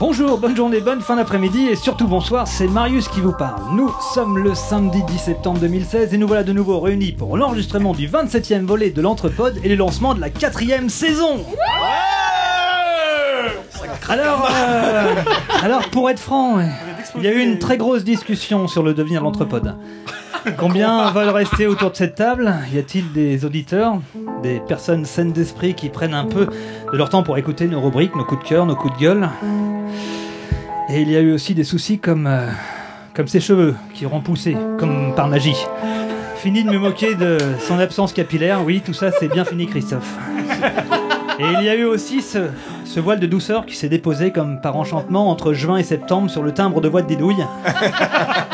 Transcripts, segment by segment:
bonjour, bonne journée, bonne fin d'après-midi et surtout bonsoir, c'est Marius qui vous parle. Nous sommes le samedi 10 septembre 2016 et nous voilà de nouveau réunis pour l'enregistrement du 27e volet de l'Entrepode et le lancement de la quatrième saison. alors, euh, alors, pour être franc, il y a eu une très grosse discussion sur le devenir de l'Entrepode. Combien veulent rester autour de cette table Y a-t-il des auditeurs, des personnes saines d'esprit qui prennent un peu de leur temps pour écouter nos rubriques, nos coups de cœur, nos coups de gueule Et il y a eu aussi des soucis comme, euh, comme ses cheveux qui auront poussé, comme par magie. Fini de me moquer de son absence capillaire, oui, tout ça c'est bien fini Christophe. Et il y a eu aussi ce, ce voile de douceur qui s'est déposé comme par enchantement entre juin et septembre sur le timbre de voix de Didouille.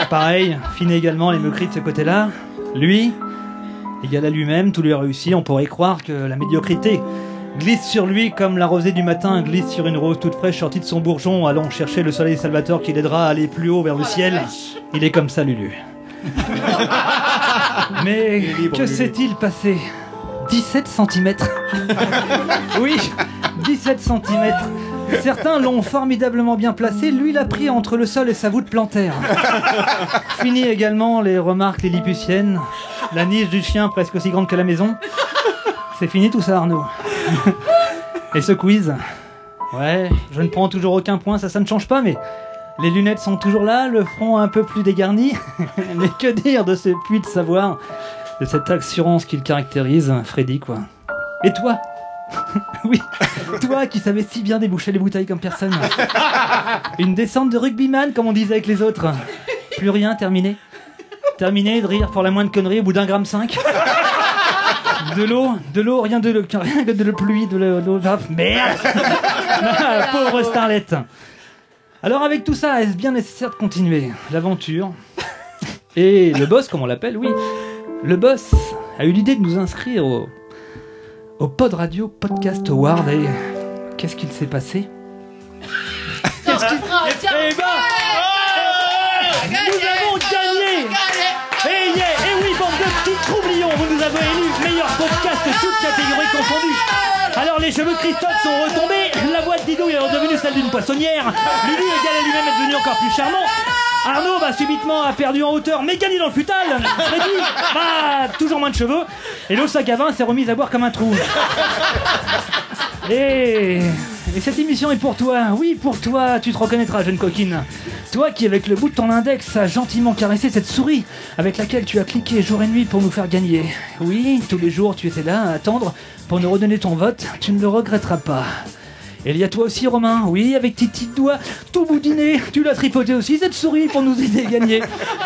Pareil, fini également les moqueries de ce côté-là. Lui, égal à lui-même, tout lui a réussi, on pourrait croire que la médiocrité glisse sur lui comme la rosée du matin glisse sur une rose toute fraîche sortie de son bourgeon, allant chercher le soleil salvateur qui l'aidera à aller plus haut vers le ciel. Il est comme ça, Lulu. Mais que s'est-il passé 17 cm Oui, 17 cm Certains l'ont formidablement bien placé, lui l'a pris entre le sol et sa voûte plantaire. Fini également les remarques lilliputiennes, la niche du chien presque aussi grande que la maison. C'est fini tout ça, Arnaud. Et ce quiz Ouais, je ne prends toujours aucun point, ça, ça ne change pas, mais les lunettes sont toujours là, le front un peu plus dégarni. Mais que dire de ce puits de savoir, de cette assurance qu'il caractérise, Freddy, quoi. Et toi Oui, toi qui savais si bien déboucher les bouteilles comme personne. Une descente de rugbyman, comme on disait avec les autres. Plus rien, terminé. Terminé de rire pour la moindre connerie au bout d'un gramme cinq. De l'eau, de l'eau, rien de l'eau, rien que de la pluie, de l'eau, de l'eau, ah, merde Ah, Pauvre starlette Alors avec tout ça, est-ce bien nécessaire de continuer L'aventure. Et le boss, comme on l'appelle, oui. Le boss a eu l'idée de nous inscrire au, au Pod Radio Podcast Award et qu'est-ce qu'il s'est passé Qu'est-ce qu'il Eh ben, nous avons gagné Eh yeah, eh oui, bande de petits troublions, vous nous avez élu meilleur podcast toutes catégories confondues. Alors les cheveux de Christophe sont retombés, la voix de Didou est redevenue celle d'une poissonnière, Lulu égal à lui-même est devenu encore plus charmant. Arnaud, bah, subitement, a perdu en hauteur, mais gagné dans le futal. Freddy, bah, toujours moins de cheveux. Et l'eau sac à vin s'est remise à boire comme un trou. Et... et cette émission est pour toi, oui pour toi, tu te reconnaîtras jeune coquine. Toi qui avec le bout de ton index a gentiment caressé cette souris avec laquelle tu as cliqué jour et nuit pour nous faire gagner. Oui, tous les jours tu étais là à attendre pour nous redonner ton vote, tu ne le regretteras pas. Et il y a toi aussi Romain, oui, avec tes petits doigts, tout boudiné, tu l'as tripoté aussi cette souris pour nous aider à gagner.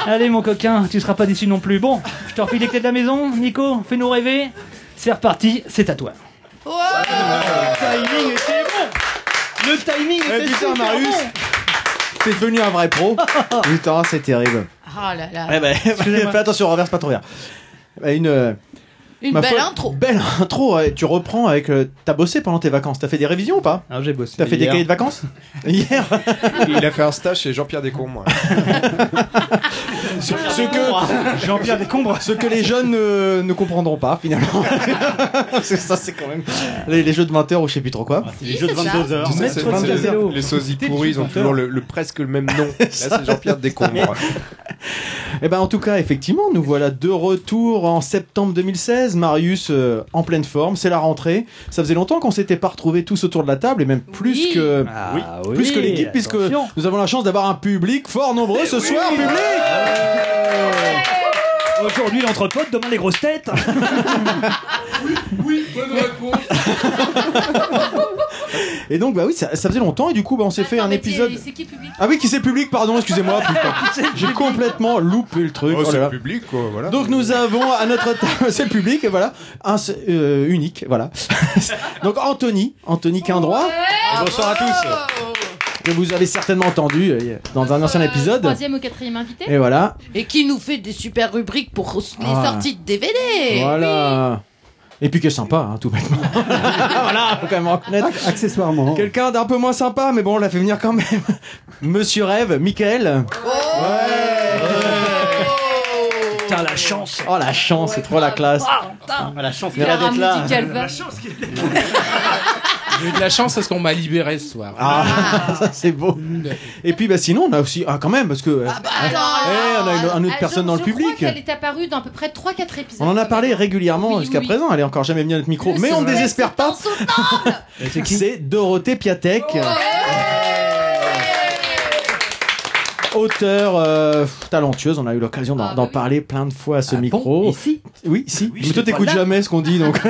Allez mon coquin, tu seras pas déçu non plus. Bon, je te refile les clés de la maison, Nico, fais-nous rêver. C'est reparti, c'est à toi. timing était bon Le timing était putain, super Marius. bon T'es devenu un vrai pro. Putain, c'est terrible. Ah là là. Eh ben, fais attention, renverse pas ton verre. Eh ben, Une, euh, Une ma belle foi, intro. Belle intro. ouais. Tu reprends avec. euh, T'as bossé pendant tes vacances. T'as fait des révisions ou pas Alors j'ai bossé. T'as fait des hier. cahiers de vacances Hier Il a fait un stage chez Jean-Pierre Descombes. moi. ce, ce que, Jean-Pierre Descombres. ce que les jeunes euh, ne comprendront pas finalement. c'est ça, c'est quand même. Les, les jeux de 20h ou je sais plus trop quoi. les jeux de 22 heures. Tu sais, Maître c'est- Van c'est- Gazzello. Les sosies pourries, ils ont toujours le, le presque le même nom. Là, c'est Jean-Pierre Descombres. Eh ben en tout cas, effectivement, nous voilà de retour en septembre 2016. Marius euh, en pleine forme, c'est la rentrée. Ça faisait longtemps qu'on s'était pas retrouvés tous autour de la table et même plus Oui. que oui, plus que l'équipe puisque attention. nous avons la chance d'avoir un public fort nombreux ce soir, public. Aujourd'hui l'entrepote, demain les grosses têtes. Et donc bah oui, ça, ça faisait longtemps et du coup bah, on s'est fait un épisode. C'est qui public Ah oui, qui c'est public Pardon, excusez-moi. putain. J'ai complètement loupé le truc. Oh, oh là c'est là. le public, quoi. Voilà. Donc nous avons à notre table, c'est le public, et voilà, un se- euh, unique, voilà. Donc Anthony, Anthony Quindroit, Bonsoir à tous. que vous avez certainement entendu euh, dans un ancien épisode. Troisième ou quatrième invité Et voilà, Et qui nous fait des super rubriques pour les Ah. sorties de DVD. voilà. Et puis qui est sympa, hein, tout bêtement. voilà, faut quand même reconnaître. Accessoirement. Quelqu'un d'un peu moins sympa, mais bon, on l'a fait venir quand même. Monsieur Rêve, Michael. Oh. Putain la chance. Oh la chance, c'est trop la classe. Ah, putain. la chance. Il a ramené du calvaire. J'ai eu de la chance parce qu'on m'a libéré ce soir. Ah, ça c'est beau. Et puis bah sinon on a aussi ah quand même parce que Ah, eh, on a une, une autre Ah, je- personne dans le je public. crois qu'elle est apparue dans à peu près 3-4 épisodes. On en a parlé régulièrement jusqu'à présent, elle est encore jamais venue à notre micro, Le mais on ne secret désespère pas. C'est Dorothée Piatek. Auteur euh, talentueuse, on a eu l'occasion Ah, d'en bah d'en parler plein de fois à ce micro. Oui, si. mais toi suis pas t'écoutes là. jamais ce qu'on dit donc.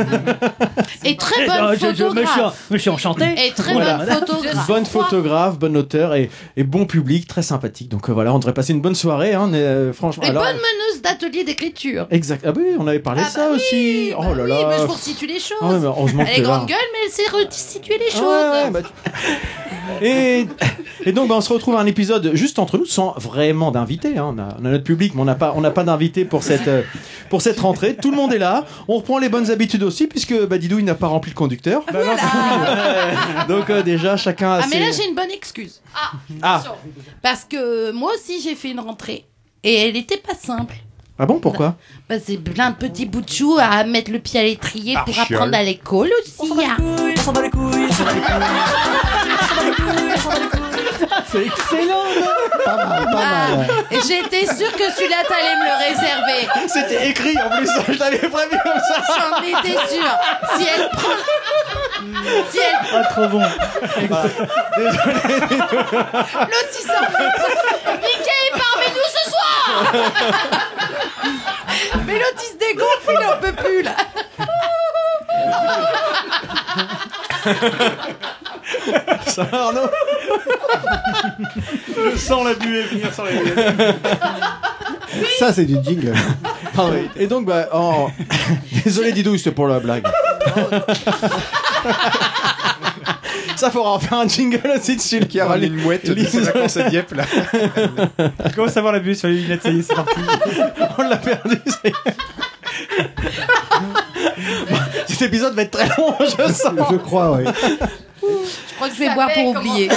Et Eh, très bonne oh, Ah, je- je- mais je suis- photographe. mais je suis enchanté. Et très Voilà. bonne photographe. Bonne photographe, bon auteur et, et bon public, très sympathique. Donc euh, voilà, on devrait passer une bonne soirée, hein, mais, euh, franchement. Et alors- bonne meneuse d'atelier d'écriture. Exact. Ah bah oui, on avait parlé de ça aussi. Oh là bah oui, là. mais je vous resitue les choses. Ah ouais, mais heureusement que Elle est t'es là. grande gueule, mais elle sait restituer les Ah choses. ouais, ouais, bah, Et, et donc, bah, on se retrouve à un épisode juste entre nous, sans vraiment d'invité. hein. On, a, on a notre public, mais on n'a pas, on n'a pas d'invité pour cette, euh, pour cette rentrée. Tout le monde est là. On reprend les bonnes habitudes aussi, puisque bah, Didou, il n'a pas rempli le conducteur. donc, euh, déjà, chacun a Ah, mais là, ses- j'ai une bonne excuse. Ah, Ah. attention. Parce que moi aussi, j'ai fait une rentrée. Et elle n'était pas simple. Ah bon, pourquoi Bah, c'est plein de petits bouts de chou à mettre le pied à l'étrier pour Archiole. apprendre à l'école aussi. On s'en bat les couilles, on s'en bat les couilles, on s'en bat les C'est excellent, Pas mal, pas mal. Ah, J'étais sûre que celui-là, t'allais me le réserver. C'était écrit en plus, je l'avais prévu comme ça. J'en étais sûre. Si elle prend. Si elle Ah, trop bon. L'autre il sort. Mickey est parmi nous ce soir Mais l'autre il se dégonfle, il en peut plus là Ça va, Arnaud Je sens la buée venir sur les Ça, c'est du jingle. Et donc, bah, en- désolé Didou, c'est pour la blague. Ça fera faire un jingle aussi dessus qui aura une mouette de ses vacances à Dieppe, là. Je commence à voir la buée sur les lunettes, ça y est, c'est parti. On l'a perdu, ça y est. Bon, Cet épisode va être très long, je sens. Je crois, oui. Je crois que je vais boire pour oublier.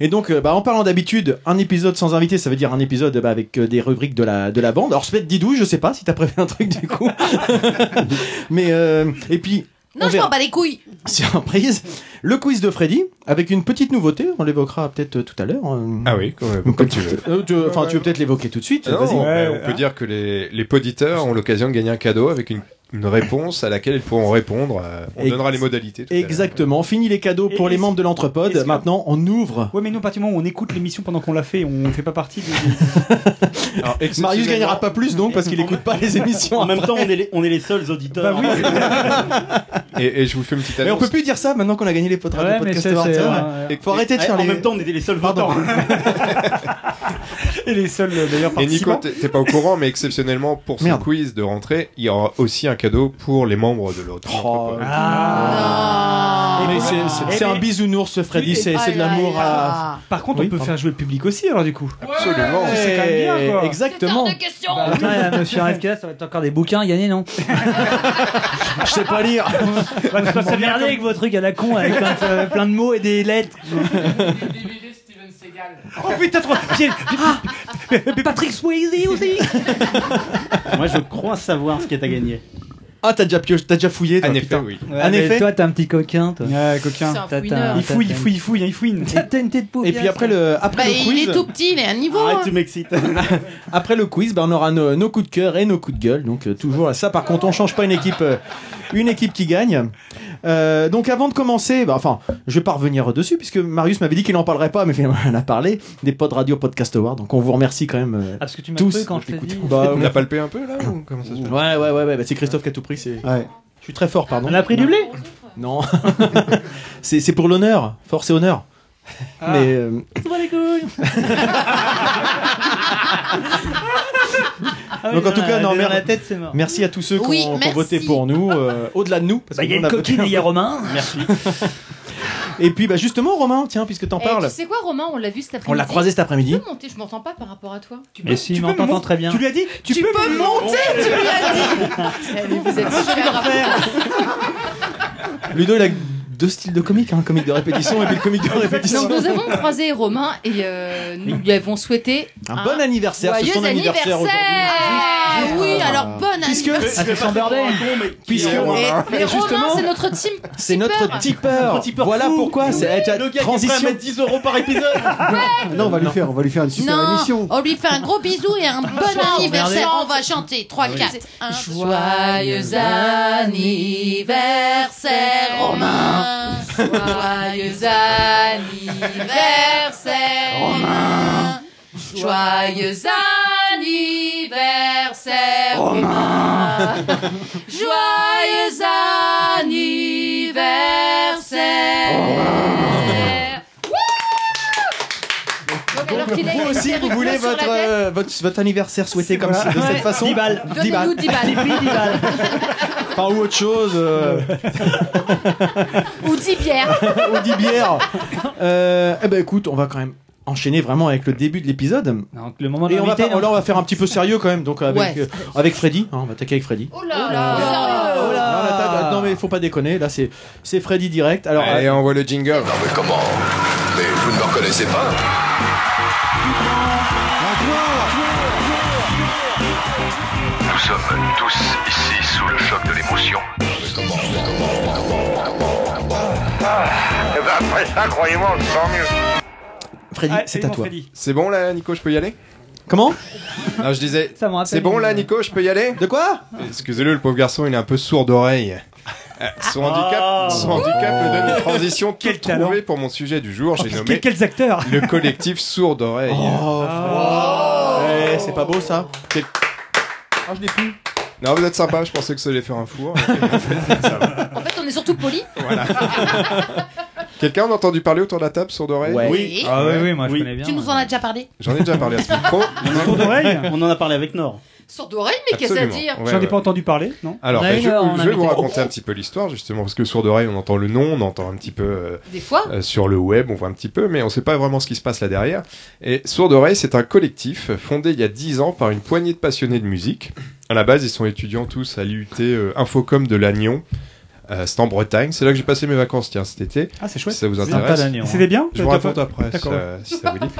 Et donc, euh, bah, en parlant d'habitude, un épisode sans invité, ça veut dire un épisode bah, avec euh, des rubriques de la, de la bande. Alors, peut-être Didou, je sais pas si t'as prévu un truc du coup. Mais, euh, et puis. Non, on je verra. m'en bats les couilles Surprise Le quiz de Freddy, avec une petite nouveauté, on l'évoquera peut-être euh, tout à l'heure. Ah oui, comme, comme tu veux. Euh, tu- Enfin, tu veux peut-être l'évoquer tout de suite, Non, Ah, vas-y. Euh, mais on peut dire que les, les poditeurs ont l'occasion de gagner un cadeau avec une, une réponse à laquelle ils pourront répondre. euh, On Ex- donnera les modalités. tout à l'heure. Exactement, fini les cadeaux pour les membres de l'entrepode, maintenant on ouvre. Ouais, mais nous, à partir du moment où on écoute l'émission pendant qu'on l'a fait, on fait pas partie des. Marius gagnera pas plus donc parce qu'il écoute pas les émissions. En même après. temps, on est les, on est les seuls auditeurs. Hein. Bah oui. Et, et je vous fais une petite Mais on annonce. peut plus dire ça maintenant qu'on a gagné les potes Ouais, radio mais podcast ça, c'est- euh, Awards. ouais. Faut arrêter de Et- faire Eh, en les. même temps, on était les seuls hein. Pardon. Et les seuls euh, d'ailleurs Et Nico, participants. t'es t'es pas au courant, mais exceptionnellement, pour ce Merde. quiz de rentrée, il y aura aussi un cadeau pour les membres de l'autre. Oh. Ah. Mais c'est- c'est- Eh c'est un bisounours, ce Freddy, c'est c'est de l'amour à. Par contre, on peut faire jouer le public aussi, alors du coup. Absolument. C'est quand même bien, quoi. Exactement. Putain, monsieur RFK, ça va être encore des bouquins à gagner, non Je sais pas lire. Bah, c'est pas ça, bien Regardez avec vos trucs à la con, avec plein de, euh, plein de mots et des lettres. Oh putain, trop. j'ai- Ah. Patrick Swayze aussi Moi, je crois savoir ce qui est à gagner. Ah, t'as déjà, pioché- t'as déjà fouillé toi, En effet, putain. oui. Ouais, mais Toi, t'es un petit coquin, toi. Ouais, coquin. T'as- t'as- Il fouille, t'as- il fouille, il fouille, hein, il fouille. t'as- T'as une tête pauvre. Et puis après le, après Bah, le quiz. il est tout petit, il est à un niveau hein. m'excites. Après le quiz, ben, on aura nos, nos coups de cœur et nos coups de gueule. Donc euh, toujours à ça. Par contre, on change pas une équipe, euh, une équipe qui gagne. Euh, donc avant de commencer, ben, enfin, je vais pas revenir dessus puisque Marius m'avait dit qu'il n'en parlerait pas, mais finalement, on en a parlé des pods radio podcast awards. Donc on vous remercie quand même. euh, Ah, Parce que tu m'as tous. cru quand je t'ai dit. Bah, On a palpé un peu là ou comment ça se passe Ouais, ouais, ouais, ouais, bah, c'est Christophe qui a tout pris. C'est. Je suis très fort, pardon. On a pris du blé Non. c'est c'est pour l'honneur, force et honneur. Ah. Mais euh, On se bat les couilles Ah oui, donc en dans tout cas, la- non, dans mer- la tête, c'est mort. merci à tous ceux qui Oui, ont qui ont merci. voté pour nous, euh, au-delà de nous. parce Bah, que il y a nous, une on voté coquine, un il y a peu. Romain. Merci. Et puis, bah, justement, Romain, tiens, puisque t'en Eh, parles, tu sais quoi, Romain On l'a vu cet après-midi. on l'a croisé cet Tu après-midi. Eh, peux monter, je m'entends pas par rapport à toi. Tu Mais si, Tu peux mais on me t'entend mon- très bien. Tu lui as dit Tu, peux, me monter, tu lui as dit Eh, Allez, Vous êtes super Ludo, il a deux styles de comique, hein, comique de répétition et puis le comique de répétition. Donc nous avons croisé Romain et euh, nous lui avons souhaité Un bon anniversaire, c'est Ah. joyeux son anniversaire, anniversaire. aujourd'hui. Ah oui, alors bonne Puisque- anniversaire. Attention, Bardem. Puisque- Et- mais Et justement- Romain, c'est notre team. C'est notre tipeur. Notre tipeur voilà fou. pourquoi c'est la Le gars qui est prêt à transition. mettre 10 euros par épisode. Non, on va lui faire, on va lui faire une super Non, émission. on lui fait un gros bisou et un bon anniversaire. On va chanter 3-4. Joyeux anniversaire, Romain. Joyeux anniversaire, Romain. Joyeux anniversaire, Ah. Romain. Joyeux anniversaire. mais alors qu'il a Vous une aussi, vous perruque voulez bleue sur la votre, tête. euh, votre, votre anniversaire souhaité comme ça, de cette façon 10 balles. Dix Donnez-nous balles. 10 balles. Enfin, ou autre chose, euh, Ou 10 bières. ou 10 bières. Euh, eh ben écoute, on va quand même enchaîner vraiment avec le début de l'épisode. Donc, le moment de Et on va, l'inviter, pas- là, on va faire un petit peu sérieux quand même, donc avec, Ouais. euh, avec Freddy. hein, on va attaquer avec Freddy. Oh là là. Non, on attaque- non, mais faut pas déconner, là c'est c'est Freddy direct. Alors, euh, Allez, on voit le jingle. Non mais comment Mais vous ne me reconnaissez pas Nous sommes tous ici sous le choc de l'émotion. Comment Comment Comment Comment Ah, eh ben après ça, croyez-moi, on se sent mieux. Freddy, Ah, c'est bon, à toi. Freddy. C'est bon là, Nico, je peux y aller Comment Non, je disais. Ça me rappelle C'est bon là, Nico, je peux y aller De quoi Excusez-le, le pauvre garçon, il est un peu sourd d'oreille. Euh, Son handicap, son handicap me donne une transition Quel toute talent. trouvée pour mon sujet du jour. J'ai Quels- nommé Quels acteurs le collectif sourd d'oreille. Oh, Freddy. Eh, c'est pas beau ça Ah, je l'ai plus. Non, vous êtes sympa, je pensais que ça allait faire un four. En fait, on est surtout poli. Quelqu'un en a entendu parler autour de la table, sourd d'oreille Ouais. Oui. Ah oui, oui, moi Oui. je connais bien. Tu nous en as déjà parlé J'en ai déjà parlé à ce micro. Tour d'oreille On en a parlé avec Nord. Sourd d'oreille, mais qu'est-ce à Absolument. dire Ouais, J'en ai ouais. pas entendu parler, non Alors, On a ben, eu, je, euh, on je a vais vous invité- raconter un petit peu l'histoire, justement, parce que sourd d'oreille, on entend le nom, on entend un petit peu euh, Des fois. euh, sur le web, on voit un petit peu, mais on sait pas vraiment ce qui se passe là derrière. Et Sourd d'oreille, c'est un collectif euh, fondé il y a 10 ans par une poignée de passionnés de musique. À la base, ils sont étudiants tous à l'IUT euh, Infocom de Lannion. Euh, c'est en Bretagne, c'est là que j'ai passé mes vacances, tiens, cet été. Ah, c'est Si chouette. ça vous Sympa intéresse. d'Agnon, hein. C'était bien Je vous T'as pas- raconte après, D'accord. ça- si ça vous dit.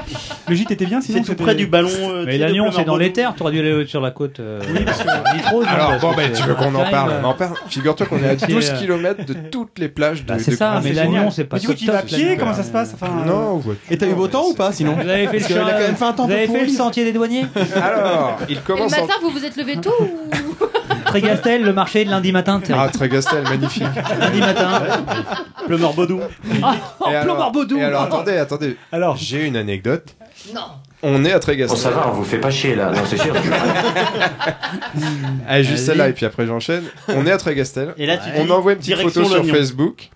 Le gîte était bien, C'est sinon tout c'était- près du ballon. euh, Mais qui l'agnon, double c'est dans Marmont. les terres, t'aurais dû aller sur la côte. euh, Nitrose, hein, Alors, parce bon, que ben, c'est- tu veux qu'on en Karim, parle euh, On en parle. Figure-toi qu'on est à Qui est, 12 euh, km de toutes les plages de bah, c'est de ça, Grande mais Bretagne. l'agnon, c'est pas Mais du coup, top tu vas à top, pied c'est- Comment ça se passe enfin, euh, Non, ouais. Et t'as eu beau temps ou pas sinon Vous avez fait le Parce qu'il a chemin- quand même fait un temps Vous avez pour fait le pourri. sentier des douaniers Alors, il Et le commence en... matin, vous vous êtes levé tôt ou Trégastel, le marché de lundi matin. tiens. Ah, Trégastel, magnifique. lundi matin. Le Morbodou. Eh, Oh, Et alors- plomb barbeau Et alors, attendez, attendez. Alors, J'ai une anecdote. Non. On est à Trégastel. Oh, va, on vous fait pas chier là, non c'est sûr. Ah, juste celle-là, et puis après j'enchaîne. On est à Trégastel. Et là, tu On dis, envoie une petite direction photo sur l'Oignon. Facebook.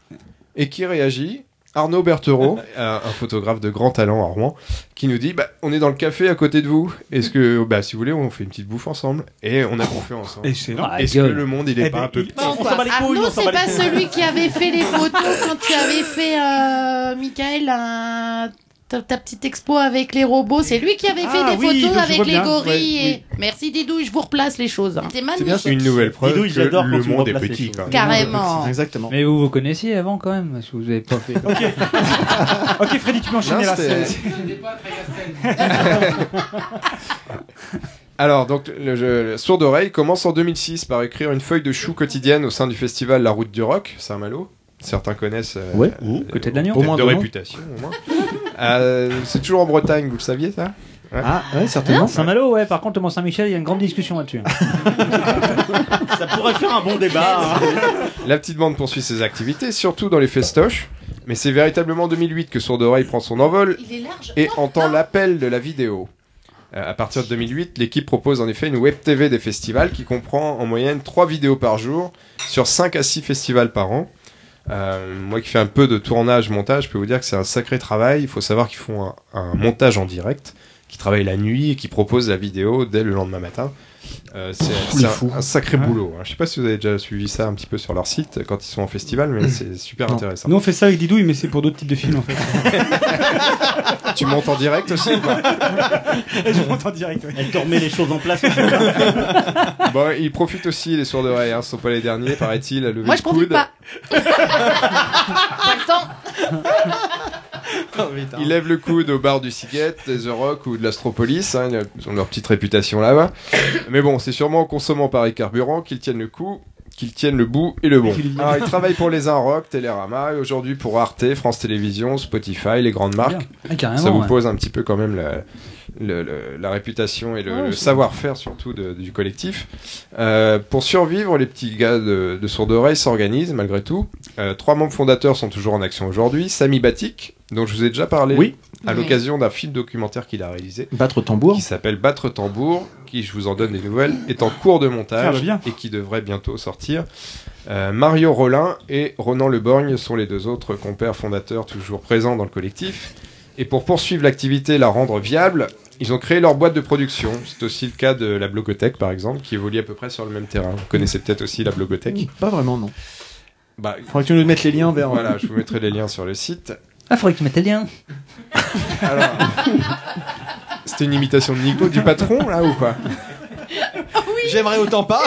Et qui réagit Arnaud Berthereau, euh, un photographe de grand talent à Rouen, qui nous dit bah, On est dans le café à côté de vous. Est-ce que, bah, si vous voulez, on fait une petite bouffe ensemble Et on a bouffé ensemble. excellent. hein. Est-ce que Ah, gueule. le monde, il est Eh pas ben, un peu il- petit On s'en bat les couilles, Arnaud, on s'en bat Ah, c'est les pas couilles. celui qui avait fait les photos quand tu avais fait, euh, Michael, un- ta, ta petite expo avec les robots. C'est lui qui avait fait Ah des oui, je photos vois avec les bien. gorilles. et- Merci Didou, je vous replace les choses. hein. C'est C'est bien magnifique. une nouvelle preuve Didou, ils que adorent quand le tu monde est remplaces les petit. choses. quoi. Carrément. Exactement. Mais vous vous connaissiez avant quand même, parce que vous avez pas fait. Ok, Freddy, tu peux enchaîner Non, là. c'était- c'est- Alors, donc, le, jeu- le Sourd d'oreille commence en 2006 par écrire une feuille de chou quotidienne au sein du festival La Route du Rock, Saint-Malo. Certains connaissent. euh, Ouais. euh, Côté de l'Agnon. peut-être Au moins de deux noms. réputation, au moins. Euh, c'est toujours en Bretagne, vous le saviez, ça Hein Ah ouais, certainement. Saint-Malo, ouais, par contre, le Mont-Saint-Michel, il y a une grande discussion là-dessus. hein. Ça pourrait faire un bon débat. hein. La petite bande poursuit ses activités, surtout dans les festoches. Mais c'est véritablement en 2008 que Sourd d'oreille prend son envol Il est large. et entend l'appel de la vidéo. Euh, À partir de 2008, l'équipe propose en effet une web TV des festivals qui comprend en moyenne 3 vidéos par jour sur 5 à 6 festivals par an. Euh, moi qui fais un peu de tournage, montage, je peux vous dire que c'est un sacré travail. Il faut savoir qu'ils font un, un montage en direct, qui travaillent la nuit et qui proposent la vidéo dès le lendemain matin. Euh, c'est c'est un, un sacré boulot. hein. Je sais pas si vous avez déjà suivi ça un petit peu sur leur site quand ils sont en festival, mais c'est super Mm. Non. intéressant. Nous, on fait ça avec Didouille, mais c'est pour d'autres types de films en fait. Tu montes en direct aussi ou pas Et je monte en direct, ouais. Elle te remet les choses en place. Bon, ils profitent aussi, les sourds d'oreille, hein, ce sont pas les derniers, paraît-il, à lever Moi, le je profite coude. pas. Pas le temps. hein. Ils lèvent le coude au bar du Ciguette, des The Rock ou de l'Astropolis. hein, ils ont leur petite réputation là-bas. Mais bon, c'est sûrement en consommant pareil carburant qu'ils tiennent le coup, qu'ils tiennent le bout et le bon. Alors, ils travaillent pour les Inrock, Télérama, et aujourd'hui pour Arte, France Télévisions, Spotify, les grandes marques. Ah, carrément, Ça vous ouais. pose un petit peu quand même la, le- le- la réputation et le, Ouais, le c'est- savoir-faire surtout de- du collectif. Euh, pour survivre, les petits gars de, de Sourde Oreille s'organisent malgré tout. Euh, trois membres fondateurs sont toujours en action aujourd'hui. Samy Batik, dont je vous ai déjà parlé à Oui. l'occasion d'un film documentaire qu'il a réalisé. Battre tambour. Qui s'appelle Battre tambour, qui, je vous en donne des nouvelles, est en cours de Ah, montage bah bien. et qui devrait bientôt sortir. Euh, Mario Rollin et Ronan Leborgne sont les deux autres compères fondateurs toujours présents dans le collectif. Et pour poursuivre l'activité et la rendre viable, ils ont créé leur boîte de production. C'est aussi le cas de la Blogothèque, par exemple, qui évolue à peu près sur le même terrain. Vous connaissez peut-être aussi la Blogothèque. Pas vraiment, non. Bah, Faudrait que tu nous mettes les liens vers. euh, Voilà, je vous mettrai les liens sur le site. Ah, faudrait que tu mettes les liens. C'était une imitation de Nico du patron, là, ou pas J'aimerais autant pas.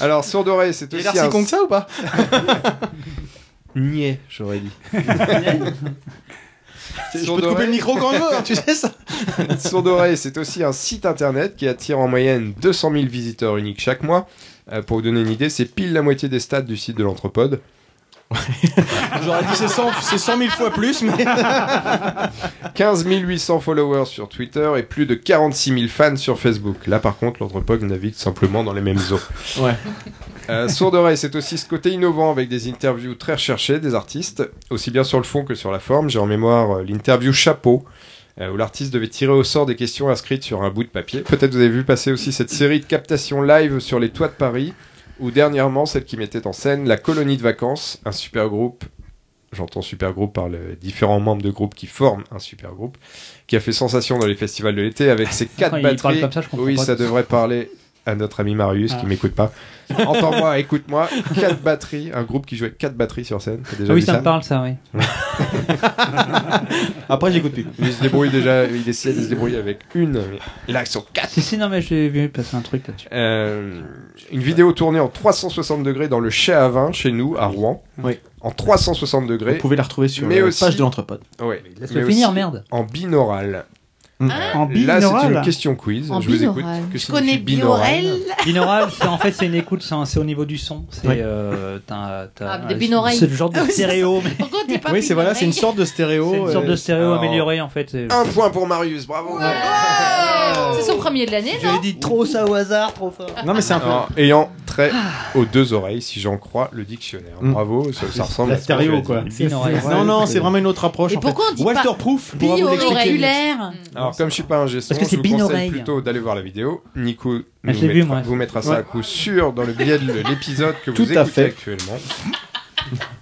Alors, sourd d'oreille, c'est Il aussi. a l'air si un- con que ça ou pas Niais, j'aurais dit. Je peux te couper le micro quand je veux, hein, tu sais ça Sourd d'oreille, c'est aussi un site internet qui attire en moyenne 200 000 visiteurs uniques chaque mois. Euh, pour vous donner une idée, c'est pile la moitié des stats du site de l'Anthropode. J'aurais dit c'est 100, c'est 100 000 fois plus, mais. 15 800 followers sur Twitter et plus de 46 000 fans sur Facebook. Là, par contre, l'Anthropode navigue simplement dans les mêmes eaux. Ouais. Euh, Sourd d'oreille, c'est aussi ce côté innovant avec des interviews très recherchées des artistes, aussi bien sur le fond que sur la forme. J'ai en mémoire euh, l'interview Chapeau, euh, où l'artiste devait tirer au sort des questions inscrites sur un bout de papier. Peut-être vous avez vu passer aussi cette série de captations live sur les toits de Paris, ou dernièrement celle qui mettait en scène La Colonie de Vacances, un super groupe. J'entends super groupe par les différents membres de groupe qui forment un super groupe, qui a fait sensation dans les festivals de l'été avec ses quatre Attends, il parle batteries. comme ça, je comprends oui, pas. ça devrait parler à notre ami Marius qui Ah. m'écoute pas. Entends-moi, écoute-moi. Quatre batteries, un groupe qui jouait quatre batteries sur scène. T'as déjà Ah oui, vu ça me parle, ça, oui. Après, j'écoute plus. Ils se débrouillent déjà, ils essaient de se débrouiller avec une. mais Là, ils sont quatre. Si, si, non, mais j'ai vu passer un truc là-dessus. Euh, une vidéo tournée en 360 degrés dans le Chez à vin, chez nous, à Rouen. En 360 degrés. Vous pouvez la retrouver sur Mais la aussi- Ah page de l'Anthropode. Ouais. le Mais finir, aussi merde. Ah. En binaural. En Là, c'est binaural une question quiz. En je vous écoute. binaural. Que Je signifie connais binaural binaural. Binaural, c'est en fait c'est une écoute, c'est un- c'est au niveau du son. C'est Oui. euh, t'as- t'as- Ah, des binaurais. C'est le genre de Ah oui, c'est stéréo, mais Pourquoi t'es pas Oui, c'est voilà, c'est une binaural sorte de stéréo. c'est une sorte euh, de stéréo alors- amélioré en fait. c'est- Un point pour Marius, bravo. C'est son premier de l'année, non dit trop ça au hasard, trop fort. Non, mais c'est un peu. Alors, ayant trait Ah. aux deux oreilles, si j'en crois le dictionnaire. Mm. Bravo, ça, ça ressemble La à ce que tu as stéréo, dit. quoi. Binaural. Non, non, c'est vraiment une autre approche. Et en pourquoi fait. on dit Walter pas Proof, pourra vous l'expliquer. Binauriculaire. Alors, comme je suis pas un gestion, Parce que je c'est vous conseille hein. binaureille. plutôt d'aller voir la vidéo. Nico nous Ah, je l'ai mettra, vu, moi. vous mettra ça à Ouais. coup sûr dans le billet de l'épisode que Tout vous à écoutez fait. actuellement.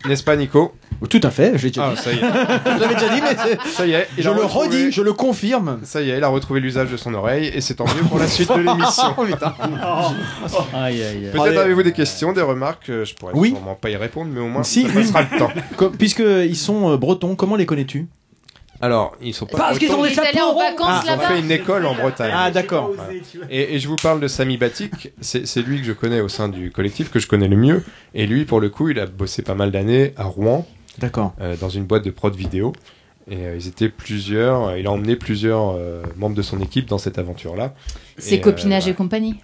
N'est-ce pas, Nico Tout à fait, je l'ai déjà Ah, dit. ça y est. Je l'avais déjà dit, mais c'est- Ça y est. il je a le retrouvé- redis, je le confirme. Ça y est, il a retrouvé l'usage de son oreille et c'est tant mieux pour la suite de l'émission. Oh, Aïe, aïe, aïe. Peut-être Allez. avez-vous des questions, des remarques euh, Je pourrais Oui. sûrement pas y répondre, mais au moins Si. ça passera le temps. Co- Puisqu'ils sont euh, bretons, comment les connais-tu Alors, ils sont pas. Parce qu'ils ont Il des est allé chapeaux en ronds. vacances Ils ont là-bas. Ah, fait une école en Bretagne. Ah, d'accord. Et, et je vous parle de Samy Batik, c'est c'est lui que je connais au sein du collectif, que je connais le mieux. Et lui, pour le coup, il a bossé pas mal d'années à Rouen, D'accord. euh, dans une boîte de prod vidéo. Et euh, ils étaient plusieurs, euh, il a emmené plusieurs euh, membres de son équipe dans cette aventure-là. Et, C'est euh, copinage et compagnie.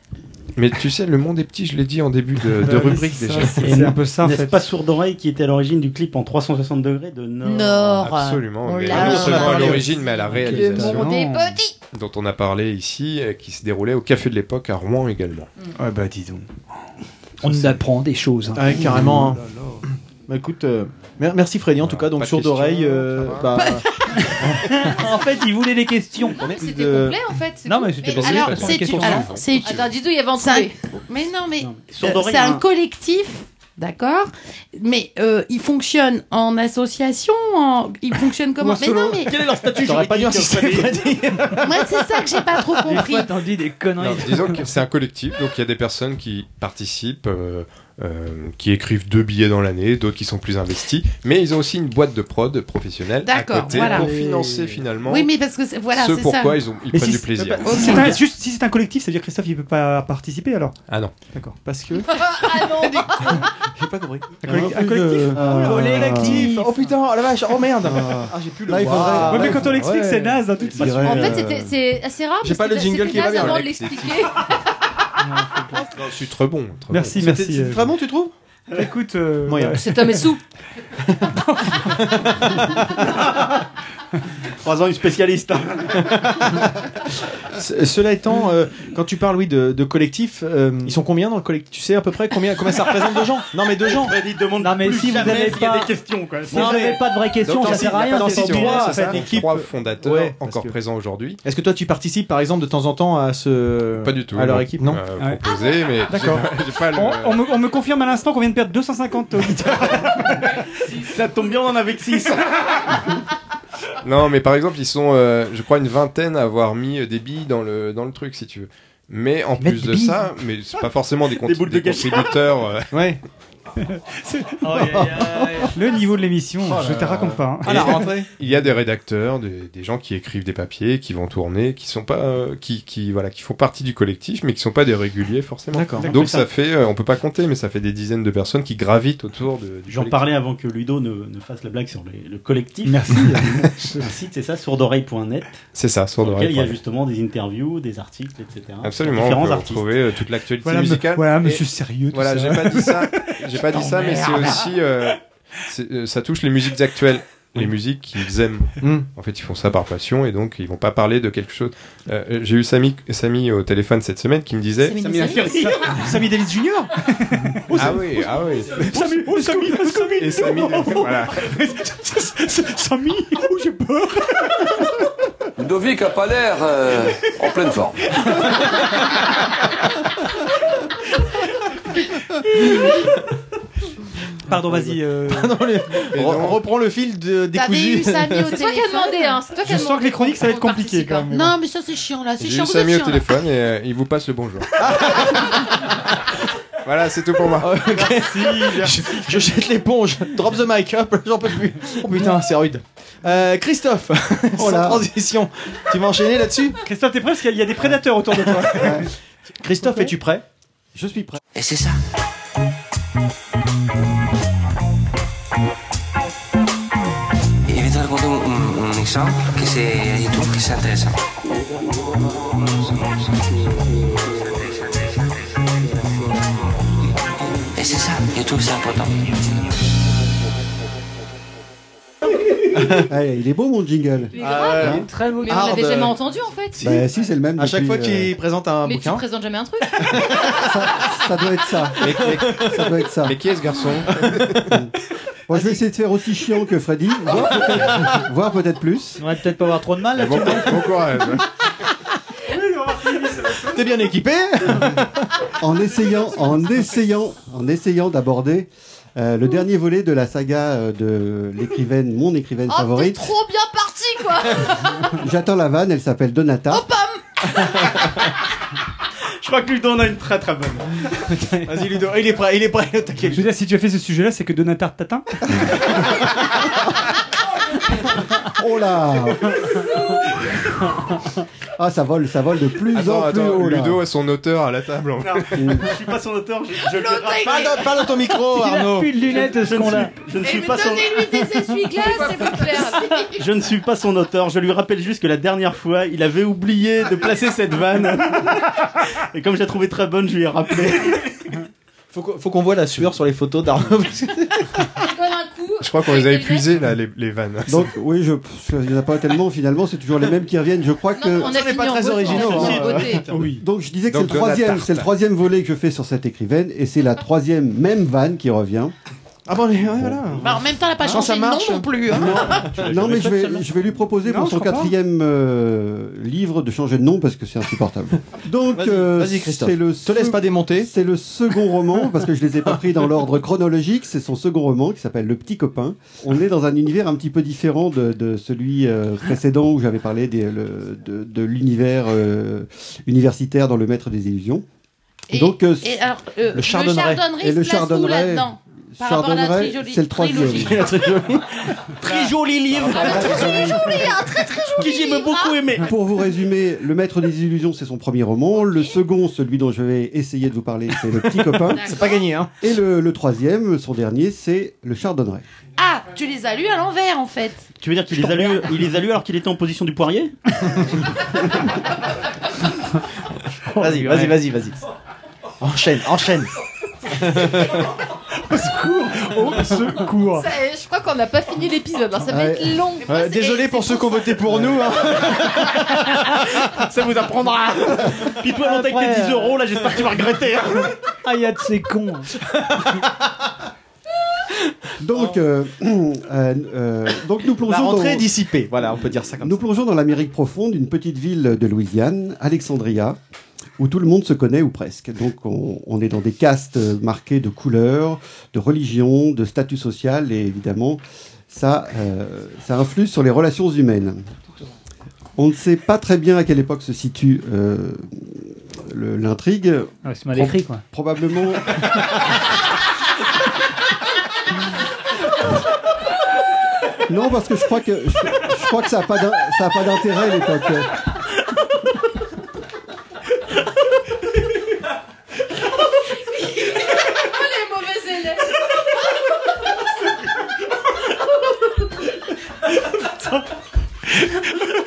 Mais tu sais, le monde est petit, je l'ai dit en début de, de rubrique déjà. C'est un peu ça en N'est-ce fait. pas sourd d'oreille qui était à l'origine du clip en 360 degrés de Nord Nord. Oh Absolument. On Oh mais l'a- Ah non bah, seulement à parlé. l'origine, mais à la réalisation, On est Non. petits. dont on a parlé ici, euh, qui se déroulait au Café de l'époque à Rouen également. Ouais, bah dis donc. On apprend des choses. hein. Ah, ouais, carrément. hein. Bah écoute, euh, mer- merci Freddy en Voilà, tout cas. pas Donc de sourd d'oreille, questions, euh, ça bah, en fait, ils voulaient des questions. on est plus C'était de- complet en fait. c'est Non, tout. mais c'était pas- Alors, Vas-y, c'est qu'est-ce qu'on une... fait alors, c'est une- Attends, dis-nous, il y avait un Ça- truc. Mais non, mais Sourd euh, d'oreille, c'est il y a un collectif, d'accord Mais euh, ils fonctionnent en association, en... ils fonctionnent comment Mais non, mais Quel est leur statut T'aurais pas dû juridique, insister Freddy Freddy. moi c'est ça que j'ai pas trop Des compris. fois, t'en dis des conneries. Non, disons que c'est un collectif, donc il y a des personnes qui participent, euh, euh, qui écrivent deux billets dans l'année, d'autres qui sont plus investis, mais ils ont aussi une boîte de prod professionnelle à D'accord, côté voilà. pour financer finalement. Oui, mais parce que c'est- voilà, ce c'est pourquoi ça. ils, ont, ils Mais prennent si du plaisir. Si c'est un, juste, si c'est un collectif, ça veut dire que Christophe il peut pas participer alors Ah non. D'accord. Parce que. ah non J'ai pas compris. Un, collectif- un collectif Oh Collectif. Oh putain, oh la vache, oh merde. Ah, j'ai plus le. Là, il faudrait- Waouh. Ouais, mais quand on l'explique, c'est naze hein, dans toute Je dirais, façon. En fait, euh, c'était- c'est assez rare. J'ai parce pas le que jingle c'était qui va naze bien, avant de Alexis. l'expliquer. Non, c'est très bon. très Merci, C'était- merci. C'était très Ah bon, tu trouves euh, Écoute, euh, Moyen. ouais. C'est un messou. Trois ans, une spécialiste. hein. Ce- Cela étant, euh, quand tu parles, oui, de, de collectif, euh, ils sont combien dans le collectif Tu sais à peu près combien, combien ça représente de gens Non, mais de gens. Vas-y, Bah, demande Non, mais plus si vous jamais avez s'il y a pas- des questions, quoi. Si Non, j'avais mais- pas de vraies questions, D'autant ça s'il y sert a à pas rien. de c'est questions, formidable. c'est Trois, ça, hein, ça, l'équipe- trois fondateurs Ouais, parce encore que- présents aujourd'hui. Est-ce que toi, tu participes, par exemple, de temps en temps à ce Pas du tout. à leur non. équipe Non. Euh, Ah ouais. proposé, mais D'accord. j'ai pas le. On, on me, on me confirme à l'instant qu'on vient de perdre 250 auditeurs. Ça tombe bien, on en avait que 6. Non, mais par exemple, ils sont, euh, je crois, une vingtaine à avoir mis euh, des billes dans le, dans le truc, si tu veux. Mais en mettent plus des de billes ça, mais c'est pas forcément des, cont- Des boules de des gâchis. contributeurs. euh, Ouais. Le niveau de l'émission, Oh je te raconte pas. hein. À la rentrée. il y a des rédacteurs, des, des gens qui écrivent des papiers, qui vont tourner, qui sont pas, euh, qui, qui, voilà, qui font partie du collectif, mais qui sont pas des réguliers forcément. D'accord. Donc ça fait, euh, on peut pas compter, mais ça fait des dizaines de personnes qui gravitent autour de. du J'en collectif. parlais avant que Ludo ne, ne fasse la blague sur les- le collectif. Merci. Le site, c'est ça, sourdoreille.net. C'est ça, Dans sourd lequel il y a justement des interviews, des articles, etc. Absolument. Différents on peut artistes. retrouver euh, toute l'actualité Voilà, me- musicale. voilà, Et- Ah, monsieur sérieux. tout ça. Voilà, j'ai pas dit ça. J'ai pas dit ça, mais c'est aussi, euh, c'est, euh, ça touche les musiques actuelles, Mm. les musiques qu'ils aiment. Hmm. En fait, ils font ça par passion et donc ils vont pas parler de quelque chose. Euh, j'ai eu Samy, Samy au téléphone cette semaine qui me disait. C'est une série. Sammy Davis Junior Ah oui, ah oui. Sammy, oh, Sammy, Sammy, Et Samy, voilà. Sammy, oh, j'ai peur. Ludovic a pas l'air euh, en pleine forme. Pardon, vas-y. euh, Non, les- Et on, on donc- reprend le fil de, des T'avais eu Samy au C'est toi qui as téléphone. demandé, hein. C'est toi qui Je as sens demandé que les chroniques, ça va être qu'on compliqué, quand participe, même. Non, mais ça c'est chiant là, c'est J'ai chiant, eu vous êtes Samy au chiant. là. téléphone et euh, il vous passe le bonjour. voilà, c'est tout pour moi. je, je jette l'éponge, drop the mic, hop, j'en peux plus. Oh putain, c'est rude. Euh, Christophe, sans Oh là. transition, tu vas enchaîner là-dessus Christophe, t'es prêt Parce qu'il y a des prédateurs autour de toi. Christophe, Ok. es-tu prêt Je suis prêt. Et c'est ça. Y vais te raconter un, un- un exemple mm, que se, y tú que se interesa. Es esa, yo tuve esa Allez, Ah, il est beau mon jingle. Mais Ah, grave, Euh, hein. Très beau. mais on l'avait hard. bah, jamais entendu en fait. Si. Bah si, c'est le même. À chaque depuis, fois euh, qu'il présente un Mais tu bouquin. présentes jamais un truc. ça doit être ça. Mais, mais- Ça doit être ça. mais qui est ce garçon Bon, Ah, je vais essayer de faire aussi chiant que Freddy, voire peut-être- voire peut-être plus. On va peut-être pas avoir trop de mal là. Bah, bon, bon courage. T'es bien équipé en essayant, en essayant, en essayant d'aborder euh, le dernier volet de la saga euh, de l'écrivaine, mon écrivaine Oh, t'es favorite. trop bien parti quoi. J'attends la vanne, elle s'appelle Donata. Oh, Je crois que Ludo en a une très très bonne. Vas-y Ludo, il est prêt, il est prêt, Je t'inquiète. veux dire, si tu as fait ce sujet-là, c'est que Donatar t'atteint. Oh là Ah, ça vole, ça vole de plus en Attends, plus attends, haut là. Ludo a son auteur à la table. en fait. Je suis pas son auteur, je, je le rate. Parle dans, parle dans ton micro Il a Arnaud. plus de lunettes de ce Je ne qu'on a. suis, je ne Et Eh, suis mais pas son... donnez-lui des essuie-glaces, c'est pas clair. Je ne suis pas son auteur, je lui rappelle juste que la dernière fois, il avait oublié de placer cette vanne. Et comme je l'ai trouvée très bonne, je lui ai rappelé. Faut qu'on faut qu'on voit la sueur sur les photos d'Arnaud. parce que- Tu donnes un coup. Je crois qu'on avec les a des lunettes. épuisés là, les, les vannes. Donc oui, je, pff, il n'y en a pas tellement finalement, c'est toujours les mêmes qui reviennent. Je crois que Non, on Ça, a on n'est fini pas en très beauté, originaux, on a fini hein. en beauté. Oui. Donc je disais que c'est le Donc, Donatarte. troisième, c'est le troisième volet que je fais sur cette écrivaine, et c'est la troisième même vanne qui revient. Ah bon, ouais, voilà. Bah, en même temps, elle a pas Non, ça changé de nom marche. non plus. hein. Non, mais je vais, je vais lui proposer Non, pour je son crois pas. quatrième euh, livre de changer de nom parce que c'est insupportable. Donc, Vas-y, euh, vas-y, Christophe. c'est le Te laisse sec- pas démonter. C'est le second roman parce que je les ai pas pris dans l'ordre chronologique. C'est son second roman qui s'appelle Le Petit Copain. On est dans un univers un petit peu différent de, de celui euh, précédent où j'avais parlé des- le- de, de l'univers euh, universitaire dans Le Maître des Illusions. Et- Donc, euh, et alors, euh, le chardonneret Et se le place où chardonneret, là-dedans Par rapport à la Chardonneret, trilogie- c'est le troisième. trilogie. Très Ah. joli livre. très très joli. Ah. Que j'aime Ah. beaucoup aimé. Pour vous résumer, Le Maître des Illusions, c'est son premier roman. Le second, celui dont je vais essayer de vous parler, c'est Le Petit Copain. C'est pas gagné, hein. Et le, le troisième, son dernier, c'est Le Chardonneret. Ah, tu les as lus à l'envers en fait. Tu veux dire qu'il les a lus, il les a lus alors qu'il était en position du poirier Vas-y, vas-y, vas-y, vas-y. Enchaîne, enchaîne. Au secours bah, Au secours Je crois qu'on n'a pas fini l'épisode, alors ça va être long. Euh, désolé pour ceux qui ont voté pour nous. hein. Ça vous apprendra. Puis toi, l'on avec tes 10 euh, euros, là, j'espère que tu vas regretter. hein. Ah, y'a de ces cons. Donc, euh, euh, euh, donc nous plongeons La rentrée est dans... dissipée, voilà, on peut dire ça comme Nous plongeons dans l'Amérique profonde, une petite ville de Louisiane, Alexandria, où tout le monde se connaît ou presque. Donc on, on est dans des castes marquées de couleurs, de religion, de statut social, et évidemment, ça, euh, ça influe sur les relations humaines. On ne sait pas très bien à quelle époque se situe euh, le- l'intrigue. Ouais, Ah, c'est mal écrit, Pro- quoi. Probablement. Non, parce que je crois que je, je crois que ça n'a pas d'in- ça a pas d'intérêt à l'époque. les mauvais élèves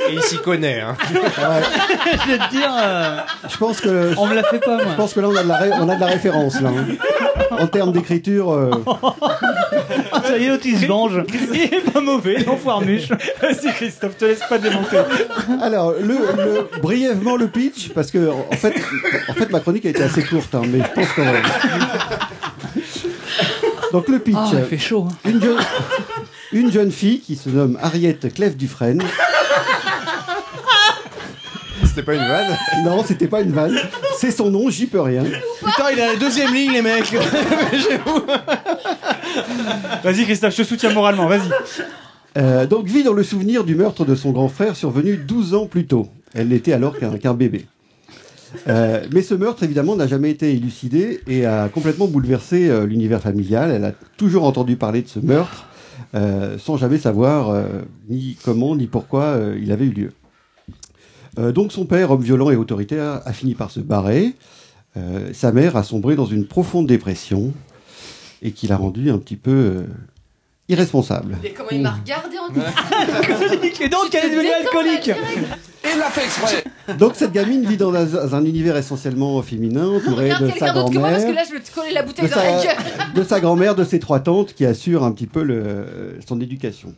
Et il s'y connaît. Hein. je vais te dire. euh, Je pense que On me la fait pas, moi. Je pense que là on a de la, ré- on a de la référence là. hein. En termes d'écriture, euh, Ah, ça y est, l'autre, il se venge. Il est pas mauvais, l'enfoirmuche. Vas-y, Christophe, te laisse pas démonter. alors le, le- brièvement le pitch parce que en fait en fait ma chronique a été assez courte hein, mais je pense quand même. Donc le pitch. Ah, il euh, fait chaud. hein. Une, jeune- une jeune fille qui se nomme Ariette Clef Dufresne. C'était pas une vanne Non, c'était pas une vanne. C'est son nom, j'y peux rien. Putain, il est à la deuxième ligne, les mecs. Vas-y, Christophe, je te soutiens moralement, vas-y. Euh, donc vit dans le souvenir du meurtre de son grand frère survenu 12 ans plus tôt. Elle n'était alors qu'un qu'un bébé. Euh, mais ce meurtre, évidemment, n'a jamais été élucidé et a complètement bouleversé euh, l'univers familial. Elle a toujours entendu parler de ce meurtre, euh, sans jamais savoir euh, ni comment ni pourquoi euh, il avait eu lieu. Euh, donc son père, homme violent et autoritaire, a fini par se barrer. Euh, sa mère a sombré dans une profonde dépression et qui l'a rendu un petit peu euh, irresponsable. Mais comment il m'a regardé en disant Alcoolique. Et donc, elle est devenue alcoolique. Il l'a fait exprès Donc cette gamine vit dans un, dans un univers essentiellement féminin, entourée Regarde de quelqu'un sa d'autre que moi parce que grand-mère, là je vais te coller la bouteille de dans la sa, gueule de sa grand-mère, de ses trois tantes qui assurent un petit peu le- son éducation.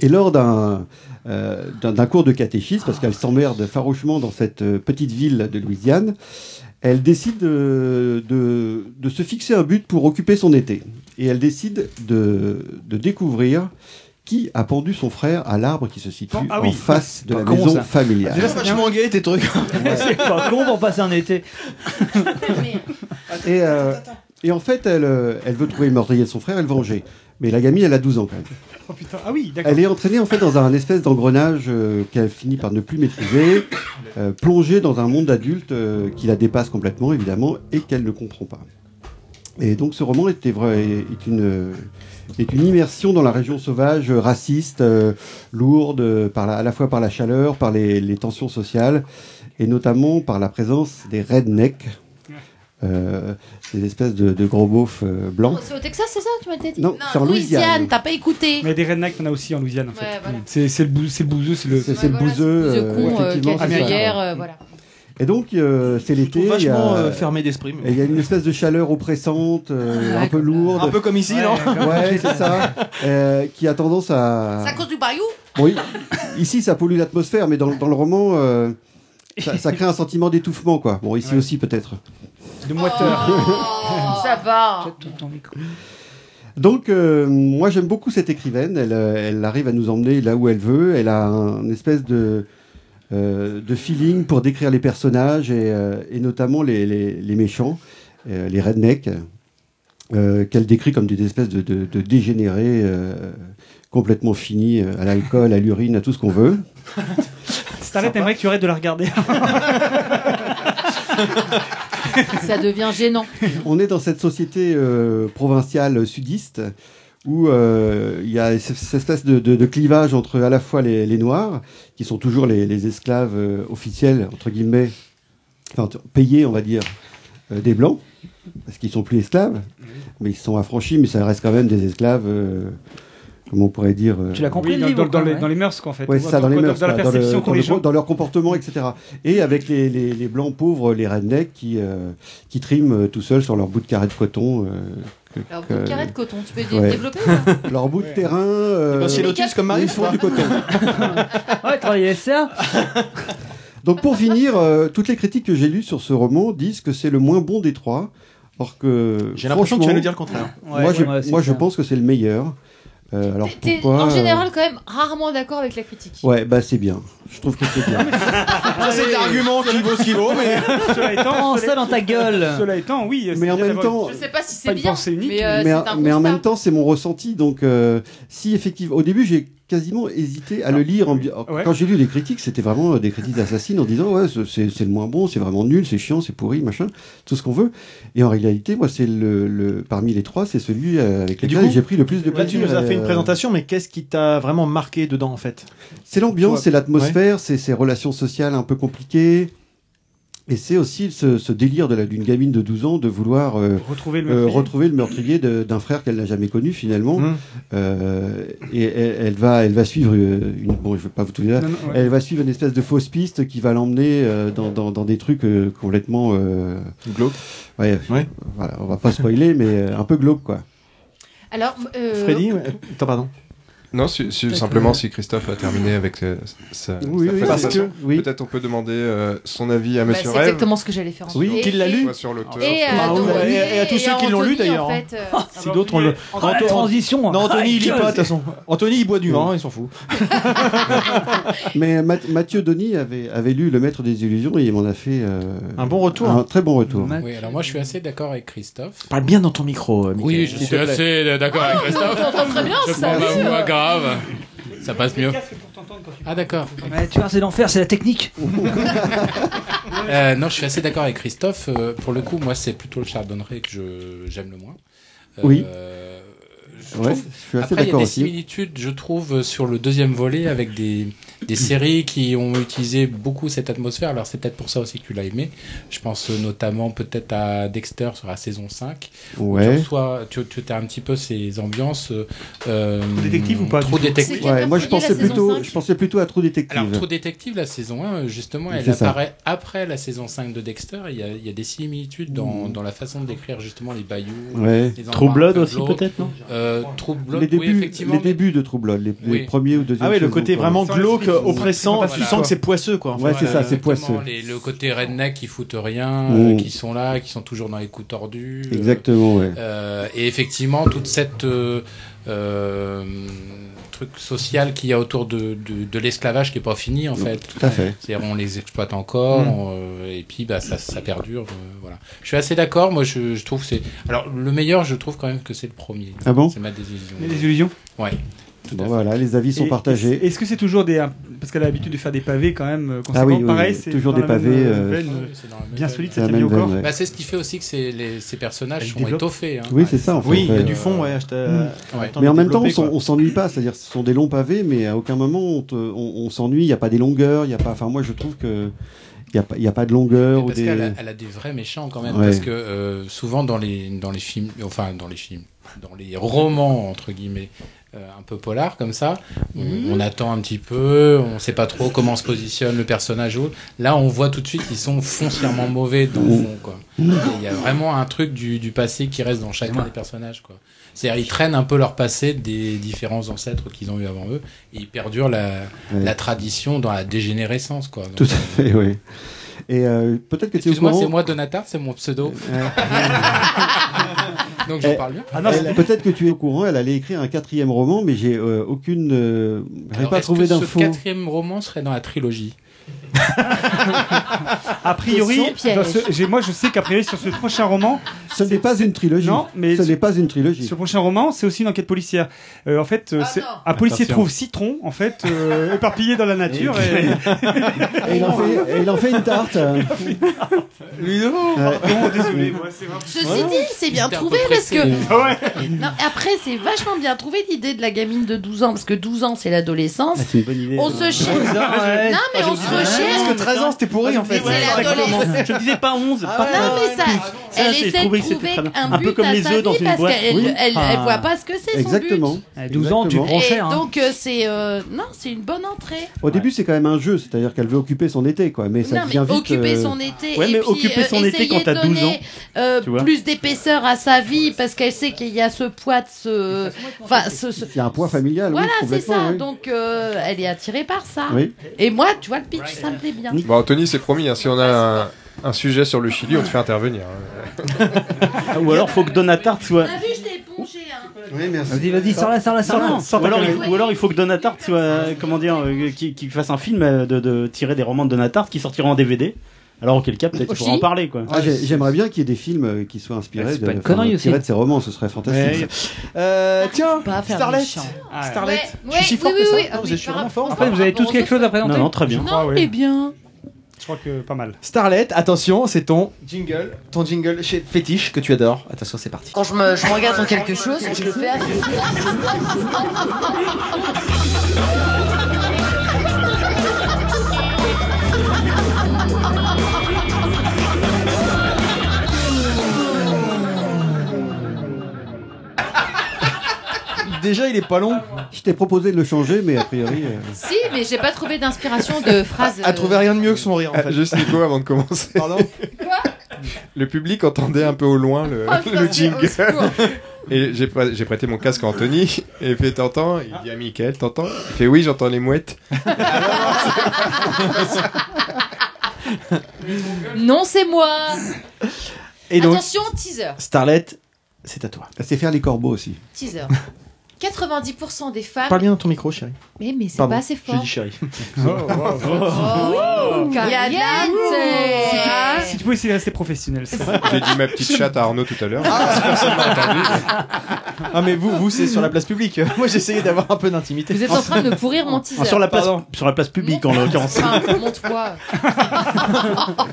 Et lors d'un euh, d'un- d'un cours de catéchisme, parce qu'elle s'emmerde farouchement dans cette euh, petite ville de Louisiane, elle décide euh, de, de se fixer un but pour occuper son été. Et elle décide de, de découvrir qui a pendu son frère à l'arbre qui se situe Ah en oui. face de Pas la con, maison ça. Ah, familiale. Déjà, c'est vachement gay tes trucs. C'est pas con pour passer un été. Et, euh, et en fait, elle, euh, elle veut trouver le meurtrier de son frère et le venger. Mais la gamine, elle a 12 ans quand même. Oh putain, ah oui, d'accord. Elle est entraînée en fait dans un espèce d'engrenage euh, qu'elle finit par ne plus maîtriser, euh, plongée dans un monde adulte euh, qui la dépasse complètement évidemment et qu'elle ne comprend pas. Et donc ce roman était vrai, est une euh, est une immersion dans la région sauvage, euh, raciste, euh, lourde, euh, par la- à la fois par la chaleur, par les, les tensions sociales et notamment par la présence des rednecks, euh, des espèces de, de gros beaufs euh, blancs. C'est au Texas, c'est ça Tu m'as dit Non, c'est en Louisiane. t'as pas écouté. Mais des rednecks, on a aussi en Louisiane, en fait. Ouais, voilà. C'est c'est le bou- c'est le bouseux, c'est le. C'est le bouseux, euh, effectivement, c'est ça. Hier, euh, voilà. Et donc, euh, c'est l'été. il y a- Vachement euh, fermé d'esprit. Et il y a une espèce de chaleur oppressante, euh, un peu lourde. Un peu comme ici, non Ouais, c'est ça. euh, qui a tendance à. C'est à cause du bayou Oui, ici, ça pollue l'atmosphère, mais dans, dans le roman, euh, ça, ça crée un sentiment d'étouffement, quoi. Bon, ici aussi, peut-être. De moiteur. Oh, Ça va Donc, euh, moi, j'aime beaucoup cette écrivaine. Elle, euh, elle arrive à nous emmener là où elle veut. Elle a un espèce de, euh, de feeling pour décrire les personnages et, euh, et notamment les, les- les méchants, euh, les rednecks, euh, qu'elle décrit comme des espèces de, de- de dégénérés euh, complètement finis euh, à l'alcool, à l'urine, à tout ce qu'on veut. Euh, Starlet, t'aimerais que tu arrêtes de la regarder. Ça devient gênant. On est dans cette société euh, provinciale sudiste où euh, il y a ce- cette espèce de, de- de clivage entre à la fois les, les Noirs, qui sont toujours les, les esclaves euh, officiels, entre guillemets, enfin, t- payés, on va dire, euh, des Blancs, parce qu'ils sont plus esclaves, mais ils sont affranchis, mais ça reste quand même des esclaves, euh, comment on pourrait dire... euh, Tu l'as compris, oui, le dans- livre, hein. dans- dans les- dans les mœurs, qu'en fait. Ouais, c'est ça, dans, les mœurs, la quoi, dans le- perception qu'ont dans les le- gens. dans leur comportement, etc. Et avec les, les- les blancs pauvres, les rednecks qui, euh, qui triment euh, tout seuls sur leur bout de carré de coton. euh, que- Leur que- bout de carré de coton, tu peux dé- Ouais. développer ou Leur bout de terrain. euh, ben, c'est l'autiste comme Marie, ils quoi. font du coton. Ouais, travailler ça. Donc pour finir, euh, toutes les critiques que j'ai lues sur ce roman disent que c'est le moins bon des trois. Or que J'ai l'impression que tu vas franchement, nous dire le contraire. Moi, Ouais, je, ouais, c'est moi, je clair. pense que c'est le meilleur. Euh, alors T'es pourquoi en euh, général quand même rarement d'accord avec la critique. Euh, Ouais, bah c'est bien. Je trouve que c'est bien. Ah, Ça, c'est l'argument qui vaut ce qu'il vaut, mais. Ah, Cela étant, Prends ça dans ta gueule. Cela étant, oui. Mais en même temps, Je sais pas si Pas c'est une bien, pensée unique, mais, euh, mais, c'est en- un mais en constat. même temps, c'est mon ressenti. Donc, euh, si effectivement, au début, j'ai quasiment hésité à le lire. en me disant- Ouais. Quand j'ai lu les critiques, c'était vraiment euh, des critiques d'assassines en disant ouais, ce- c'est c'est le moins bon, c'est vraiment nul, c'est chiant, c'est pourri, machin, tout ce qu'on veut. Et en réalité, moi, c'est le, le- parmi les trois, c'est celui euh, avec Et du lequel coup, j'ai pris le plus de Là, tu plaisir. nous as fait une euh, présentation, mais qu'est-ce qui t'a vraiment marqué dedans en fait C'est l'ambiance, Toi- c'est l'atmosphère, c'est ces relations sociales un peu compliquées. Et c'est aussi ce, ce délire de la- d'une gamine de 12 ans de vouloir euh, Retrouver euh, le meurtrier. Hum. retrouver le meurtrier de- d'un frère qu'elle n'a jamais connu finalement. Euh, et elle, elle va, elle va suivre euh, une. Bon, je vais pas vous tout dire. Non, non, ouais. Elle va suivre une espèce de fausse piste qui va l'emmener euh, dans, dans- dans des trucs euh, complètement euh, glauques. Ouais, Voilà, on va pas spoiler, mais euh, un peu glauque quoi. Alors, euh, Attends, pardon. Non, su- su- simplement si Christophe a terminé avec euh, sa, Oui, sa oui, présentation, parce que- peut-être on peut demander euh, son avis à bah, Monsieur c'est Rêve. exactement ce que j'allais faire. en fait. Et- Qu'il l'a et- lu. Sur l'auteur. Et euh, à, Bah, Anthony, ouais, et à tous ceux qui l'ont lu, Anthony, d'ailleurs, En hein. fait, euh, Ah, Si bah d'autres on le. Anthony- Anto- transition, hein. Non, Anthony, il lit Ah, pas, de toute gueule, façon. Anthony, il boit du vin, il s'en fout. Mais Math- Mathieu Denis avait, avait lu Le Maître des Illusions et il m'en a fait euh, Un bon retour. Un très bon retour. Oui, alors moi je suis assez d'accord avec Christophe. Parle bien dans ton micro, euh, Michael, Oui, je s'il suis te plaît. assez euh, d'accord avec Christophe. on t'entend très bien, je ça prends ma va. voix grave. Ça passe mieux. Ah d'accord. Ouais, tu vois, c'est l'enfer, c'est la technique. Euh, non, je suis assez d'accord avec Christophe. Euh, pour le coup, moi, c'est plutôt le chardonneret que je- j'aime le moins. Euh, Oui. je Ouais, trouve- je suis assez Après, il y a d'accord des aussi. similitudes, je trouve, sur le deuxième volet avec des, des séries qui ont utilisé beaucoup cette atmosphère. Alors, c'est peut-être pour ça aussi que tu l'as aimé. Je pense euh, notamment peut-être à Dexter sur la saison 5. où Ouais. Tu, reçois- tu, tu as un petit peu ces ambiances. Euh, détective ou pas, du Trop coup détective. Ouais, moi je pensais plutôt, je pensais plutôt à Trou détective. Alors, Trou Détective, la saison 1, euh, justement, Il elle fait ça. apparaît après la saison 5 de Dexter. Il y a, il y a des similitudes dans, dans la façon de décrire justement les bayous. Mmh. Ouais. les True endroits Blood un peu aussi, glauques. peut-être, non euh, True Blood, les débuts, oui, effectivement. les débuts de True Blood, les, les Oui. premiers ou deuxièmes. Ah oui, le saisons, côté quoi. vraiment glauque, euh, oppressant, Voilà. tu sens que c'est poisseux quoi. en Ouais, fait. c'est ça, c'est Exactement, poisseux. les- le côté redneck qui foutent rien, Mm. euh, qui sont là, qui sont toujours dans les coups tordus. euh, Exactement, ouais. euh, et effectivement, toute cette euh, euh, truc social qu'il y a autour de, de, de l'esclavage qui n'est pas fini en fait. Mmh, Tout à fait. C'est-à-dire on les exploite encore Mm. on, euh, et puis bah, ça, ça perdure. euh, voilà. Je suis assez d'accord. Moi, je, je trouve que c'est alors le meilleur. Je trouve quand même que c'est le premier. Ah bon C'est ma désillusion. Les illusions Ouais. Bon, voilà, les avis sont Et- partagés. est- Est-ce que c'est toujours des. Parce qu'elle a l'habitude de faire des pavés quand même. euh, Ah oui, oui, conséquents. Pareil, oui, c'est toujours dans des la même, pavés, euh, euh, veine, Oui, c'est dans la même bien veine. solide, C'est ça la tient bien au même corps. veine, ouais. Bah, c'est ce qui fait aussi que c'est les, ces personnages sont développe. étoffés. hein. Oui, c'est ça, en fait, Oui, il y a ouais. du fond, ouais. Mm. Mais en même temps, on s'en- on s'ennuie pas. C'est-à-dire, ce sont des longs pavés, mais à aucun moment on, te- on- on s'ennuie. Il n'y a pas des longueurs. Il y a pas. Enfin, moi, je trouve que il n'y a, pas- il y a pas de longueur ou Parce des. qu'elle a, elle a des vrais méchants quand même. Ouais. Parce que euh, souvent dans les, dans les films, enfin dans les films, dans les romans entre guillemets, euh, un peu polar comme ça, on, Mm. on attend un petit peu, on sait pas trop comment se positionne le personnage. ou autre. Là, on voit tout de suite qu'ils sont foncièrement mauvais dans le fond. quoi. Et Il y a vraiment un truc du, du passé qui reste dans chacun des personnages. quoi. C'est-à-dire ils traînent un peu leur passé des différents ancêtres qu'ils ont eu avant eux et ils perdurent la, Ouais. la tradition dans la dégénérescence. Quoi. Donc, Tout à fait, oui. Eh Et euh, peut-être que tu es au Excuse-moi, c'est courant. moi Donatar, c'est mon pseudo. Donc je Eh, parle bien. elle- Peut-être que tu es au courant, elle allait écrire un quatrième roman, mais j'ai euh, aucune. euh, j'avais Alors, pas est-ce trouvé que d'infos. Ce quatrième roman serait dans la trilogie. A priori, Question piège. dans ce- j'ai- moi je sais qu'a priori sur ce prochain roman. Ce n'est pas une trilogie. Non, mais. Ce n'est pas une trilogie. Ce prochain roman, c'est aussi une enquête policière. Euh, en fait, euh, c'est- un policier Attention. trouve Citron, en fait, euh, éparpillé dans la nature. Et- Et il en fait- et il en fait une tarte. Ouais. désolé, moi, c'est vrai. Ceci Ouais. dit, c'est bien J'étais un trouvé peu parce que. pressé. Ah Non, après, c'est vachement bien trouvé l'idée de la gamine de 12 ans parce que 12 ans, c'est l'adolescence. C'est une bonne idée. On se cherche. Non, Ah, Ah, mais on se recherche. Parce que 13 ans, c'était pourri en fait. Je me disais pas 11, Ah, pas non, mais ça, Ça, elle j'ai essaie trouvé de que c'était trouver très bien. un Un but peu comme à les sa œufs vie dans une parce boîte. qu'elle Oui. elle, elle Ah. voit pas ce que c'est son Exactement. but. À 12 ans, tu Exactement. prends Et cher, hein. Donc, euh, c'est. euh, non, c'est une bonne entrée. Au début, c'est quand même un jeu, c'est-à-dire qu'elle veut occuper son été, quoi. Mais ça non, mais devient vite. occuper euh, son été. Ouais, et mais puis, occuper euh, son été essayer quand t'as de 12 ans, donner, euh, tu vois. plus d'épaisseur à sa vie parce qu'elle sait qu'il y a ce poids de ce. Enfin, ce- ce- Il y a un poids familial. Voilà, oui, c'est complètement, ça. oui. Donc, euh, elle est attirée par ça. Oui. Et moi, tu vois, le pitch, ça me plaît bien. Bon, Anthony, c'est promis, hein, si Ah, on a un, un sujet sur le Chili, on te fait intervenir. hein. Ah, Ou alors, faut que Donatarte soit. T'as vu, je t'ai épongé. Hein. Oui, merci. Vas-y, vas-y, sors-la, sors-la, sors-la. Non, non, Sors ou, ta alors, il, connerie. ou alors il faut que Donatarte soit, euh, comment dire, euh, qui, qui fasse un film euh, de, de tirer des romans de Donatarte qui sortira en DVD. Alors auquel cas peut-être il faudra en parler quoi. Ah, j'ai- J'aimerais bien qu'il y ait des films euh, qui soient inspirés Ah, C'est de, pas une connerie enfin, aussi. tirés de ces romans, ce serait fantastique. Euh, tiens, faire Starlet. méchant. Ah, Starlet. Ouais, je suis ouais, si fort oui, que ça. oui, oui. Non, Ah, vous oui, êtes sûrement par fort. rapport- En fait, vous avez tous quelque chose à présenter Non, non, très bien. Non, Ah, eh bien. Je crois que pas mal. Starlet, attention, c'est ton jingle, ton jingle chez fétiche que tu adores. Attention, c'est parti. Quand je me je regarde dans quelque chose, je le fais afficher. Déjà, il est pas long. Je t'ai proposé de le changer, mais a priori. euh, Si, mais j'ai pas trouvé d'inspiration de phrase. euh, rien de mieux que son rire. Juste Nico, avant de commencer. le public entendait un peu au loin le, Oh, putain, le c'est- au jingle. secours. Et j'ai pr- j'ai prêté mon casque à Anthony, et il fait T'entends Il dit à Michael T'entends Il fait Oui, j'entends les mouettes. Non, c'est moi. Et donc, Attention, teaser. Starlet, c'est à toi. C'est faire les corbeaux aussi. Teaser. 90% des femmes. Parle bien dans ton micro, chérie. Mais, mais c'est Pardon, pas assez fort. J'ai dit chérie. Oh. Oh, hein, Si tu pouvais essayer de rester professionnel, c'est vrai. J'ai dit ma petite chatte à Arnaud tout à l'heure. Ah mais vous, vous c'est sur la place publique. Moi j'essayais d'avoir un peu d'intimité. Vous êtes en train de me pourrir mon teaser. Ah, sur la place, Pardon. sur la place publique en l'occurrence. Ah, mon toit.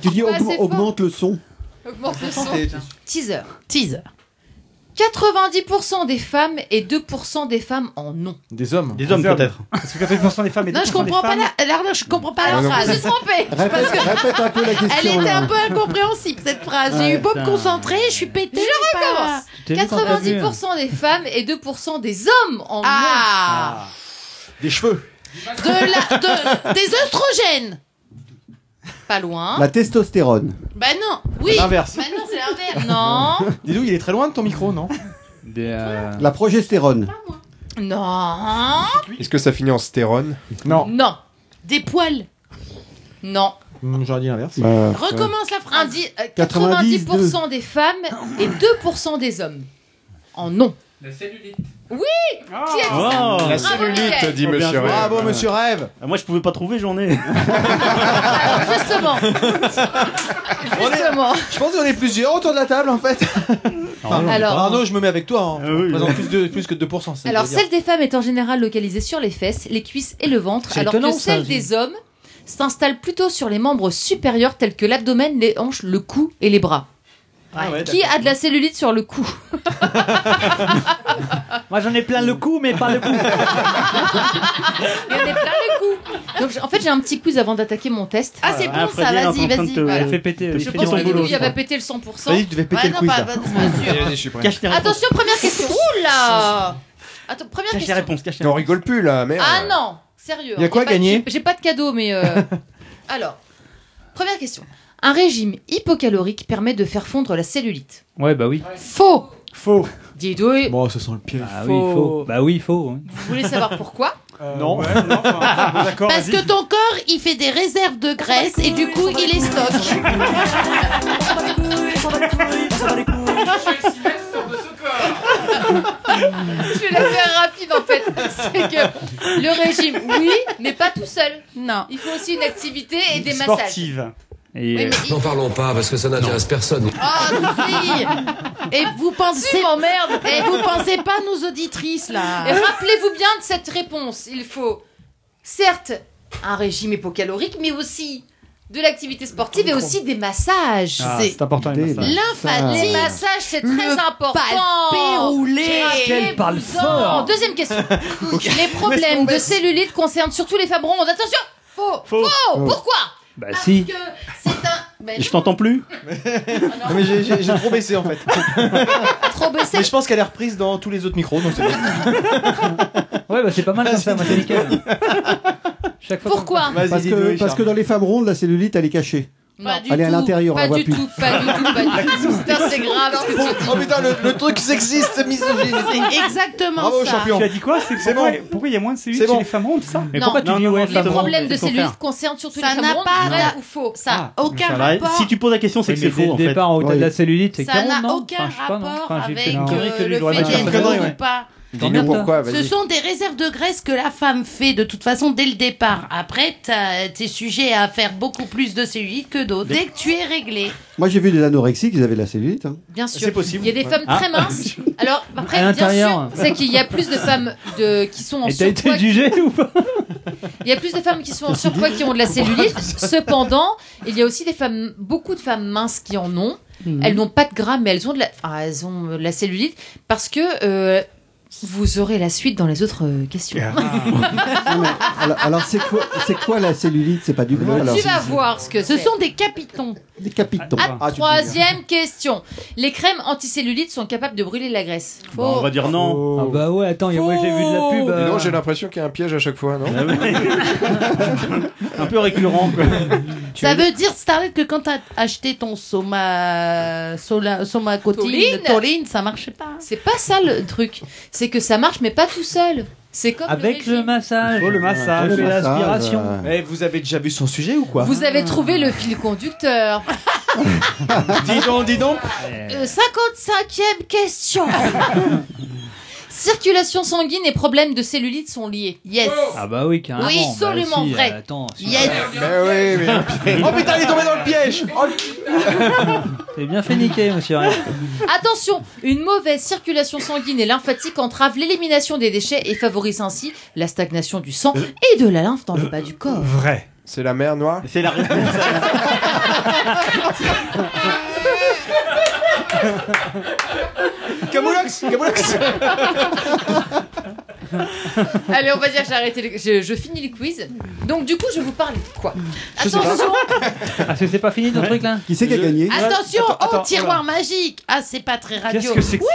Tu dis Pas augmente- assez Ah, fort. augmente le son. Augmente le son. Santé. Teaser. Teaser. 90% des femmes et 2% des femmes en ont. Des hommes. Des hommes peut-être. Parce que 80% des femmes et Non, 10% je comprends des pas femmes. la, la- la- je comprends pas Ah la non. phrase. Je me suis trompée. Répète- Parce que- répète un peu la question, Elle était là. un peu incompréhensible cette phrase. Ah, J'ai eu Ouais, beau me putain. concentrer, je suis pétée. Je recommence. t'es vite en train de dire. 90% des femmes et 2% des hommes en ont. Ah. Des cheveux. De la- de- des oestrogènes. Pas loin. La testostérone. Bah non, oui. C'est l'inverse. Bah non, c'est l'inverse. Non. Didou, il est très loin de ton micro, non euh, La progestérone. Non. Est-ce que ça finit en stérone Non. Non. Des poils. Non. Mm, Hmm, J'aurais dit l'inverse. Recommence la phrase. Indi- euh, 90, 90% des femmes et 2% des hommes. En non. La cellulite. Oui Qui a Ah, dit ça Oh. La cellulite, Michael. dit Monsieur Rêve. Bravo, monsieur Rêve. Ah, moi je pouvais pas trouver, j'en ai. Justement. Justement. Je pense qu'on est plusieurs autour de la table en fait. non, Alors- mais pas. Arnaud, je me mets avec toi. hein. On représente plus, de, plus que 2%. ça Alors, veut dire. celle des femmes est en général localisée sur les fesses, les cuisses et le ventre, C'est alors étonnant, que ça, celle j'ai- des hommes s'installe plutôt sur les membres supérieurs tels que l'abdomen, les hanches, le cou et les bras. Ah, ouais, Qui d'accord. a de la cellulite sur le cou Moi j'en ai plein le cou, mais pas le cou. Il y en a plein le cou. Donc, j- en fait, j'ai un petit quiz avant d'attaquer mon test. Ah, c'est bon, Ah, ça, Freddy, elle est en vas-y, train de vas-y. te- voilà. elle fait péter- elle Je fait pense ton que boulot, Louis je avait crois. péter le 100%. Vas-y, tu devais péter Ouais, le non, quiz, pas- là. pas- pas sûr. Allez, je suis prêt. Cache tes réponses. Attention, première question. Ouh là Attends, première Cache tes question. réponses, cache tes On rigole plus là, merde. Ah non, sérieux. Y a quoi pas- gagner J'ai j'ai pas de cadeau, mais. euh, Alors, première question. Un régime hypocalorique permet de faire fondre la cellulite. Ouais, bah oui. Faux Faux. Dis donc. Bon, ça sent le piège. Bah Faux. oui, faux. Bah oui, faux. hein. Vous voulez savoir pourquoi Euh, non. D'accord, Parce que ton corps, il fait des réserves de graisse et du coup, il les stocke. Je vais la faire rapide en fait. c'est que le régime, oui, mais pas tout seul. Non. Il faut aussi une activité et des massages. Et euh, N'en parlons pas parce que ça n'intéresse personne. Ah, Oh, si Et vous pensez. m'emmerdes Et vous pensez pas nos auditrices, là Et rappelez-vous bien de cette réponse. Il faut, certes, un régime hypocalorique, mais aussi de l'activité sportive et aussi des massages. Ah, C'est- c'est important. les massages. L'infantile. Les massages, c'est très Le important. palpé roulé. Rappelez-vous-en. Qu'elle parle fort. Deuxième question. Les problèmes de cellulite concernent surtout les femmes rondes. Attention Faux Faux, Faux. Pourquoi Bah Parce si. que c'est un... Mais Je t'entends plus. Non, mais j'ai- j'ai j'ai trop baissé en fait. trop baissé. Mais je pense qu'elle est reprise dans tous les autres micros, donc c'est bon. Ah, Ouais, bah c'est pas mal comme ça, moi, c'est nickel. Pourquoi Parce que, parce que dans les femmes rondes, la cellulite, elle est cachée. Pas du elle est à tout. l'intérieur, on Pas la voit du plus. tout, pas du tout, pas du tout. Putain, c'est grave hein. ce que tu dis. Oh putain, le, le truc sexiste, misogyne. C'est exactement Bravo, ça. champion. Tu as dit quoi C'est C'est pourquoi bon. pourquoi il y a moins de cellules C'est chez bon. les femmes rondes, c'est ça Mais Non. pourquoi tu Non, dis non, ouais, non, Les femmes rondes problèmes de faut cellulite faire. concernent surtout Ça les n'a femmes rondes, pas vrai de- ou faux Ça, Ah, Aucun ça va. rapport. Si tu poses la question, c'est que c'est faux en fait. départ, en haut, t'as Oui. de la cellulite, c'est Ça que non, n'a non aucun Enfin, je sais pas, non. rapport Enfin, j'ai avec fait une connerie. euh, que lui, il le aurait fait pas fait d'être ça. blonde Ouais. ou pas. Dis-nous pourquoi, Ce vas-y. sont des réserves de graisse que la femme fait de toute façon dès le départ. Après, t'as- t'es sujet à faire beaucoup plus de cellulite que d'autres. Dès que tu es réglé. Moi, j'ai vu des anorexiques, ils avaient de la cellulite. hein. Bien sûr. C'est possible. Il y a des femmes Ah. très minces. Alors, À après, bien sûr, l'intérieur. c'est qu'il y a plus de femmes de, qui sont en Et t'as surpoids. été jugé ou pas Il y a plus de femmes qui sont en surpoids qui ont de la cellulite. Cependant, il y a aussi des femmes, beaucoup de femmes minces qui en ont. Elles n'ont pas de gras, mais elles ont de la, ah, elles ont de la cellulite parce que euh, vous aurez la suite dans les autres euh, questions. Ah. Non, mais alors, alors, c'est quoi, c'est quoi la cellulite C'est pas du gras alors tu vas voir ce que Ce c'est. sont des capitons. Des capitons. Ah, Ah, tu peux dire. troisième question. Les crèmes anticellulites sont capables de brûler la graisse. Bon, on va dire non. Ah bah ouais, attends, il y a- moi j'ai vu de la pub. Dis euh, donc, j'ai l'impression qu'il y a un piège à chaque fois, non Ah oui. un peu récurrent quoi. Ça veut dire, Starlet, que quand t'as acheté ton soma, sola, somacotine, Tauline. tauline, ça marchait pas. C'est pas ça le truc. C'est que ça marche, mais pas tout seul. C'est comme Avec le le régime. massage. Il faut le massage Le et massage, l'aspiration. euh, Eh, vous avez déjà vu son sujet ou quoi Vous avez trouvé le fil conducteur. Dis donc, dis donc. Euh, 55e question. Circulation sanguine et problèmes de cellulite sont liés. Yes. Oh. Ah bah oui, carrément. Oui, bah absolument si, vrai. euh, Attends, si- Yes. Mais oui, mais. Oh putain, il est tombé dans le piège. Oh, T'es bien fait niquer, monsieur. Ray. Attention, une mauvaise circulation sanguine et lymphatique entrave l'élimination des déchets et favorise ainsi la stagnation du sang et de la lymphe dans le bas du corps. Euh, Vrai. C'est la mer noire C'est la réponse. Camoulox, Camoulox. Allez, on va dire que j'ai arrêté le- je, je finis le quiz. Donc du coup, je vous parle de quoi Attention, Ah, c'est c'est pas fini ton truc là Qui c'est qui a gagné Attention, Attends, attends, oh, tiroir magique. Ah, c'est pas très radio. Qu'est-ce que c'est que ça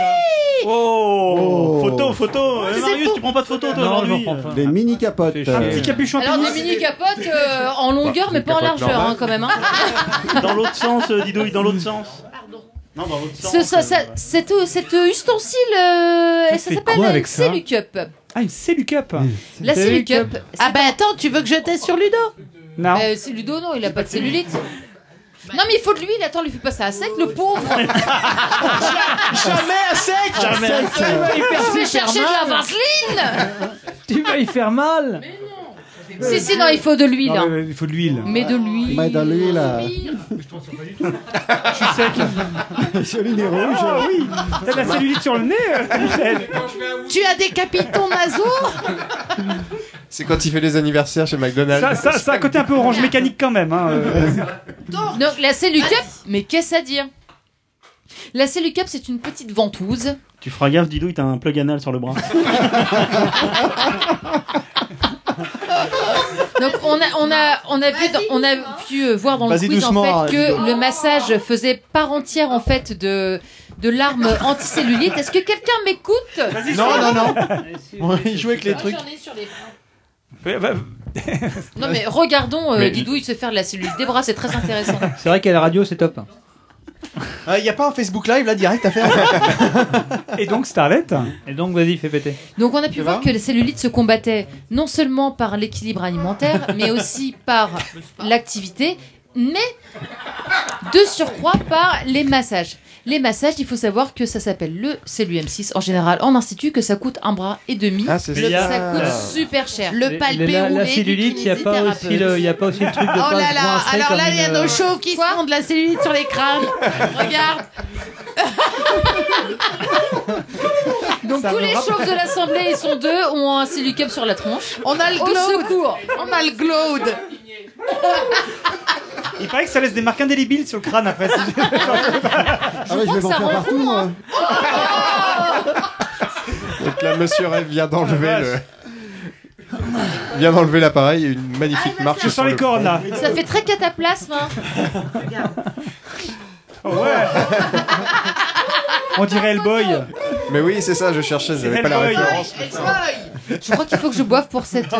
Oh, Oh. Photo, photo. Eh, C'est Marius, pour- tu prends pas de Ah photo toi Non, je aujourd'hui comprends pas. Des mini capotes. Euh, Un petit capuchon Alors à des mini capotes euh, en Bah, longueur mais pas en capote largeur normale. hein, quand même. hein. Dans l'autre sens, euh, Didouille, dans l'autre sens. Non, dans l'autre sens. Ce, ça, ça- euh, cette, cette ustensile, euh, Ça ça fait s'appelle quoi une avec ça cellucup. Ah, une cellu cup. La cellucup. Ah bah attends, tu veux que je teste sur Ludo Non. Euh, c'est Ludo, non, il a pas de cellulite. Non mais il faut de l'huile, attends, lui fait pas ça à sec, le pauvre Jamais à sec. Jamais à sec. Je vais chercher de la vaseline Tu vas y faire mal Si, si, non, il faut de l'huile. Non, hein. mais Il faut de l'huile. Mais de l'huile... Mais dans l'huile, euh, La cellulite est rouge. Oh, Ah oui T'as de la cellulite sur le nez euh, Michel Tu as des capitons nasaux C'est quand il fait les anniversaires chez McDonald's. ça, ça, ça a un côté un peu orange mécanique quand même. Hein. euh. Donc la cellucup, mais qu'est-ce à dire La cellucup, c'est une petite ventouse. Tu feras gaffe, Didouille, t'as un plug anal sur le bras. Donc on a, on a, on a vu, dans- on a pu euh, voir dans le Vas-y quiz doucement, en fait que hein, le massage faisait part entière en fait de de l'arme anticellulite. Est-ce que quelqu'un m'écoute Non, non, non. Ouais, Il jouait avec les trucs. Ouais, bah, Non mais regardons euh, Mais- Didouille se faire de la cellulite des bras, c'est très intéressant. C'est vrai qu'à la radio, c'est top. Il n'y Euh, a pas un Facebook Live là direct à faire Et donc, Starlet Et donc, vas-y, fais péter. Donc on a pu Tu voir vois que les cellulites se combattaient non seulement par l'équilibre alimentaire, mais aussi par l'activité, mais de surcroît par les massages. Les massages, il faut savoir que ça s'appelle le CLUM6 en général en institut, que ça coûte un bras et demi. Ah, c'est Le- ça. ça coûte Ah. super cher. euh, Le palpé la, roulé la du cellulite, il n'y a pas aussi le, il y a pas aussi le truc de Oh pas là se là, brasser alors comme là, il y a une, nos euh, chauves qui se font de la cellulite sur les crânes. Regarde. Donc tous les chauves de l'Assemblée, ils sont deux, ont un silicone sur la tronche. On a le Au glowed. secours. On a le glowed. Il paraît que ça laisse des marques indélébiles sur le crâne après. Ah ouais, je vais m'en faire partout. moi. Donc la monsieur Rêve vient d'enlever le... vient d'enlever l'appareil et une magnifique marche sur le front. Ça fait très cataplasme. hein. On dirait Hellboy. Mais oui, c'est ça, je cherchais, j'avais pas la Hellboy. référence. Je crois qu'il faut que je boive pour cette. euh,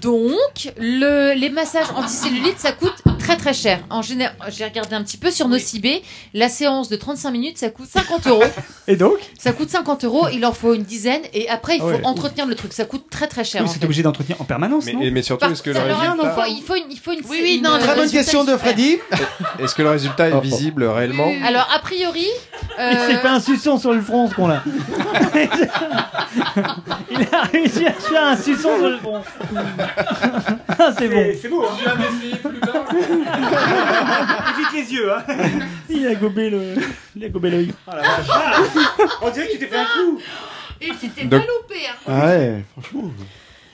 Donc, le- les massages anticellulites, ça coûte très très cher. En général, j'ai regardé un petit peu sur Nocibé, la séance de 35 minutes, ça coûte 50 euros. Et donc Ça coûte 50 euros, il en faut une dizaine, et après, il faut Ah Ouais. entretenir le truc. Ça coûte très très cher. Oui, en c'est fait. obligé d'entretenir en permanence. Mais, non et- mais surtout, est-ce que le résultat... Non, faut- il faut une. Il faut une Oui, oui, une- non, très euh, bonne résultat question de super. Freddy. Est-ce que le résultat est visible réellement Alors, a priori. Il s'est euh, fait un suçon sur le front, ce qu'on a. Il a réussi à se faire un suçon sur le front. Oh. Ah, c'est bon. C'est beau. hein. Évite les yeux. Hein. Il a gobé le, il a gobé l'œil. Ah, On dirait que tu t'es fait un coup. Et c'était Donc- pas loupé, hein. Ah ouais, franchement.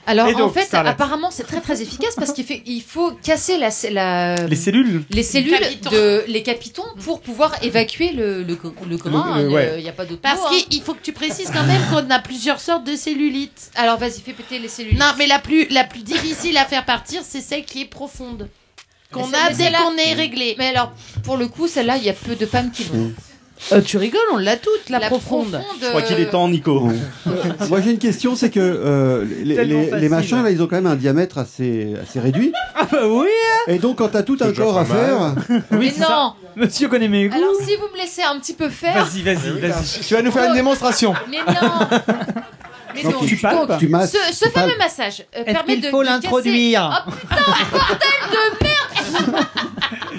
Alors Et en donc, fait, Starlet. apparemment, c'est très très efficace parce qu'il fait, il faut casser la, la Les cellules. les cellules de les capitons pour pouvoir évacuer le le, le euh, grain. Le- le- hein, ouais. Il n'y a pas d'autre Parce mot, hein. qu'il faut que tu précises quand même qu'on a plusieurs sortes de cellulite. Alors vas-y, fais péter les cellulites. Non, mais la plus, la plus difficile à faire partir, c'est celle qui est profonde. Qu'on Mais a c'est- dès mais qu'on celle-là- est réglé. Mais alors, pour le coup, celle-là, il y a peu de femmes qui Mm. l'ont. Euh, tu rigoles, on l'a toute, la, euh, profonde. Je crois qu'il est temps, Nico. Moi j'ai une question, c'est que euh, les, Tellement les- les facile. machins là, ils ont quand même un diamètre assez, assez réduit. Ah bah oui. Et donc quand t'as tout un déjà corps pas à faire, mal. Oui, c'est ça. Monsieur connaît mes goûts. Alors si vous me laissez un petit peu faire. Vas-y, vas-y, vas-y. Ah Tu vas nous faire une démonstration. Mais non. Mais Donc, non. tu palpes Donc, Tu masses, ce, ce tu fameux palpes. massage euh, Est-ce permet qu'il de faut de casser- l'introduire Oh putain, bordel de merde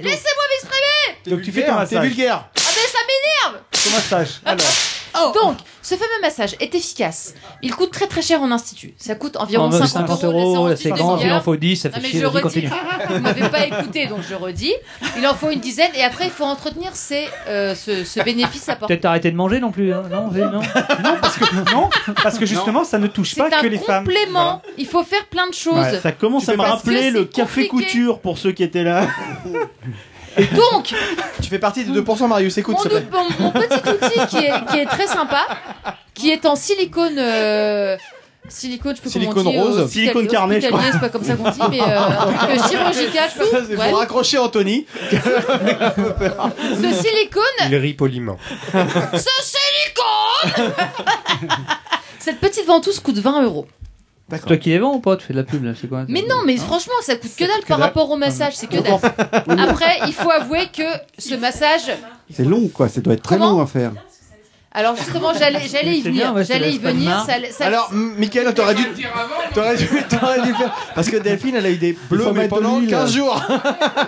Laissez-moi m'exprimer Donc tu fais ton massage. vulgaire. Ah mais ça m'énerve Ton massage. Alors. Donc, ce fameux massage est efficace. Il coûte très très cher en institut. Ça coûte environ En 50, 50 euros. euros, la séance c'est d'une grand, il demi-heure. en faut 10, ça Non, fait mais chier, je vas-y, redis. continue. Vous m'avez pas écouté, donc je redis. Il en faut une dizaine et après, il faut entretenir ces, euh, ce, ce bénéfice apporté. Peut-être arrêter de manger non plus. hein. Non, non. non, parce que, non, parce que justement, ça ne touche pas C'est un que les femmes. complément. Il faut faire plein de choses. Ouais, ça commence à me Parce que rappeler le c'est café compliqué. couture pour ceux qui étaient là. Donc, Tu fais partie des 2% Marius, écoute, mon, s'il te plaît. mon- mon petit outil qui est, qui est très sympa, qui est en silicone. euh, silicone, je peux comment on Silicone dit, rose. hospitali- Silicone carnet, je hospitalier, crois. C'est pas comme ça qu'on dit, mais euh, un truc chirurgical. je Ça, sais c'est pas. Ouais. pour raccrocher Anthony. euh, Ce silicone, Il rit poliment. ce silicone. Cette petite ventouse coûte 20 euros. C'est toi qui les vends ou pas Tu fais de la pub là, c'est quoi Mais non, mais franchement, ça coûte que dalle que par dalle. rapport au massage, c'est que dalle. Après, il faut avouer que ce massage. c'est long quoi, ça doit être très long à faire. Alors justement, j'allais, j'allais y C'est bien, venir, ouais, ça j'allais y laisse pas de venir. marge. Ça, ça- Alors, M- Michael, t'aurais dû, t'aurais dû, t'aurais dû faire. Parce que Delphine, elle a eu des bleus mais pendant 15 jours.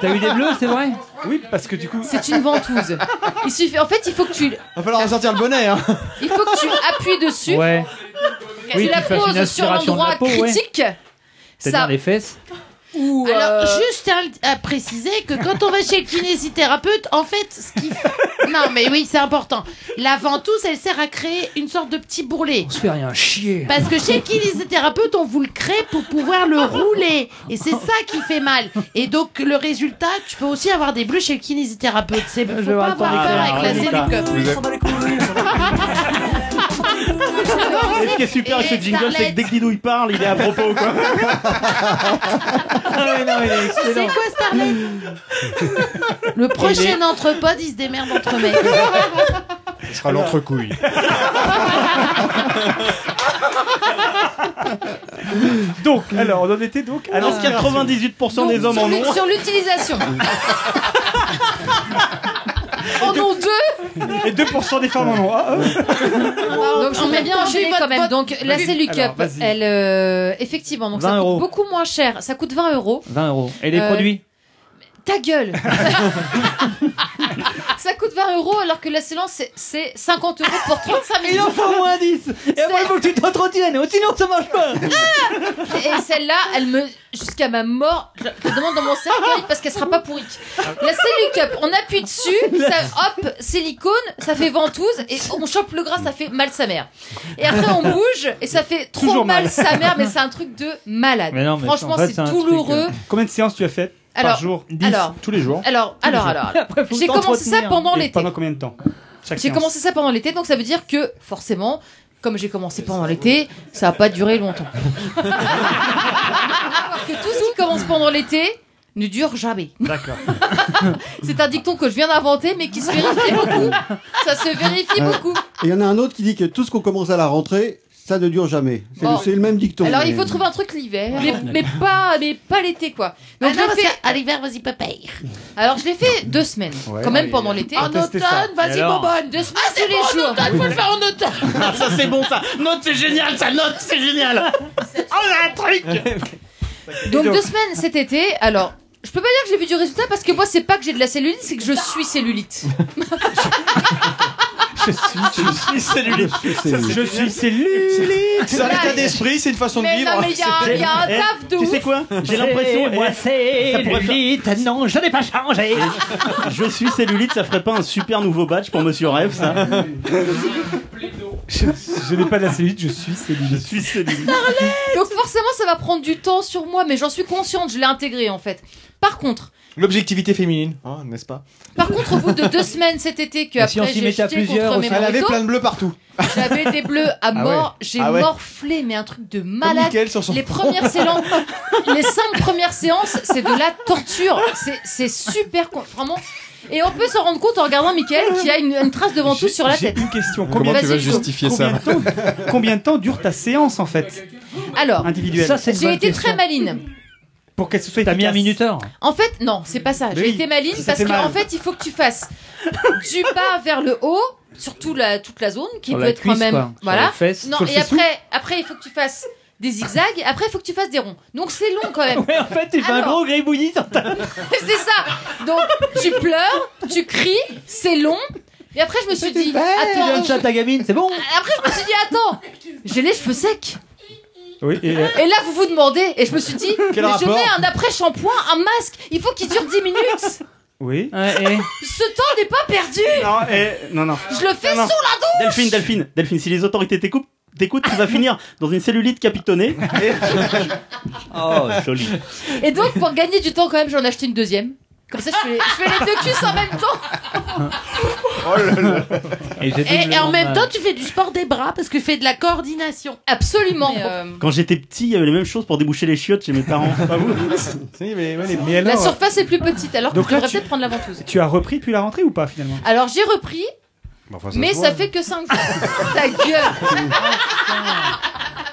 T'as eu des bleus, c'est vrai Oui, parce que du coup. C'est une ventouse. Il suffit. En fait, il faut que tu, Va falloir ressortir le bonnet, hein. il faut que tu appuies dessus. Ouais. Tu Oui, la qu'il fasse une poses sur aspiration de la l'endroit peau, ouais. critique. C'est-à-dire Ça- les fesses Ou, Alors, euh, juste à, à préciser que quand on va chez le kinésithérapeute, en fait, ce qui. Non, mais oui, c'est important. La ventouse, elle sert à créer une sorte de petit bourrelet. On se fait rien chier. Parce que chez le kinésithérapeute, on vous le crée pour pouvoir le rouler. Et c'est ça qui fait mal. Et donc, le résultat, tu peux aussi avoir des bleus chez le kinésithérapeute. C'est faut Ah, pas avoir attendre peur les bah, avec la résultats. Vous avez- Et ce qui est super avec ce jingle, c'est que dès que Didou il parle, il est à propos quoi. Ah ouais, non, il est excellent. quoi, Starlet Le prochain entrepode, il se démerde entre mecs. Ce sera l'entrecouille. Donc, alors, on en était donc à Alors l'ancien 98% donc, des hommes sur en l'ut- ont. Sur l'utilisation. en ont deux. Et 2% des femmes en ont. Ah, ah. Donc je en voudrais même bien temps, enchaîner j'ai votre quand même. pote- Donc la Vas-y. Celu Cup, Alors, vas-y. elle euh, effectivement, donc 20 ça euros. coûte beaucoup moins cher. Ça coûte 20 euros. 20 euros. Et les Euh, produits Ta gueule. ça coûte 20 euros alors que la séance c'est- c'est 50 euros pour 35 minutes. Il en faut au moins 10 Et après, il faut que tu Oh, t'entretiennes, sinon ça marche pas Et celle-là, elle me. Jusqu'à ma mort, je je demande dans mon cercueil parce qu'elle sera pas pourrie. La Célu Cup, on appuie dessus, ça, hop, silicone, ça fait ventouse, et on chope le gras, ça fait mal sa mère. Et après, on bouge, et ça fait trop Toujours mal. mal. sa mère, mais c'est un truc de malade. Mais non, mais Eh, Franchement, en fait, c'est un truc, douloureux. euh, Combien de séances tu as fait Alors, par jour Dix. alors, tous les jours. Alors, Tous les alors, jours. alors, alors. j'ai commencé ça T'entretenir. pendant Et l'été. Pendant combien de temps Chaque J'ai séance. commencé ça pendant l'été, donc ça veut dire que forcément, comme j'ai commencé pendant l'été, ça n'a pas duré longtemps. Alors que tout ce qui commence pendant l'été ne dure jamais. D'accord. C'est un dicton que je viens d'inventer, mais qui se vérifie beaucoup. Ça se vérifie Euh, beaucoup. Et il y en a un autre qui dit que tout ce qu'on commence à la rentrée, ça ne dure jamais. C'est le- Bon. c'est le même dicton. Alors il Mais- faut trouver un truc l'hiver, mais, mais pas, mais pas l'été quoi. Donc je l'ai fait à l'hiver, vas-y papaye. Alors je l'ai fait deux semaines, Ouais. quand même Ouais, pendant il- l'été. on va Ah En tester ça. automne, vas-y Et alors bonbonne, deux semaines tous les jours. automne, faut le faire Ah, en automne. Ah, ça c'est bon ça. Note c'est génial ça. Note c'est Oh, génial. On a un truc Donc deux semaines cet été, alors je peux pas dire que j'ai vu du résultat parce que moi c'est pas que j'ai de la cellulite, c'est que je suis cellulite. Je suis, cellulite. Je suis cellulite. C'est un état d'esprit, c'est une façon de Mais vivre. non, mais il y a- C'est- il y a un Eh, taf de Tu ouf. sais quoi J'ai l'impression. moi, eh, c'est ça pourrait faire- cellulite. Non, je n'ai pas changé. Je suis cellulite, ça ferait pas un super nouveau badge pour Monsieur Rêve, ça Je, je n'ai pas de la cellulite, je suis cellulite. Je suis cellulite. Donc forcément ça va prendre du temps sur moi, mais j'en suis consciente, je l'ai intégré en fait. Par contre, L'objectivité féminine, hein, n'est-ce pas par contre au bout de deux semaines cet été que Et si après on s'y j'ai mettait à jeté plusieurs contre mes aussi Elle avait manteaux, plein de bleus partout. J'avais des bleus à ouais. mort, j'ai Ah ouais. morflé, mais un truc de malade. Michael sur son les front. premières séances, les cinq premières séances, c'est de la torture. C'est- C'est super, con- vraiment. Et on peut s'en rendre compte en regardant Michael qui a une, une trace de ventouse sur la J'ai tête. une question. Comment Combien tu vas justifier combien ça de temps- Combien de temps dure ta séance en fait Alors, Individuelle. Ça, c'est une j'ai bonne été question. très maline. Pour qu'elle se soit T'as mis un minuteur En fait, non, c'est pas ça. J'ai Oui, été maline ça parce fait qu'en mal. en fait, il faut que tu fasses du bas vers le haut, sur tout la, toute la zone, qui Sur peut la être quand cuisse, même. quoi. Sur Voilà. les fesses, non, sur le et fessou. après, après, il faut que tu fasses des zigzags, et après, il faut que tu fasses des ronds. Donc c'est long quand même. Ouais, en fait, tu fais un Alors- Ah, gros gribouillis sur ta. c'est ça. Donc tu pleures, tu cries, c'est long. Et après je me suis dit, Tu viens de attends. chat ta gamine, c'est bon Après je me suis dit, attends, j'ai les cheveux secs. Oui. Et, euh, Et là vous vous demandez, et je me suis dit, Quel mais je rapport mets un après shampoing, un masque. Il faut qu'il dure 10 minutes. oui. Ce temps n'est pas perdu. Non, eh, non, non. Je le fais Non, non. sous la douche. Delphine, Delphine, Delphine, si les autorités t'écoutent, t'écoutent, tu vas finir dans une cellulite capitonnée. Et- oh, joli. Et donc pour gagner du temps quand même, j'en ai acheté une deuxième. Comme ça, je fais, les- je fais les deux cuisses en même temps. Et, et en même temps, tu fais du sport des bras parce que tu fais de la coordination. Absolument. euh, Quand j'étais petit, il y avait les mêmes choses pour déboucher les chiottes chez mes parents. Pas vous Ah mais, la surface est plus petite, alors que Donc tu là, devrais tu- peut-être prendre la ventouse. Tu as repris puis la rentrée ou pas finalement Alors j'ai repris, Bah, mais ça fait que 5 Ta gueule.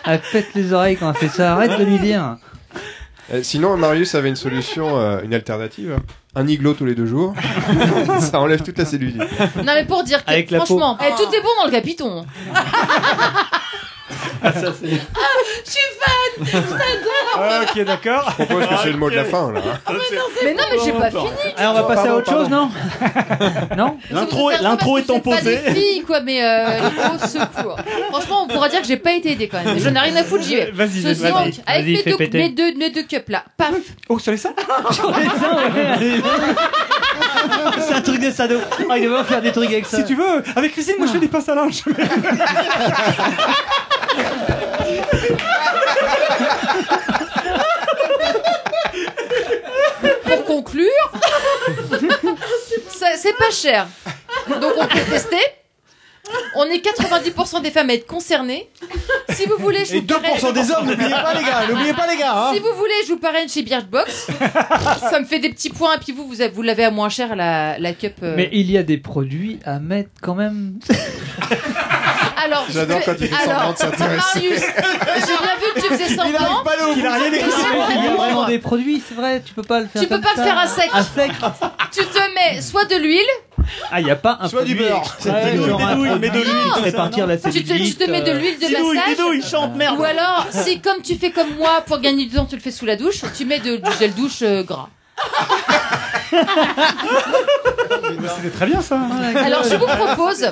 Elle pète les oreilles quand elle fait ça. Arrête de lui dire. Euh, Sinon, Marius avait une solution, euh, une alternative. Un igloo tous les deux jours. ça enlève toute la cellulite. Non mais pour dire que Avec la peau. franchement, eh, tout est bon dans le capiton. Ah, je suis fan Je t'adore Ah, ok, d'accord. Euh, Je propose que c'est le mot de la fin, là. hein. Mais non mais j'ai pas Pardon. fini. Alors, on va passer à autre chose, non Non L'intro, l'intro étant Pas posée. des filles quoi, mais euh, au secours. Franchement, on pourra dire que j'ai pas été aidée quand même. J'en ai rien à foutre, j'y vais. Vas-y, Ce vas-y. song, avec Vas-y, mes fais deux, péter. mes deux, mes deux cups là, paf. Oh, sur les seins Sur les seins, ouais. C'est un truc de sado. Ah, il devait faire des trucs avec ça. Si tu veux, avec Christine, moi je fais des passes à linge. Pour conclure, ça- c'est pas cher. Donc on peut tester. On est 90% des femmes à être concernées. Si vous voulez, je Et vous parraine- 2% des hommes, n'oubliez pas, les gars, n'oubliez pas, les gars, hein. Si vous voulez, je vous parraine chez Birchbox. Ça me fait des petits points. Et puis vous, vous, avez- vous l'avez à moins cher la, la cup. euh. Mais il y a des produits à mettre quand même. Alors, J'adore je- quand il fait alors, semblant de s'intéresser. Marius, j'ai bien vu que tu faisais semblant. Il a rien Mais écouté. c'est Il y a bon. vraiment des produits, c'est vrai. Tu peux pas le faire. Tu peux comme pas ça. le faire à sec. À sec. Tu te mets soit de l'huile, Ah, il y a pas un Soit produit. du beurre. extrait C'est des genre douilles, un des douilles, produit mais de l'huile, qui tout ferait ça, partir la tu te, tu te mets de l'huile de Des douilles, massage. des douilles, euh. chante, merde. Ou alors, si comme tu fais comme moi pour gagner du temps, tu le fais sous la douche, tu mets de- du gel douche euh, gras. euh, C'était très bien ça. Alors, je vous propose,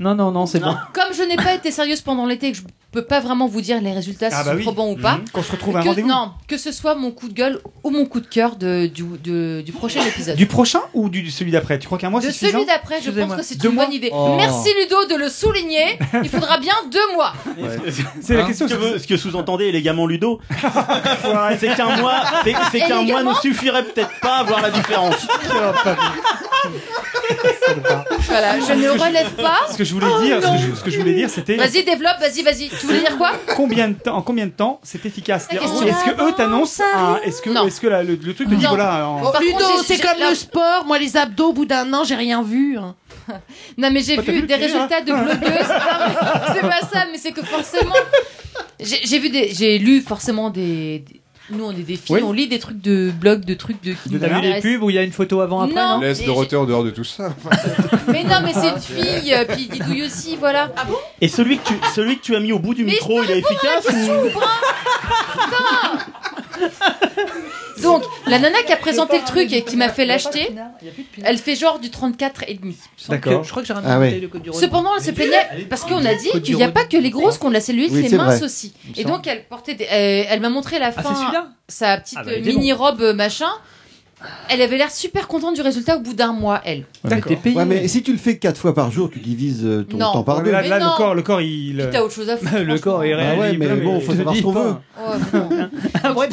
Non, non, non, c'est bon. comme je n'ai pas été sérieuse pendant l'été et que je peux pas vraiment vous dire les résultats, si Ah c'est bah oui. trop bon ou pas, Mmh. Qu'on se retrouve à un que, rendez-vous. non, que ce soit mon coup de gueule ou mon coup de cœur de, du, de- du prochain épisode. Du prochain ou du celui d'après Tu crois qu'un mois de c'est suffisant celui d'après, je pense que c'est une bonne idée. Oh. Merci Ludo de le souligner. Il faudra bien deux mois. C'est la question, Hein Ce que, vous- ce que sous-entendez élégamment Ludo, c'est qu'un mois, c'est- c'est qu'un mois Élégamment ne suffirait peut-être pas à voir la différence. Voilà, je ne relève pas. Ce que je voulais Oh dire, ce que non. je, ce que je voulais dire, c'était Vas-y, développe, vas-y, vas-y. Tu voulais dire quoi combien de temps, en combien de temps c'est efficace. La C'est-à-dire, question. Ah, Est-ce que eux t'annoncent un- Est-ce que, est-ce que la- le, le truc euh, te dit Non. voilà en- Bon, Ludo, contre, j'ai- c'est j'ai- comme là- le sport. Moi, les abdos, au bout d'un an, j'ai rien vu. hein. Non, mais j'ai Bah, t'as vu vu le pire, des hein. résultats de blogueuses. Non, mais c'est pas ça, mais c'est que forcément. J'ai j'ai vu des. J'ai lu forcément des. des- Nous, on est des filles, Oui. on lit des trucs de blog, de trucs de. qui nous T'as vu les intéressent. pubs où il y a une photo avant après Non. Laisse Et de Rotter dehors de tout ça. Mais non, mais Ah, c'est une fille, euh, puis Didouille aussi, voilà. Ah bon Et celui que tu, celui que tu as mis au bout du micro, il est efficace ou Donc, la nana qui a présenté le truc et qui m'a fait l'acheter, elle fait genre du 34 et demi. D'accord. Je crois que j'ai Ah ouais. Cependant, elle se plaignait parce qu'on a dit Côte du qu'il n'y a Rhône. pas que les grosses qui ont de la cellulite, Oui, les c'est minces vrai. aussi. Il me Et semble. donc, elle portait des- euh, elle m'a montré la fin, celui-là sa petite Ah bah, il était mini-robe euh, machin. Elle avait l'air super contente du résultat au bout d'un mois, elle. Ah, D'accord. Ouais, mais si tu le fais 4 fois par jour, tu divises euh, ton Non. temps par Mais deux. là- là, Mais le non. corps- le corps, il. Puis t'as autre chose à foutre. Le corps est Bah réel. ouais, il est mais bleu, bon, faut je te savoir ce dis qu'on pas. veut. Un vrai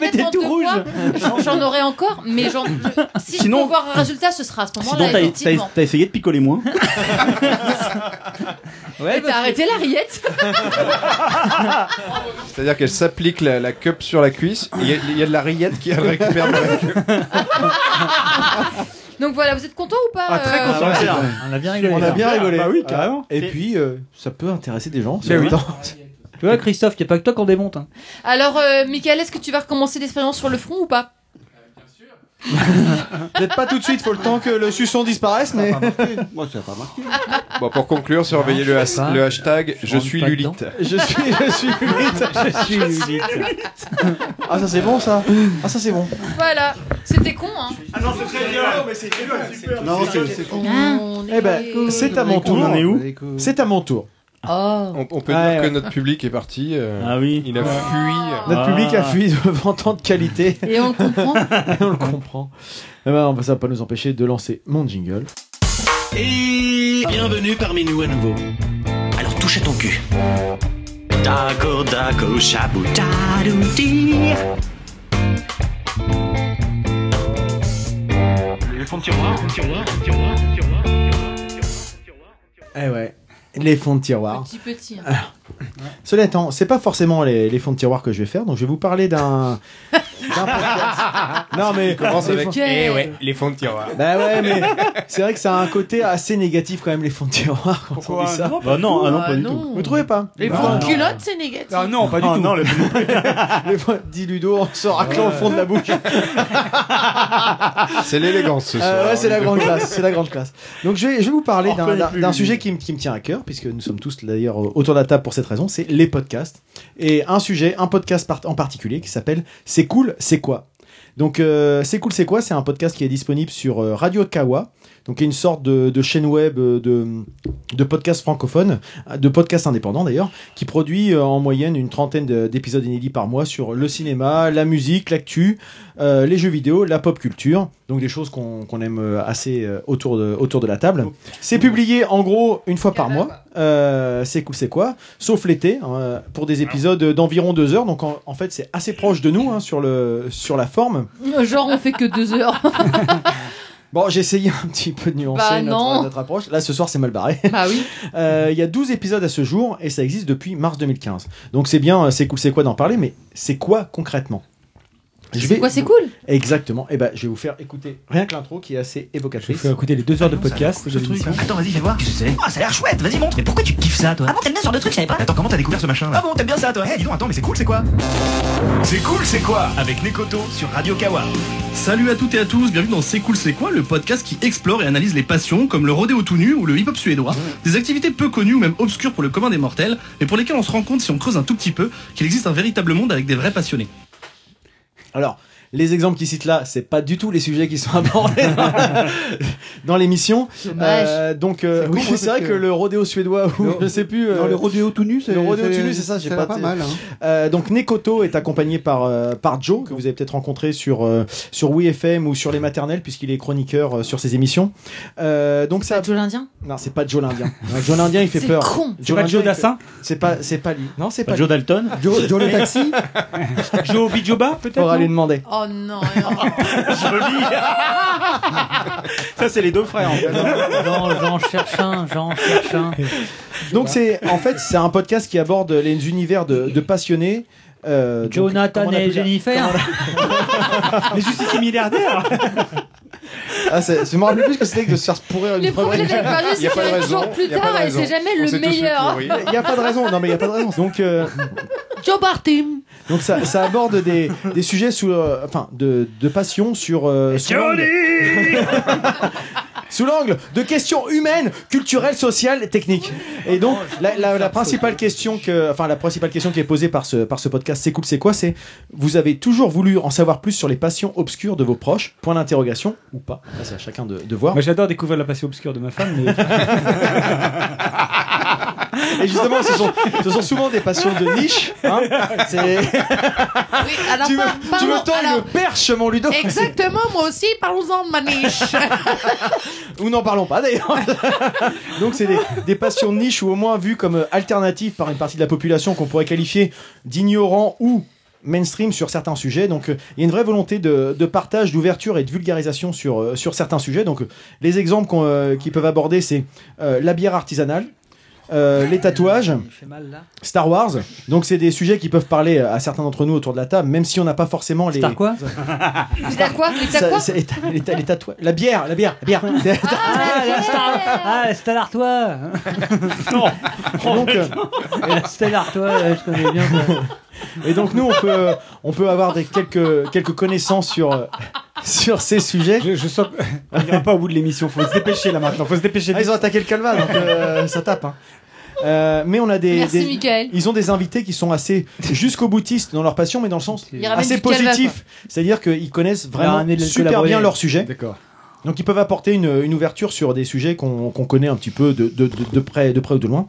mais t'es tout rouge. J'en aurais encore, mais j'en- je- si je Sinon- peux voir un résultat, ce sera à ce Sinon, moment-là, t'as- t'as effectivement. t'as essayé de picoler moins. Et T'as arrêté la rillette C'est-à-dire qu'elle s'applique la, la cup sur la cuisse. Il y, a- il y a de la rillette qui elle récupère dans la cup. Donc voilà, vous êtes content ou Ah, pas euh, On a bien rigolé. On a bien là. rigolé. Bah oui, carrément. Ah. Et puis, euh, ça peut intéresser des gens. Bah oui. Tu vois, Christophe, il n'y a pas que toi qu'on démonte. hein. Alors, euh, Michael, est-ce que tu vas recommencer l'expérience sur le front ou pas Peut-être pas tout de suite, faut le temps que le suçon disparaisse, mais. Moi, ça a pas marqué. Bon, pour conclure, surveillez le, has- le hashtag Je suis pas Lulite. Je suis, je suis Lulite. Ah, ça c'est bon ça. Ah, ça c'est bon. Voilà, c'était con, hein Ah non, c'est très bien. mais c'est bien, super. Non, c'est- On est Eh ben, c'est à mon tour. Bah, On en est où C'est à mon tour. Oh. On, on peut Ouais, dire ouais. que notre public est parti. euh, Ah oui. Il a fui. Notre Ah. public a fui devant tant de qualité. Et on le comprend. Et on le comprend. Eh ben, non, ça va pas nous empêcher de lancer mon jingle. Et bienvenue parmi nous à nouveau. Alors touche à ton cul. D'accord, d'accord, chabou, tadoudi. Le fond de tiroir, fond de tiroir, fond de tiroir, fond de tiroir. Eh ouais. Les fonds de tiroir. Ah. Petit petit. hein. Cela étant, c'est pas forcément les, les fonds de tiroir que je vais faire, donc je vais vous parler d'un. d'un Ah, podcast. non mais Ah. Commence les avec. fonds- Eh ouais, les fonds de tiroir. Bah ouais, mais c'est vrai que ça a un côté assez négatif quand même les fonds de tiroir quand on dit ça. Bah non, ah non, pas Ah du tout. non. Vous trouvez pas Les Bah, fonds de non. culotte, c'est négatif. Ah non, pas du Ah tout. non, le- Les fonds- Dit Ludo en se raclant au fond de la bouche. C'est l'élégance ce soir. Euh, ouais, c'est la grande classe, c'est la grande classe. Donc je vais, je vais vous parler On d'un- reconnaît d'un plus. d'un sujet qui, me- qui me tient à cœur, puisque nous sommes tous d'ailleurs au- autour de la table pour cette raison, c'est les podcasts. Et un sujet, un podcast par- en particulier qui s'appelle C'est cool, c'est quoi donc, euh, C'est cool, c'est quoi C'est un podcast qui est disponible sur euh, Radio Kawa, donc qui est une sorte de, de chaîne web euh, de, de podcast francophone, euh, de podcast indépendant d'ailleurs, qui produit euh, en moyenne une trentaine de- d'épisodes inédits par mois sur le cinéma, la musique, l'actu, euh, les jeux vidéo, la pop culture, donc des choses qu'on qu'on aime euh, assez euh, autour de, autour de la table. C'est publié en gros une fois par mois, euh, c'est cool, c'est quoi, sauf l'été, hein, pour des épisodes d'environ deux heures, donc en, en fait c'est assez proche de nous hein, sur, le, sur la forme. Genre, on fait que deux heures. Bon, j'ai essayé un petit peu de nuancer Bah, non. notre, notre approche, là ce soir c'est mal barré. bah oui. Euh, Il y a 12 épisodes à ce jour et ça existe depuis mars 2015. Donc c'est bien, euh, c'est cool, c'est quoi d'en parler, mais c'est quoi concrètement Je vais- Quoi, c'est cool Exactement. Et ben, je vais vous faire écouter rien que l'intro qui est assez évocatrice. Faut écouter les deux heures de Ah podcast. de l'émission. Attends, vas-y, fais voir. Qu'est-ce que c'est Ah, ça a l'air chouette, vas-y, montre. Mais pourquoi tu kiffes ça, toi Ah bon, t'aimes bien ce genre de truc, je savais pas. Attends, comment t'as découvert ce machin Ah bon, t'aimes bien ça, toi Eh, dis donc, attends, mais c'est cool, c'est quoi C'est cool, c'est quoi Avec Nekoto sur Radio Kawa. Salut à toutes et à tous, bienvenue dans C'est cool c'est quoi, le podcast qui explore et analyse les passions comme le rodéo tout nu ou le hip-hop suédois, des activités peu connues ou même obscures pour le commun des mortels, mais pour lesquelles on se rend compte si on creuse un tout petit peu qu'il existe un véritable monde avec des vrais passionnés. Alors, Les exemples qu'ils citent là, c'est pas du tout les sujets qui sont abordés dans, dans l'émission. Dommage. donc, euh, C'est con, oui, hein, c'est parce vrai que- que le rodéo suédois, ou Non. je sais plus. euh, Non, le rodéo tout nu, c'est- Le rodéo c'est- tout nu, c'est ça, j'ai ça a pas, l'air pas mal, hein. Euh, donc Nekoto est accompagné par euh, par Joe que vous avez peut-être rencontré sur euh, sur WeFM ou sur les maternelles puisqu'il est chroniqueur euh, sur ces émissions. Euh, donc ça. Joe l'Indien. Non, c'est pas Joe l'Indien. Non, Joe l'Indien, il fait C'est peur. con. C'est pas l'Indien, Joe il fait- Dassin C'est pas c'est pas lui. Non, c'est Pas pas Joe lui. Dalton Joe, Joe le taxi Joe Bijoba peut-être. On va lui demander. Oh non. Joli Ça, c'est les deux frères. En fait. J'en cherche un, j'en cherche un. Donc c'est en fait c'est un podcast qui aborde les univers de, de passionnés. euh, donc, Jonathan comme on et appelle- Jennifer. Les justiciers milliardaires ah, c'est- Je me rappelle plus ce que c'était que de se faire pourrir une Le problème première- avec Marius, c'est Il y a pas de que raison, jour plus il y a pas de tard, et raison. c'est jamais On le s'est tous fait meilleur. pourrir. Il n'y a pas de raison, non mais il n'y a pas de raison. Donc, euh, Joe Bartim. donc ça, ça aborde des, des sujets sous, euh, enfin, de, de passion sur. euh, sous l'angle- Sous l'angle de questions humaines, culturelles, sociales, et techniques. Et donc, la, la- la principale question que, enfin, la principale question qui est posée par ce, par ce podcast, c'est cool, c'est quoi C'est vous avez toujours voulu en savoir plus sur les passions obscures de vos proches Point d'interrogation ou pas Ça, Ah, C'est à chacun de, de voir. Moi j'adore découvrir la passion obscure de ma femme, mais. Et justement, ce sont, ce sont souvent des passions de niche. hein. C'est- Alors, tu me, par- tu me parlons- tends alors- le perche, mon Ludo. Exactement, moi aussi, parlons-en de ma niche. Ou n'en parlons pas d'ailleurs. Donc c'est des, des passions de niche ou au moins vues comme euh, alternatives par une partie de la population qu'on pourrait qualifier d'ignorants ou mainstream sur certains sujets. Donc euh, il y a une vraie volonté de, de partage, d'ouverture et de vulgarisation sur, euh, sur certains sujets. Donc euh, les exemples qu'on, euh, qu'ils peuvent aborder, c'est euh, la bière artisanale, euh, les tatouages. Star Wars, donc c'est des sujets qui peuvent parler à certains d'entre nous autour de la table, même si on n'a pas forcément les. Ah, Star quoi Les t'as quoi Les t'as Ça- quoi c'est- les ta- les ta- les tatouages. La bière, la bière, la bière. C'est- Ah, la Star... ah, la Stella Artois hein. Et donc, euh, La Stella Artois, euh, je connais bien. quoi. et donc nous, on peut, on peut avoir des, quelques, quelques connaissances sur, euh, sur ces sujets. Je, On n'ira pas au bout de l'émission, faut se dépêcher là maintenant, faut se dépêcher. Ah, ils ont attaqué le calva, donc euh, ça tape. hein. Euh, mais on a des, Merci, des- Michael. ils ont des invités qui sont assez jusqu'au boutiste dans leur passion, mais dans le sens Ils ramènent assez du calva, positif. C'est-à-dire qu'ils connaissent vraiment ramené de l'alcool à super brûler. bien leur sujet. D'accord. Donc ils peuvent apporter une, une ouverture sur des sujets qu'on qu'on connaît un petit peu de, de, de, de près, de près ou de loin.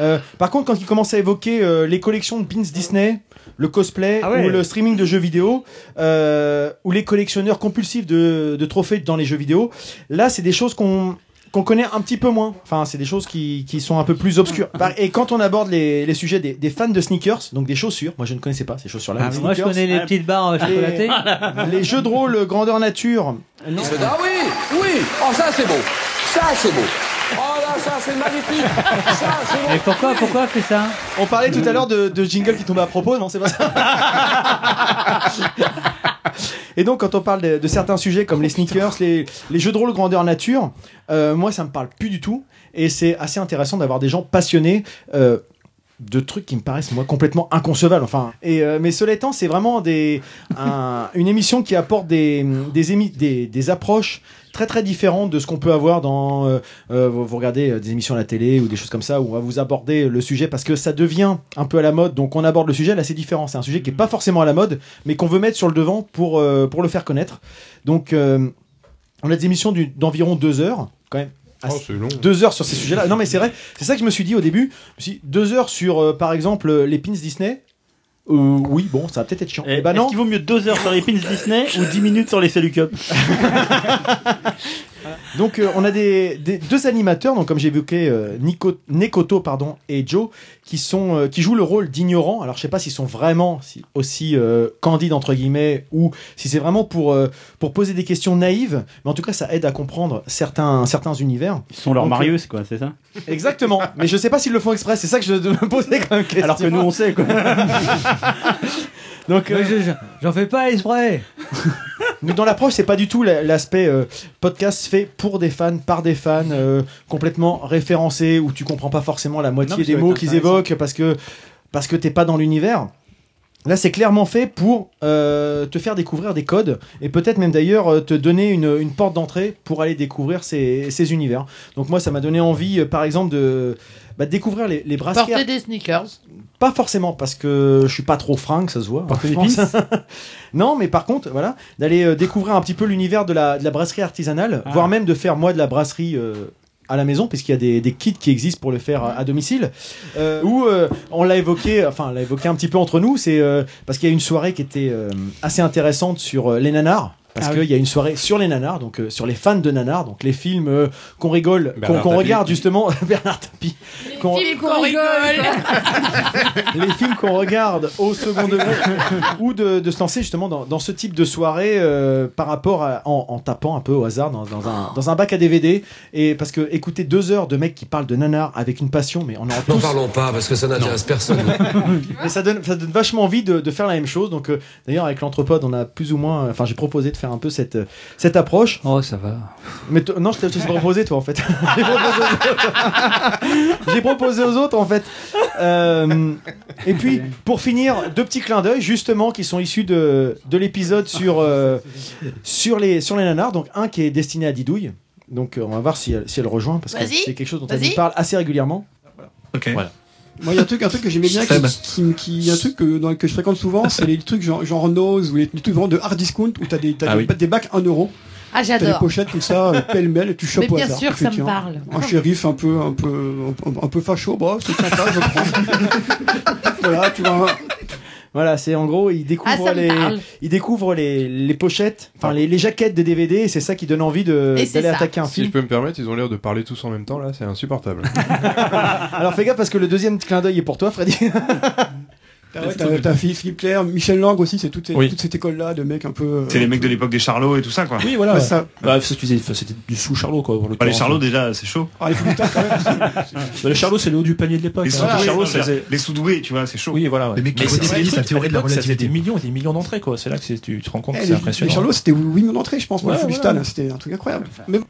Euh, par contre, quand ils commencent à évoquer euh, les collections de pins Disney, le cosplay Ah ouais. ou le streaming de jeux vidéo, euh, ou les collectionneurs compulsifs de, de trophées dans les jeux vidéo, là c'est des choses qu'on qu'on connaît un petit peu moins. Enfin, c'est des choses qui, qui sont un peu plus obscures. Par- Et quand on aborde les, les sujets des, des fans de sneakers, donc des chaussures, moi je ne connaissais pas ces chaussures-là. Ah, les moi, je sneakers. connais les petites barres euh, chocolatées. Les jeux de rôle grandeur nature. Ah oui, oui, oh ça c'est beau, ça c'est beau. Oh là ça c'est magnifique, ça c'est beau. Mais pourquoi, pourquoi fait ça On parlait tout à l'heure de, de jingle qui tombait à propos, non, c'est pas ça Et donc, quand on parle de, de certains sujets comme les sneakers, les, les jeux de rôle grandeur nature, euh, moi, ça me parle plus du tout. Et c'est assez intéressant d'avoir des gens passionnés. euh, de trucs qui me paraissent moi complètement inconcevables enfin et euh, mais cela étant c'est vraiment des un- une émission qui apporte des des, émi- des des approches très très différentes de ce qu'on peut avoir dans euh, euh, vous vous regardez euh, des émissions à la télé ou des choses comme ça où on va vous aborder le sujet parce que ça devient un peu à la mode donc on aborde le sujet là c'est différent c'est un sujet qui est pas forcément à la mode mais qu'on veut mettre sur le devant pour euh, pour le faire connaître donc euh, on a des émissions du- d'environ deux heures, quand même. Oh, c'est long. Deux heures sur ces sujets-là. Non, mais c'est vrai. C'est ça que je me suis dit au début. Je me suis dit, deux heures sur, euh, par exemple, euh, les pins Disney. Euh, oui, bon, ça va peut-être être chiant. Eh ben non. Est-ce qu'il vaut mieux 2 heures sur les pins Disney ou 10 minutes sur les Salut Cup Donc euh, on a des, des- deux animateurs, donc comme j'évoquais euh, Nico- Nekoto pardon et Joe, qui sont euh, qui jouent le rôle d'ignorants. Alors je sais pas s'ils sont vraiment si- aussi euh, candides entre guillemets ou si c'est vraiment pour euh, pour poser des questions naïves, mais en tout cas ça aide à comprendre certains certains univers. Ils sont leurs Donc, euh, Marius, quoi, c'est ça Exactement. Mais je sais pas s'ils le font exprès. C'est ça que je dois me posais comme question. Alors que nous, on sait, quoi. Donc, Moi, je- je- j'en fais pas exprès. nous, dans l'approche, c'est pas du tout la- l'aspect euh, podcast fait pour des fans, par des fans, euh, complètement référencé, où tu comprends pas forcément la Non, moitié mais ça des va mots être qu'ils intéressant. évoquent parce que parce que t'es pas dans l'univers. Là, c'est clairement fait pour euh, te faire découvrir des codes et peut-être même d'ailleurs euh, te donner une, une porte d'entrée pour aller découvrir ces, ces univers. Donc moi, ça m'a donné envie, euh, par exemple, de bah, de découvrir les, les brassières. Porter des sneakers. Pas forcément, parce que je suis pas trop franc, ça se voit. hein, Porter je des pense. pinces Non, mais par contre, voilà, d'aller euh, découvrir un petit peu l'univers de la, de la brasserie artisanale, voire même de faire moi de la brasserie. euh, à la maison, puisqu'il y a des, des kits qui existent pour le faire à, à domicile, euh, où euh, on l'a évoqué, enfin on l'a évoqué un petit peu entre nous, c'est euh, parce qu'il y a une soirée qui était euh, assez intéressante sur euh, les nanars, parce Ah qu'il oui. y a une soirée sur les nanars, donc euh, sur les fans de nanars, donc les films euh, qu'on rigole, qu'on Bernard qu'on Tapie. regarde justement, Bernard Tapie, qu'on- les films qu'on regarde au second degré ou de, de se lancer justement dans, dans ce type de soirée euh, par rapport à, en, en tapant un peu au hasard dans, dans un, dans un bac à DVD et parce que écouter deux heures de mecs qui parlent de nanar avec une passion mais on en N'en entend parlons pas parce que ça n'intéresse personne. mais ça donne, ça donne vachement envie de, de faire la même chose. Donc, euh, d'ailleurs, avec l'Anthropode, on a plus ou moins. Enfin, j'ai proposé de faire un peu cette, euh, cette approche. Oh, ça va. Mais to- non, je t'ai je t'ai proposé, toi, en fait. J'ai proposé aux autres. j'ai proposé aux autres, en fait. Euh, et puis, pour finir, deux petits clins d'œil, justement, qui sont issus de, de l'épisode sur, euh, sur, les, sur les nanars. Donc, un qui est destiné à Didouille. Donc, euh, on va voir si elle, si elle rejoint, parce que Vas-y. c'est quelque chose dont elle Vas-y. nous parle assez régulièrement. Ok. Voilà. Moi, il y a un truc, un truc que j'aimais bien, qui, Seb. qui, qui- un truc que, dans, que je fréquente souvent, c'est les trucs genre, genre Nose ou les, les trucs vraiment de hard discount où t'as des, t'as Ah des, oui. ba- des bacs 1 euro. Ah, j'adore. T'as des pochettes comme ça, euh, pêle-mêle, et tu chopes Mais au bien hasard. sûr Tu que ça fais, tiens, me parle. Un shérif un peu, un peu, un, un peu facho, bah, c'est sympa, je prends. voilà, tu vois. Voilà, c'est en gros, il Ah, découvre ça me les, parle. il découvre les, les pochettes, Ah. enfin les, les jaquettes des DVD, et c'est ça qui donne envie de- Et c'est euh, d'aller ça. attaquer un Si je film. peux me permettre, ils ont l'air de parler tous en même temps là, c'est insupportable. Alors fais gaffe parce que le deuxième clin d'œil est pour toi, Freddy. T'as, ouais, t'as, t'as Philippe Philippe Claire, Michel Lang aussi, c'est toute, Oui. toute cette école-là de mecs un peu. euh, C'est les mecs de l'époque des Charlots et tout ça, quoi. Oui, voilà, Ouais. ça. Bah, ça, tu disais, enfin, c'était du sous Charlot, quoi. pour hein. Bah, les Charlots, déjà, c'est chaud. Ah, il faut du temps quand même. Bah, les Charlots, c'est le haut du panier de l'époque. Les hein. sous Ah, Voilà, Charlots, oui, voilà. les sous-doués, tu vois, c'est chaud. Oui, voilà. Les mecs qui Mais connaissent c'est- la théorie de la relativité. C'était des millions et des millions d'entrées, quoi. C'est là que c'est- tu te rends compte Eh, que les- c'est impressionnant. Les Charlots, c'était 8 millions d'entrées, je pense, pour Ouais, le foot du voilà. stade, hein, C'était un truc incroyable. Mais bon.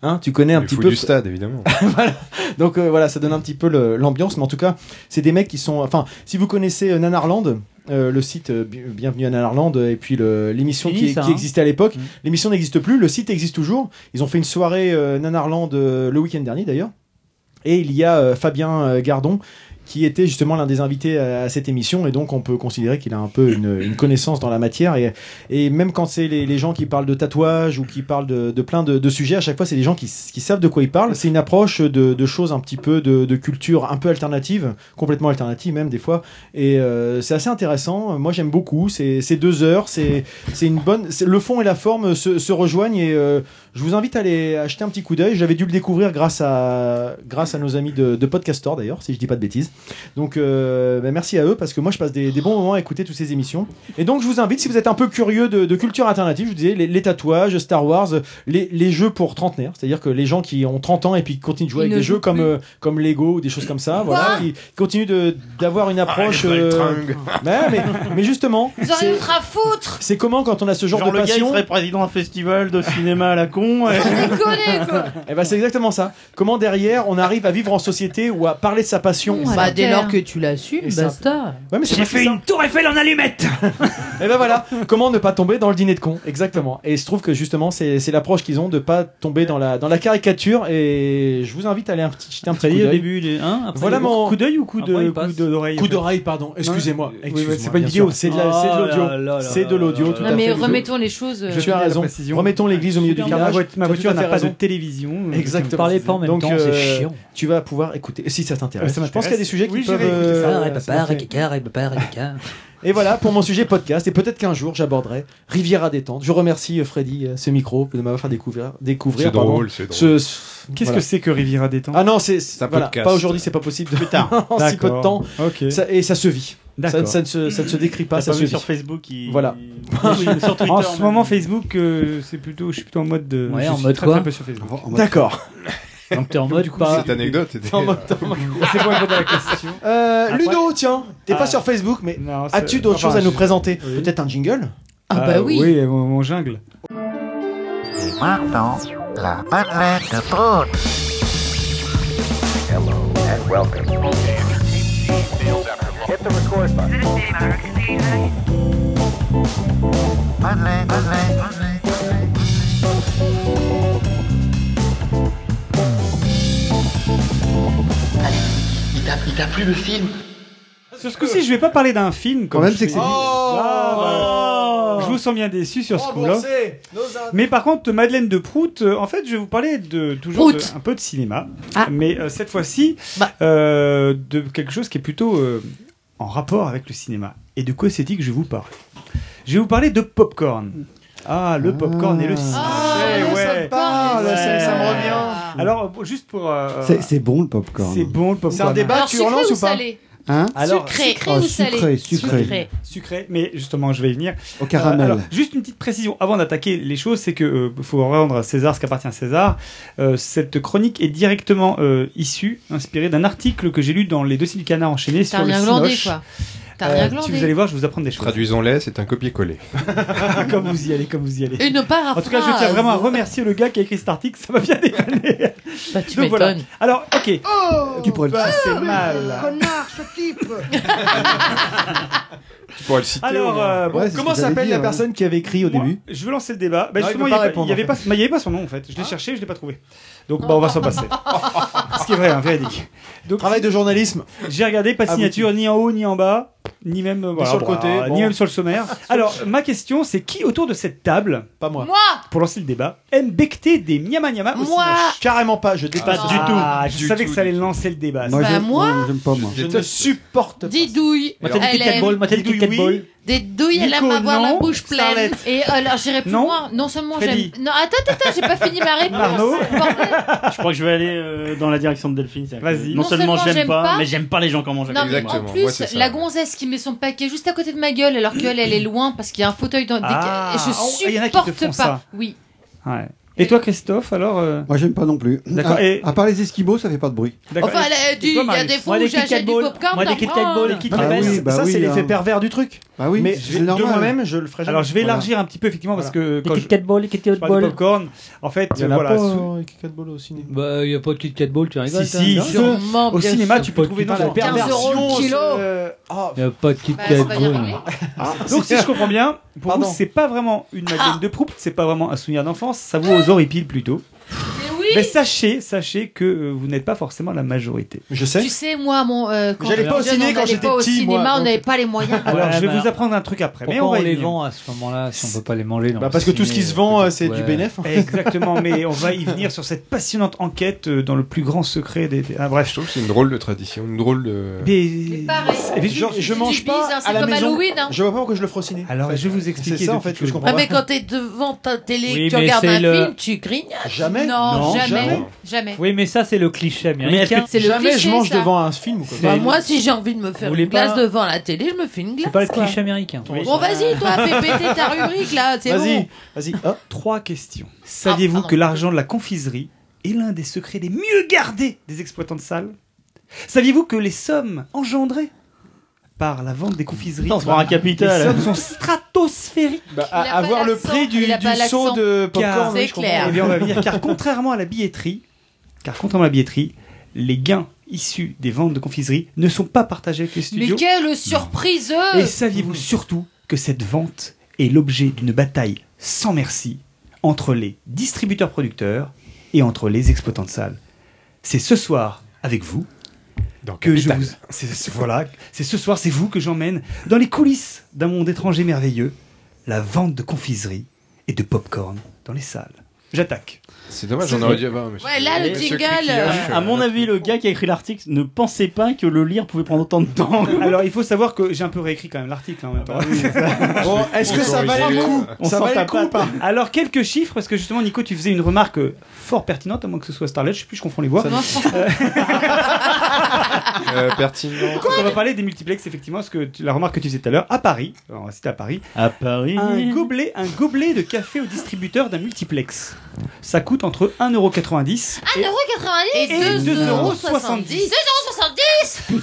Hein, tu connais un petit fous peu du stade, évidemment. Voilà. Donc euh, voilà, ça donne un petit peu le- l'ambiance, mais en tout cas, c'est des mecs qui sont. Enfin, si vous connaissez euh, Nanarland. euh, le site euh, Bi- Bienvenue à Nanarland euh, et puis le- l'émission Fini, qui, ça, qui hein. existait à l'époque. L'émission n'existe plus, le site existe toujours. Ils ont fait une soirée euh, Nanarland euh, le week-end dernier d'ailleurs. Et il y a euh, Fabien euh, Gardon qui était justement l'un des invités à, à cette émission et donc on peut considérer qu'il a un peu une, une connaissance dans la matière et, et même quand c'est les, les gens qui parlent de tatouage ou qui parlent de, de plein de, de sujets à chaque fois c'est des gens qui, s- qui savent de quoi ils parlent c'est une approche de, de choses un petit peu de, de culture un peu alternative complètement alternative même des fois et euh, c'est assez intéressant moi j'aime beaucoup c'est c'est deux heures c'est c'est une bonne c'est- le fond et la forme se, se rejoignent et euh, je vous invite à aller acheter un petit coup d'œil. J'avais dû le découvrir grâce à, grâce à nos amis de, de Podcastor d'ailleurs, si je dis pas de bêtises. Donc euh, bah, merci à eux parce que moi je passe des, des bons moments à écouter toutes ces émissions. Et donc je vous invite, si vous êtes un peu curieux de, de culture alternative, je vous disais, les, les tatouages, Star Wars, les, les jeux pour trentenaires, c'est-à-dire que les gens qui ont 30 ans et puis qui continuent de jouer avec Ils ne des jeux jouent comme, euh, comme Lego ou des choses comme ça, voilà, qui continuent de- d'avoir une approche. les euh, fringues. ouais, mais, mais justement, Vous en c'est- avez autre à foutre c'est comment quand on a ce genre, Genre de le gars, il passion serait président d'un festival de cinéma à la con. et- et ben c'est exactement ça. Comment derrière on arrive à vivre en société ou à parler de sa passion Bah, dès lors que tu l'assumes, ça- basta. Ouais, mais c'est J'ai parce que fait ça- une tour Eiffel en allumette Et ben voilà, comment ne pas tomber dans le dîner de con Exactement. Et je trouve que justement c'est c'est l'approche qu'ils ont de pas tomber dans la dans la caricature et je vous invite à aller un petit jeter un petit Ça y coup est, au d'œil. début, les- hein, après, voilà le mon coup d'œil ou coup de- coup de- d'oreille Coup en fait d'oreille pardon, excusez-moi. Oui, oui, Excuse-moi, c'est pas une bien vidéo, sûr. c'est de la- Oh c'est de l'audio. là là là C'est de là l'audio là tout là à Non, mais fait. remettons les choses. euh, Tu as raison. Remettons l'église au milieu du Car ma village. voit- ma Tu as voiture tout à n'a fait pas de raison. télévision. euh, Exactement. Parlez pas en même Donc, temps, c'est euh, chiant. Tu vas pouvoir écouter si ça Ouais, t'intéresse. ça je pense qu'il y a des m'intéresse. sujets qui Oui, peuvent. j'irai écouter ça. euh, Arrête, papa, arrête, Et voilà pour mon sujet podcast. Et peut-être qu'un jour j'aborderai Riviera détente. Je remercie euh, Freddy, euh, ce micro, de m'avoir fait découvrir. découvrir C'est drôle, pardon, c'est drôle. ce- ce- Qu'est-ce voilà. que c'est que Riviera détente Ah non, c'est un voilà, podcast. pas aujourd'hui, c'est pas possible. Plus tard. en si peu de D'accord. temps. Ok. Ça- et ça se vit. Ça, D'accord. ça ne se, ça ne se décrit pas. T'as Ça pas se vu vit. sur Facebook, il- Voilà. Ah Oui, sur Twitter, en ce mais- moment, Facebook, euh, c'est plutôt, je suis plutôt en mode de. Ouais, je en suis mode très, quoi très peu sur Facebook. En- en mode- D'accord. Donc t'es en mode pas- Cette anecdote était. En mode- C'est quoi la question Euh, Après- Ludo, tiens, t'es Ah. pas sur Facebook, mais Non, c'est- as-tu d'autres enfin, choses à nous je- présenter Peut-être un jingle Ah Euh, bah oui. Oui, mon, mon jungle. Maintenant, la parlette de trône. Hello and welcome. Hit the record button. Hudley, Hudley, Hudley, Hudley. Allez, il t'a- il t'a plu le film Sur ce coup-ci, je vais pas parler d'un film. Comme Quand même, je c'est fais- que c'est- Ah, bah, Je vous sens bien déçu sur ce coup-là. Mais par contre, Madeleine de Prout, euh, en fait, je vais vous parler de toujours de- Prout. un peu de cinéma, Ah. mais euh, cette fois-ci Bah. euh, de quelque chose qui est plutôt euh, en rapport avec le cinéma. Et de quoi c'est-il que je vais vous parle Je vais vous parler de popcorn. Ah, le popcorn et le cinéma. Eh ouais. parle, ça- ça me revient. Alors, bon, juste Bah, pour. euh, C'est- C'est bon le popcorn. C'est bon le popcorn. C'est un débat, Alors, tu sucré relances ou ou pas salé Hein sucré, Ah, sucré, sucré. sucré, Sucré, mais justement, je vais y venir. Euh, Au caramel. alors, juste une petite précision avant d'attaquer les choses, c'est que euh, faut rendre à César ce qu'appartient à César. Euh, cette chronique est directement euh, issue, inspirée d'un article que j'ai lu dans les dossiers du canard enchaîné sur T'as le rien glandé, Cinoche. quoi. T'as Euh, rien si glandé. vous allez voir, je vais vous apprendre des choses. Traduisons-les, c'est un copier-coller. comme vous y allez, comme vous y allez. Une paraphrase. En tout cas, je tiens vraiment à remercier le gars qui a écrit cet article, ça m'a bien déconné. Bah, tu Donc voilà. m'étonnes. Alors, ok. Oh, tu pourrais Bah, c'est mal. Connard, ce type Tu pourrais le citer. hein. Alors, euh, bon, comment s'appelle hein. la personne qui avait écrit au début Je veux lancer le débat. Bah, Non, il justement, peut il pas n'y avait, répondre, il y avait en pas, fait. Ah. mais il y avait pas son nom en fait. Je l'ai cherché, je l'ai pas trouvé. Donc bah, on va s'en passer. Ce qui est vrai, hein, véridique. Donc, Travail de journalisme. J'ai regardé, pas de Ah, signature ni en haut ni en bas, ni même euh, voilà, sur le bah, côté, bon. ni même sur le sommaire. Alors ma question, c'est qui autour de cette table, pas moi, Moi pour lancer le débat, aime becter des miama miama au Moi Cinoche Carrément pas, je déteste. Pas du tout. Ah, je du savais tout, que ça allait lancer le débat. Moi, Bah, j'aime- moi non, j'aime pas moi. Je ne supporte pas. Didouille. Moi, t'as dit Elle Kat aime- Ball, moi, t'as dit Kat Ball. Des douilles, elle aime Nico, avoir la non. bouche pleine. Starlette. Et alors, j'irai plus Non. loin. Non seulement j'aime. Freddy. Non, attends, attends, attends, j'ai pas fini ma réponse. Arnaud Je crois que je vais aller euh, dans la direction de Delphine. c'est-à-dire que Vas-y. Non Non seulement seulement j'aime j'aime pas, pas, mais j'aime pas les gens comment j'aime. Non, mais en plus, la gonzesse qui met son paquet juste à côté de ma gueule, alors qu'elle, elle est loin parce qu'il y a un fauteuil dans. des- Ah. je Oh, il y en a qui te supporte font pas. ça. Oui. Ouais. Et toi, Christophe, alors euh, Moi, j'aime pas non plus. D'accord, À, et- à part les esquimaux, ça fait pas de bruit. d'accord. Enfin, elle a dit, Et toi, il y a Marius des fois Moi, où des Kit Kat j'achète du Balls. popcorn. Moi, des t'en Kit Kat prends. Balls, les Kit Bah Kat oui, Balls. bah ça, oui, c'est l'effet hein. pervers du truc. Bah oui, mais c'est je vais- de normal. moi-même, je le ferai jamais. Alors je vais Voilà. élargir un petit peu effectivement parce que quand Les je Kit Kat Ball, les Kit Kat parle de Ball. popcorn, en fait Il y en a voilà, pas, sous- euh, Kit Kat Ball au cinéma. Bah, il n'y a pas de Kit Kat Ball, tu rigoles. si si, Il si. au cinéma tu peux trouver dans Putain, la la 15 euros perversion. le kilo. euh, ah, oh, n'y a pas de Kit Bah, Kat ça va y Ball. arriver. Ah, Donc si je comprends bien, pour Pardon. vous c'est pas vraiment une Madeleine de Proust, c'est pas vraiment un souvenir d'enfance, ça vous aux oripiles plutôt. Mais Mais oui sachez, sachez que euh, vous n'êtes pas forcément la majorité. Je sais. Tu sais, moi, mon. euh, quand J'allais j'étais pas jeune, au ciné on quand allait j'étais pas au petit, moi, cinéma, on donc- n'avais pas les moyens. Alors Ouais, je vais bah, vous apprendre un truc après, mais Pourquoi on on, va y les venir. vend à ce moment-là si on peut pas les manger dans Bah, le parce que tout ce ciné, qui se vend, euh, peut-être, c'est du ouais. bénéf. Exactement, mais on va y venir sur cette passionnante enquête euh, dans le plus grand secret des. des- Ah, bref, Je trouve que c'est une drôle de tradition, une drôle de. Des- pareil. Et puis, Genre, je du mange bise, hein, pas c'est à la comme maison. Halloween, hein. Je vois pas pourquoi je le ferai au ciné. Alors, je vais vous expliquer C'est ça de en fait petites que je choses. comprends Ah, mais pas. quand t'es devant ta télé, Oui, tu mais regardes c'est un le- film, tu grignotes. Jamais. Non, Non, jamais. jamais. Jamais. Oui, mais ça, c'est le cliché Mais est-ce que américain. C'est le Jamais cliché, je mange ça. devant un film ou quoi. Bah, C'est- moi, si j'ai envie de me faire Vous une voulez pas- glace devant la télé, je me fais une glace. C'est pas le quoi. cliché américain. Bon, vas-y, toi, fais péter ta rubrique là, c'est Vas-y, bon. Ah, vas-y. hop. Oh, Trois questions. Saviez-vous pardon. que l'argent de la confiserie est l'un des secrets les mieux gardés des exploitants de salles Saviez-vous que les sommes engendrées par la vente des confiseries Non, c'est pas un capital. les sommes sont stratosphériques Bah, Il a à- pas avoir le l'accent, prix du, il a du pas seau l'accent. de Car- popcorn. C'est oui, je comprends. clair. Eh bien, on va venir, car contrairement à la billetterie, car contrairement à la billetterie, les gains issus des ventes de confiseries ne sont pas partagés avec les Mais studios. quelle surprise Et saviez-vous surtout que cette vente est l'objet d'une bataille sans merci entre les distributeurs-producteurs et entre les exploitants de salles C'est ce soir avec vous que je vous c'est- voilà, c'est ce soir, c'est vous que j'emmène dans les coulisses d'un monde étranger merveilleux, la vente de confiseries et de popcorn dans les salles. J'attaque. C'est dommage, on aurait dû avoir. un monsieur- Ouais, là, le monsieur jingle, Kikioche, À à mon euh, avis, le gars qui a écrit l'article ne pensait pas que le lire pouvait prendre autant de temps. Alors, il faut savoir que j'ai un peu réécrit quand même l'article hein, en même Ah bah temps. Bon, est-ce que ça valait le coup On Ça s'en valait le tape coup ou pas Alors quelques chiffres, parce que justement Nico, tu faisais une remarque euh, fort pertinente, à moins que ce soit Starlet, je sais plus, je confonds les voix. Non, je pense que euh, pertinent. Donc, on va parler des multiplex, effectivement, ce que tu- la remarque que tu faisais tout à l'heure, à Paris, alors, c'était à Paris, À Paris. un gobelet, un gobelet de café au distributeur d'un multiplex. Ça coûte entre 1,90€ et 1,90€ Et et 2,70. 2,70€. 2,70€ savez-vous,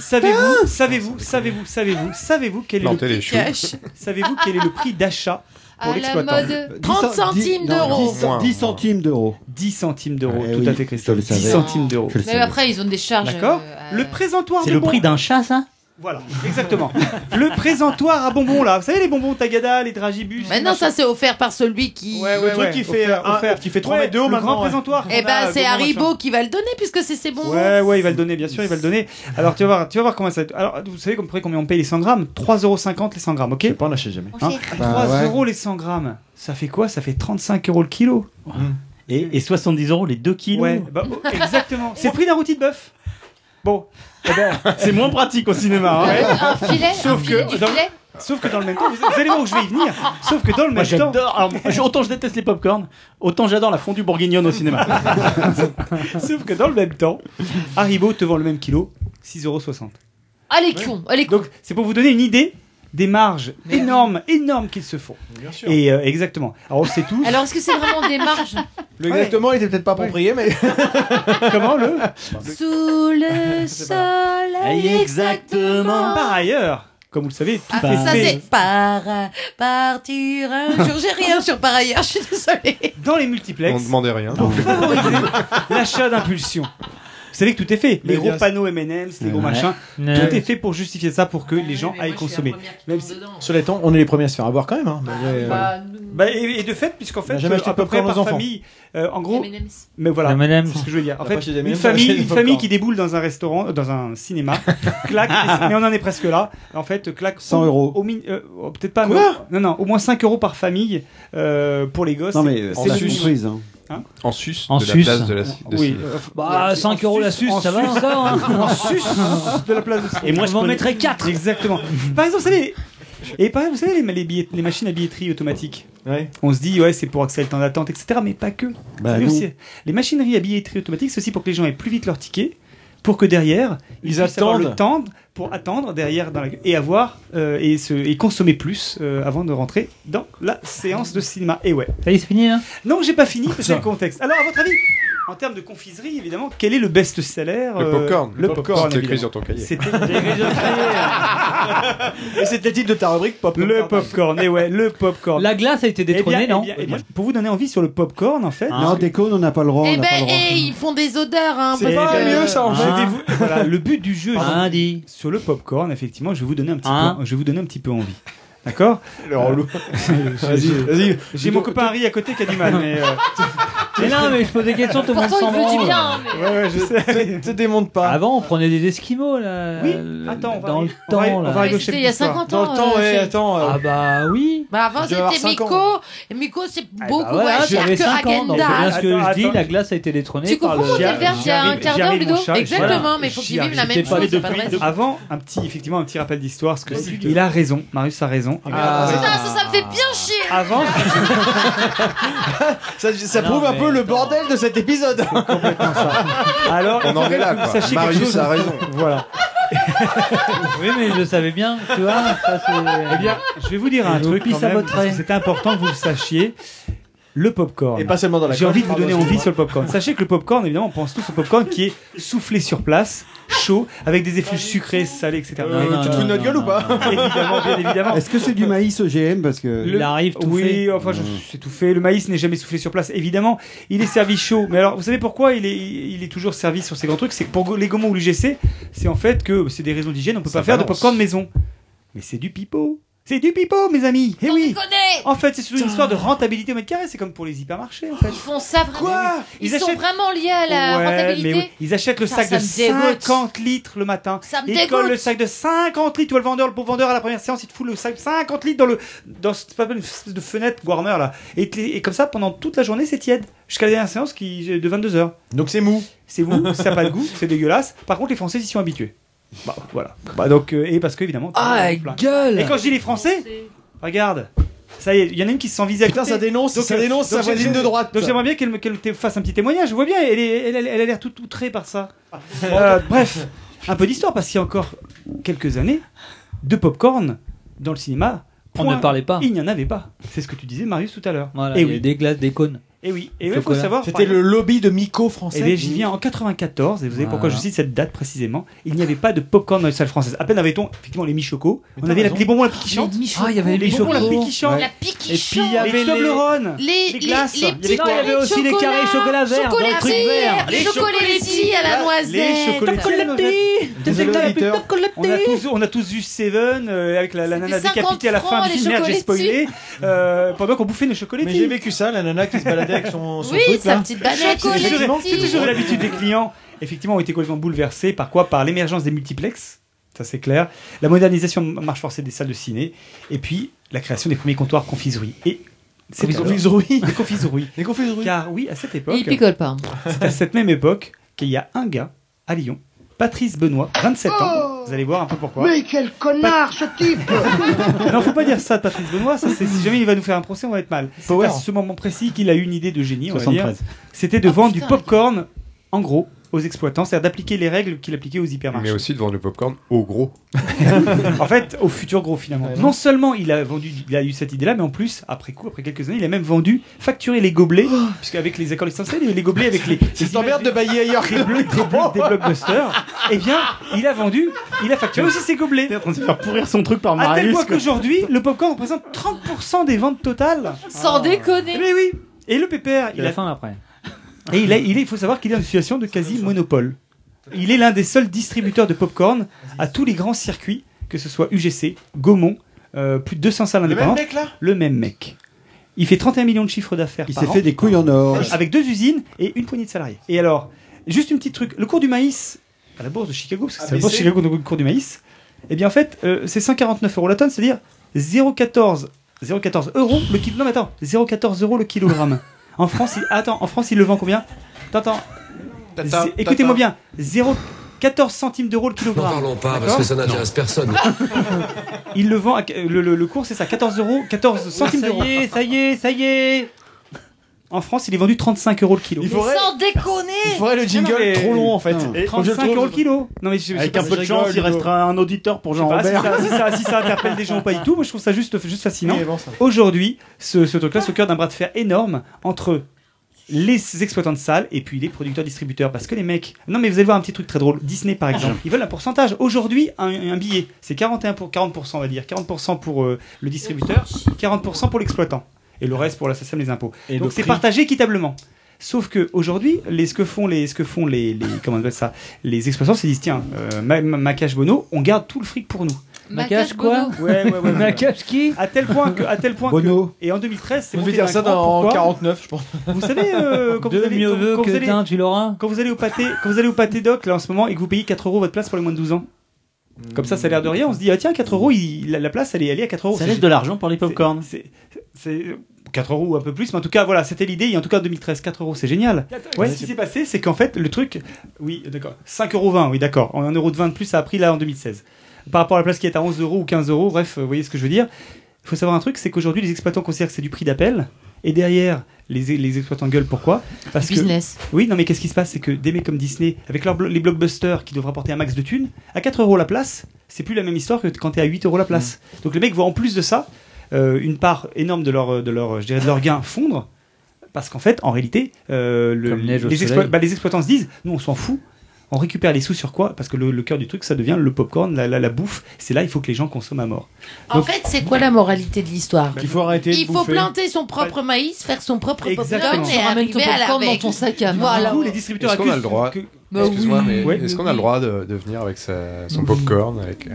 savez-vous, savez-vous, savez-vous, savez-vous quel est Non, le t'es les choux. Cash. savez-vous quel est le prix d'achat pour À la l'exploitant mode 10 30 cent- dix- centimes non, d'euros. 10 cent- 10 centimes d'euros. 10 centimes d'euros, Eh tout oui, à fait je le Christophe. 10 savais. centimes d'euros. Je le Mais savais. après, ils ont des charges. D'accord euh, à- Le présentoir C'est de le bon- prix d'un chat, ça Voilà, exactement. le présentoir à bonbons, là. Vous savez, les bonbons Tagada, les dragibus. Maintenant, ça c'est offert par celui qui. le truc qui fait, offert, euh, un- offert. qui fait 3 Ouais, mètres de haut le maintenant. grand ouais. présentoir. Eh ben, c'est Haribo Haribo qui va le donner puisque c'est ses bonbons. Ouais, ouais, il va le donner, bien sûr, il va le donner. Alors, tu vas voir, tu vas voir comment ça. Alors, vous savez comprenez combien on paye les 100 grammes 3,50€ les 100 grammes, ok Je sais pas, on n'achète jamais. Hein Ok. Bah, 3 ouais. euros les 100 grammes, ça fait quoi Ça fait 35 euros le kilo. Mmh. Et, et 70 euros les 2 kilos. Ouais, bah, oh, exactement. C'est le prix d'un rôti de bœuf. Bon, eh ben, C'est moins pratique au cinéma. hein. Un filet, Sauf un que. filet, du filet. Sauf que dans le même temps, vous, vous allez voir où je vais y venir. Sauf que dans le Moi, même temps. j'adore. Alors, moi, je- autant je déteste les popcorn, autant j'adore la fondue bourguignonne au cinéma. Sauf que dans le même temps, Haribo te vend le même kilo, 6,60€. Ah, les cons, Oh, ah, les cons. Donc, c'est pour vous donner une idée des marges énormes, énormes qu'ils se font. sûr. Et euh, exactement. Alors, on le sait tous. Alors, est-ce que c'est vraiment des marges Le exactement, il était peut-être pas approprié, mais. Comment le Sous le soleil. exactement. Par ailleurs, comme vous le savez, tout Ah, est ça fait- c'est par partir un jour. J'ai rien sur par ailleurs, je suis désolée. Dans les multiplex. On demandait rien. l'achat d'impulsion. Vous savez que tout est fait. Les Mais gros bien- panneaux M&M's, les gros Ouais. machins, Ouais. tout est fait pour justifier ça, pour que les gens aillent consommer. Même si- Cela étant, on est les premiers à se faire avoir quand même. Hein. Mais, euh, Bah, bah, et, et de fait, puisqu'en On fait, a jamais euh, acheté à de peu près popcorn aux par enfants. famille, euh, en gros, M&M's. mais voilà, c'est ce que je veux dire. On En a fait, pas acheté des une M&M's, on a famille, acheté une des famille popcorn. qui déboule dans un restaurant, euh, dans un cinéma, claque, et- mais on en est presque là. En fait, claque 100 au- euros. au min- euh, oh, peut-être pas, mais au- non, non, au moins 5 euros par famille euh, pour les gosses. Non, mais C'est- on c'est a le compris, minimum. hein. Hein En sus En de sus. la place de la de Oui. ciné. euh, Bah, en 5 euros la sus, suce, ça va en sus. encore, hein. En sus de la place de Et moi, je Vous en connais- mettrais 4 Exactement. Par exemple, vous savez, et par exemple, vous savez les, les billets- les machines à billetterie automatiques. On se dit, ouais, c'est pour accélérer le temps d'attente, etc. Mais pas que. Bah, C'est non. aussi- les machineries à billetterie automatique, c'est aussi pour que les gens aient plus vite leur ticket, pour que derrière, ils, puissent avoir attendent. le temps pour attendre derrière dans la- et avoir euh, et, se, et consommer plus euh, avant de rentrer dans la séance de cinéma. Et ouais. Ça y est, c'est hein fini, là Non, j'ai pas Ah, fini, parce que c'est le contexte. Alors, à votre avis, en termes de confiserie, évidemment, quel est le best seller Le euh, popcorn. Le popcorn. C'était écrit évidemment. sur ton cahier. C'était Et c'était le titre de ta rubrique popcorn. Le popcorn, et ouais, le popcorn. Eh La glace a été détrônée, non Pour vous donner envie sur le popcorn, en fait. Non, déconne, on n'a pas le Oh, droit. Ah. Eh on n'a pas le ben, droit. eh, ils font des odeurs, hein. C'est parce pas que- euh, mieux, ça, en fait. Hein J'étais vous- voilà, le but du jeu Ah, je- sur le popcorn, effectivement, je vais vous donner un petit, Hein peu, je vais vous donner un petit peu envie. D'accord Euh, Le relou. J'ai- Vas-y, j'ai- vas-y. J'ai mon copain Harry à côté qui a du mal, mais. euh, Mais non, mais je pose des questions, tout le monde Pourtant, s'en il veut du branle. bien, hein, mais- Ouais, ouais, je sais. Te démonte pas. Avant, on prenait des Esquimaux, là. Oui, le- attends, on va Euh, Dans arri- le on va arri- temps, on là. va arriver au chef C'était il y a d'histoire. 50 ans. euh, chez- attends. Ah, bah oui. Bah, avant, Je devais avoir c'était 5 ans, Miko. Et Miko, c'est beaucoup, ouais, ouais, cher j'avais que 5 ans, donc c'est bien ce Häagen-Dazs. que Attends, je dis, attends. la glace a été détrônée Tu par comprends, le... J'y arrive, Gilbert, il y a j'y un arrive, quart j'y d'heure, arrive, Ludo. mon chat, et Exactement, voilà. mais faut J'y qu'ils vivent la même arrive. J'étais pas chose, allé ça depuis- m'intéresse. Avant, un petit, effectivement, un petit rappel d'histoire, parce que il a raison, Marius a raison. Ah. Putain, ça, ça me fait bien chier. euh, Avant, Ça, ça Non, prouve un mais peu le bordel de cet épisode. Alors, On il faut en quand est même là, que vous quoi. sachiez Marius quelque chose. a raison. Voilà. Oui, mais je le savais bien, tu vois. Ça, c'est... Eh bien, je vais vous dire un Je vous truc. pisse quand même, à votre parce que raie. C'est important que vous le sachiez. Le popcorn. Et pas seulement dans la J'ai colle, envie de vous pardon, donner envie excuse-moi. sur le popcorn. Sachez que le popcorn, évidemment, on pense tous au popcorn qui est soufflé sur place, chaud, avec des effluves sucrés, salés, etc. Euh, tu te fous de notre gueule ou pas Évidemment, bien évidemment. Est-ce que c'est du maïs OGM Parce que. Mm. Le- oui, enfin, je- c'est tout fait. Le maïs n'est jamais soufflé sur place, évidemment. Il est servi chaud. Mais alors, vous savez pourquoi il est, il est toujours servi sur ces grands trucs C'est que pour go- les Gaumont ou l'UGC, c'est en fait que bah, c'est des raisons d'hygiène, on peut Ça pas faire de balance. popcorn maison. Mais c'est du pipeau. C'est du pipeau, mes amis. Eh oui. En fait, c'est surtout une histoire de rentabilité au mètre carré. C'est comme pour les hypermarchés, hein. en fait. Ils font ça vraiment. ils, Ils sont achètent- vraiment liés à la Ouais, rentabilité. mais oui. Ils achètent le Putain, ça sac de me dégoûte. 50 litres le matin. Ça me Ils collent dégoûte. le sac de 50 litres. Tu vois le vendeur, le pauvre vendeur à la première séance, il te fout le sac de 50 litres dans le dans cette pas une espèce de fenêtre Warmer là. Et, te- et comme ça pendant toute la journée, c'est tiède jusqu'à la dernière séance qui est de 22 h Donc c'est mou. C'est mou, ça n'a pas de goût, c'est dégueulasse. Par contre, les Français ils sont habitués. Bah voilà. Bah donc euh, et parce que évidemment. Ah, plein. gueule Et quand je dis les Français, regarde. Ça y est, il y en a une qui s'en visait. Putain, ça dénonce, ça dénonce sa voisine de droite. euh, Donc j'aimerais bien qu'elle me- qu'elle te fasse un petit témoignage. Je vois bien, elle, est- elle, elle- elle a l'air tout outrée par ça. Ah. Euh, bref, un peu d'histoire parce qu'il y a encore quelques années, de popcorn dans le cinéma. On point, ne parlait pas. Il n'y en avait pas. C'est ce que tu disais, Marius, tout à l'heure. Voilà, et il y a oui. des glaces, des cônes. Eh Et oui. Et Faut il faut connaître. savoir. C'était le lobby de Miko français. Et bien, j'y viens en 94, et vous savez pourquoi je Voilà. cite cette date précisément. Il n'y avait pas de popcorn dans les salles françaises. À peine avait-on effectivement les michocos, on t'as avait la- raison. les bonbons à la pique qui chante. Ah, il y avait les les bonbons à la chocos. pique qui chante. Ouais. La pique qui Et puis, il y avait les Toblerone, les- les- les glaces. Il y avait petits quoi Il y avait aussi les carrés chocolat vert, dans le truc vert. Les chocolatiers, à la Les noisette. chocolatés Désolé, auditeur. On a tous, on a tous vu Seven euh, avec la, la nana C'était 50 décapitée à la fin. francs, mais les merde, j'ai spoilé. chocolatés. euh, pendant qu'on bouffait nos chocolatés. Mais j'ai vécu ça, la nana qui se baladait avec son, son Oui, truc, sa là. petite banane. C'est toujours- c'est toujours l'habitude des clients. Effectivement, ont été complètement bouleversés par quoi Par l'émergence des multiplexes, ça c'est clair. La modernisation de marche forcée des salles de ciné, et puis la création des premiers comptoirs confiseries. Et c'est Confiseries. Des confiseries. Car oui, à cette époque. Et ils picolent pas. C'est à cette même époque qu'il y a un gars à Lyon, Patrice Benoît, 27 ans. Vous allez voir un peu pourquoi. Mais quel connard ce type Non, faut pas dire ça de Patrice Benoît. Ça, c'est- si jamais il va nous faire un procès, on va être mal. C'est Power. à ce moment précis qu'il a eu une idée de génie. On va dire. 73. C'était de vendre putain. du popcorn, en gros, aux exploitants, c'est-à-dire d'appliquer les règles qu'il appliquait aux Mais hypermarchés. aussi de vendre le popcorn au gros. en fait, au futur gros finalement. Ouais, non. non seulement il a vendu, il a eu cette idée-là, mais en plus, après coup, après quelques années, il a même vendu, facturé les gobelets, Oh. puisque avec les accords essentiels, les gobelets avec les. C'est t'emmerdes de bailler ailleurs. Des, blo- des blo- des blockbusters. Eh bien, il a vendu, il a facturé aussi ses gobelets. en train de faire pourrir son truc par À tel Marius, point quoi. qu'aujourd'hui, le popcorn représente 30% des ventes totales. Ah. Sans déconner. Mais oui. Et le PPR, Il il la a fin après. et il, est- il est- il faut savoir qu'il est dans une situation de quasi-monopole. Il est l'un des seuls distributeurs de popcorn à tous les grands circuits, que ce soit UGC, Gaumont, euh, plus de 200 salles Le même indépendantes. mec, là Le même mec. Il fait 31 millions de chiffres d'affaires. Il par s'est an, fait des couilles en or. Avec deux usines et une poignée de salariés. Et alors, juste une petite truc. Le cours du maïs à la bourse de Chicago, parce que Ah, c'est la bourse de ABC. Chicago, donc le cours du maïs, eh bien en fait, euh, c'est 149 euros la tonne, c'est-à-dire 0,14 0,14 euros le kilo. Non mais attends, 0,14 euros le kilogramme. En France, il... attends, en France, il le vend combien Attends, T'attends, attends. Écoutez-moi t'attends. bien, 0,14 centimes d'euros le kilogramme. Parlons pas parce D'accord que ça n'intéresse personne. Il le vend, à... le, le- le cours c'est ça, 14 euros, 14 centimes ça d'euros. y est, ça y est, ça y est. En France, il est vendu 35 euros le kilo. Il faudrait- Sans déconner Non, mais- Non. Et- 35 euros le kilo. Non, mais je- je Avec sais un pas peu si de je chance, rigole, il restera un auditeur pour Je sais pas si Jean-Robert. ça- si, ça, si ça interpelle des gens ou pas du tout, moi je trouve ça juste, juste fascinant. Oui, bon, ça. Aujourd'hui, ce, ce truc-là, c'est au cœur d'un bras de fer énorme entre les exploitants de salles et puis les producteurs-distributeurs. Parce que les mecs. Non, mais vous allez voir un petit truc très drôle. Disney, par exemple, ils veulent un pourcentage. Aujourd'hui, un, un billet, c'est 41 pour 40%, on va dire. 40% pour euh, le distributeur, 40% pour l'exploitant. Et le reste pour l'assassin des impôts. Et le Donc c'est prix. partagé équitablement. Sauf que aujourd'hui, les ce que font les ce que font les, les comment on appelle ça les exploitants, c'est disent tiens, euh, ma, ma- ma cache bono, on garde tout le fric pour nous. Ma Ma cache cache quoi Bono. Ouais ouais ouais. ouais. Ma cache qui À tel point que à tel point Bono. que et en 2013, c'est On monté devait dire d'un ça cran, dans- en pourquoi 49, je pense. Vous savez euh, quand Deux vous allez mieux quand- vaut quand que vous allez- d'un, tu l'auras. Quand vous allez au pâté, quand vous allez au pâté doc là en ce moment et que vous payez 4 euros votre place pour les moins de 12 ans. Comme ça, ça a l'air de rien. On se dit, ah tiens, 4 euros, il- la, la place, elle est, elle est à 4 euros. Ça C'est- laisse de l'argent pour les c'est- popcorn. c'est- C'est 4 euros ou un peu plus, mais en tout cas, voilà, c'était l'idée. Et en tout cas, en 2013, 4 euros, c'est génial. Ouais, ce qui s'est passé, c'est qu'en fait, le truc, oui, d'accord, 5 euros 20, oui, d'accord, en 1 euro de 20 de plus, ça a pris là en 2016. Par rapport à la place qui est à 11 euros ou 15 euros, bref, vous voyez ce que je veux dire. Il faut savoir un truc, c'est qu'aujourd'hui, les exploitants considèrent que c'est du prix d'appel. Et derrière, les, les exploitants gueulent. Pourquoi Parce que. Business. Oui, non, mais qu'est-ce qui se passe C'est que des mecs comme Disney, avec leurs blo- les blockbusters qui doivent rapporter un max de thunes, à 4 euros la place, c'est plus la même histoire que quand t'es à 8 euros la place. Donc les mecs voient en plus de ça euh, une part énorme de leur, de leur, je dirais, de leur gain fondre. Parce qu'en fait, en réalité, euh, le- Comme neige au les, soleil. bah, les exploitants se disent nous, on s'en fout. On récupère les sous sur quoi Parce que le, le cœur du truc, ça devient le popcorn, la, la, la bouffe. C'est là, il faut que les gens consomment à mort. En fait, c'est quoi la moralité de l'histoire Il faut arrêter Il faut planter son propre maïs, faire son propre popcorn Exactement. et Ramène ton arriver à la popcorn dans bec. ton sac à main. Voilà. Du coup, les distributeurs Est-ce qu'on a accusent le droit que- Bah Excuse-moi, mais Ouais. est-ce qu'on a le droit de, de venir avec sa- son popcorn avec, euh,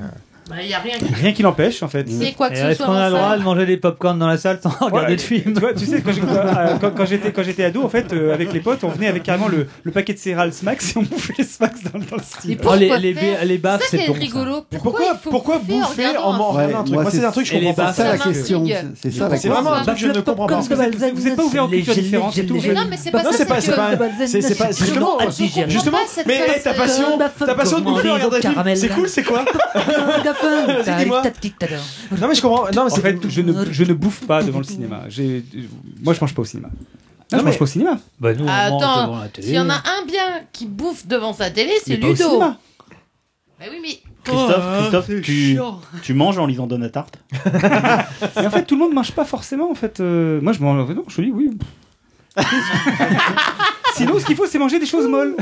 Bah, y a rien. Rien qui l'empêche, en fait. C'est quoi que Et ce Est-ce soit qu'on dans a le ça droit de manger des popcorn dans la salle sans regarder de film Tu vois, tu sais, quand j'ai- euh, quand quand j'étais quand j'étais ado, en fait, euh, avec les potes, on venait avec carrément le, le paquet de céréales Smax et on bouffait les Smax dans, le- dans le style. pourquoi Oh, les- les faire ba- les baffes, Ça, c'est c'est bon, rigolo. Mais pourquoi, pourquoi bouffer en regardant mangeant un film un truc Moi, c'est un truc que je comprends pas. C'est ça la Ça m'intrigue. question. c'est- C'est ça la C'est question. vraiment un truc que je ne Bah, comprends pas. comme de Balzac, vous n'êtes pas ouvert aux cultures différentes et tout. Mais non, mais c'est pas ça, c'est que- C'est c'est pas. Je Justement, comprends pas justement, cette justement. façon Mais de- hey, ta passion, ta passion de bouffer, Comment regarder un film, caramel. c'est cool, c'est quoi T'as Dis-moi. Non, mais je comprends. Non, mais en fait, je ne, je ne bouffe pas devant le cinéma. J'ai- Moi, je mange pas au cinéma. Non, je mange pas au cinéma. Bah, nous, Attends, s'il y en a un bien qui bouffe devant sa télé, c'est Ludo. Bah oui, mais. Christophe, Oh, Christophe, c'est tu, chiant. tu manges en lisant Donatarte Mais en fait, tout le monde mange pas forcément. En fait, Euh, moi, je mange. Non, je te dis oui. Sinon, ce qu'il faut, c'est manger des choses molles.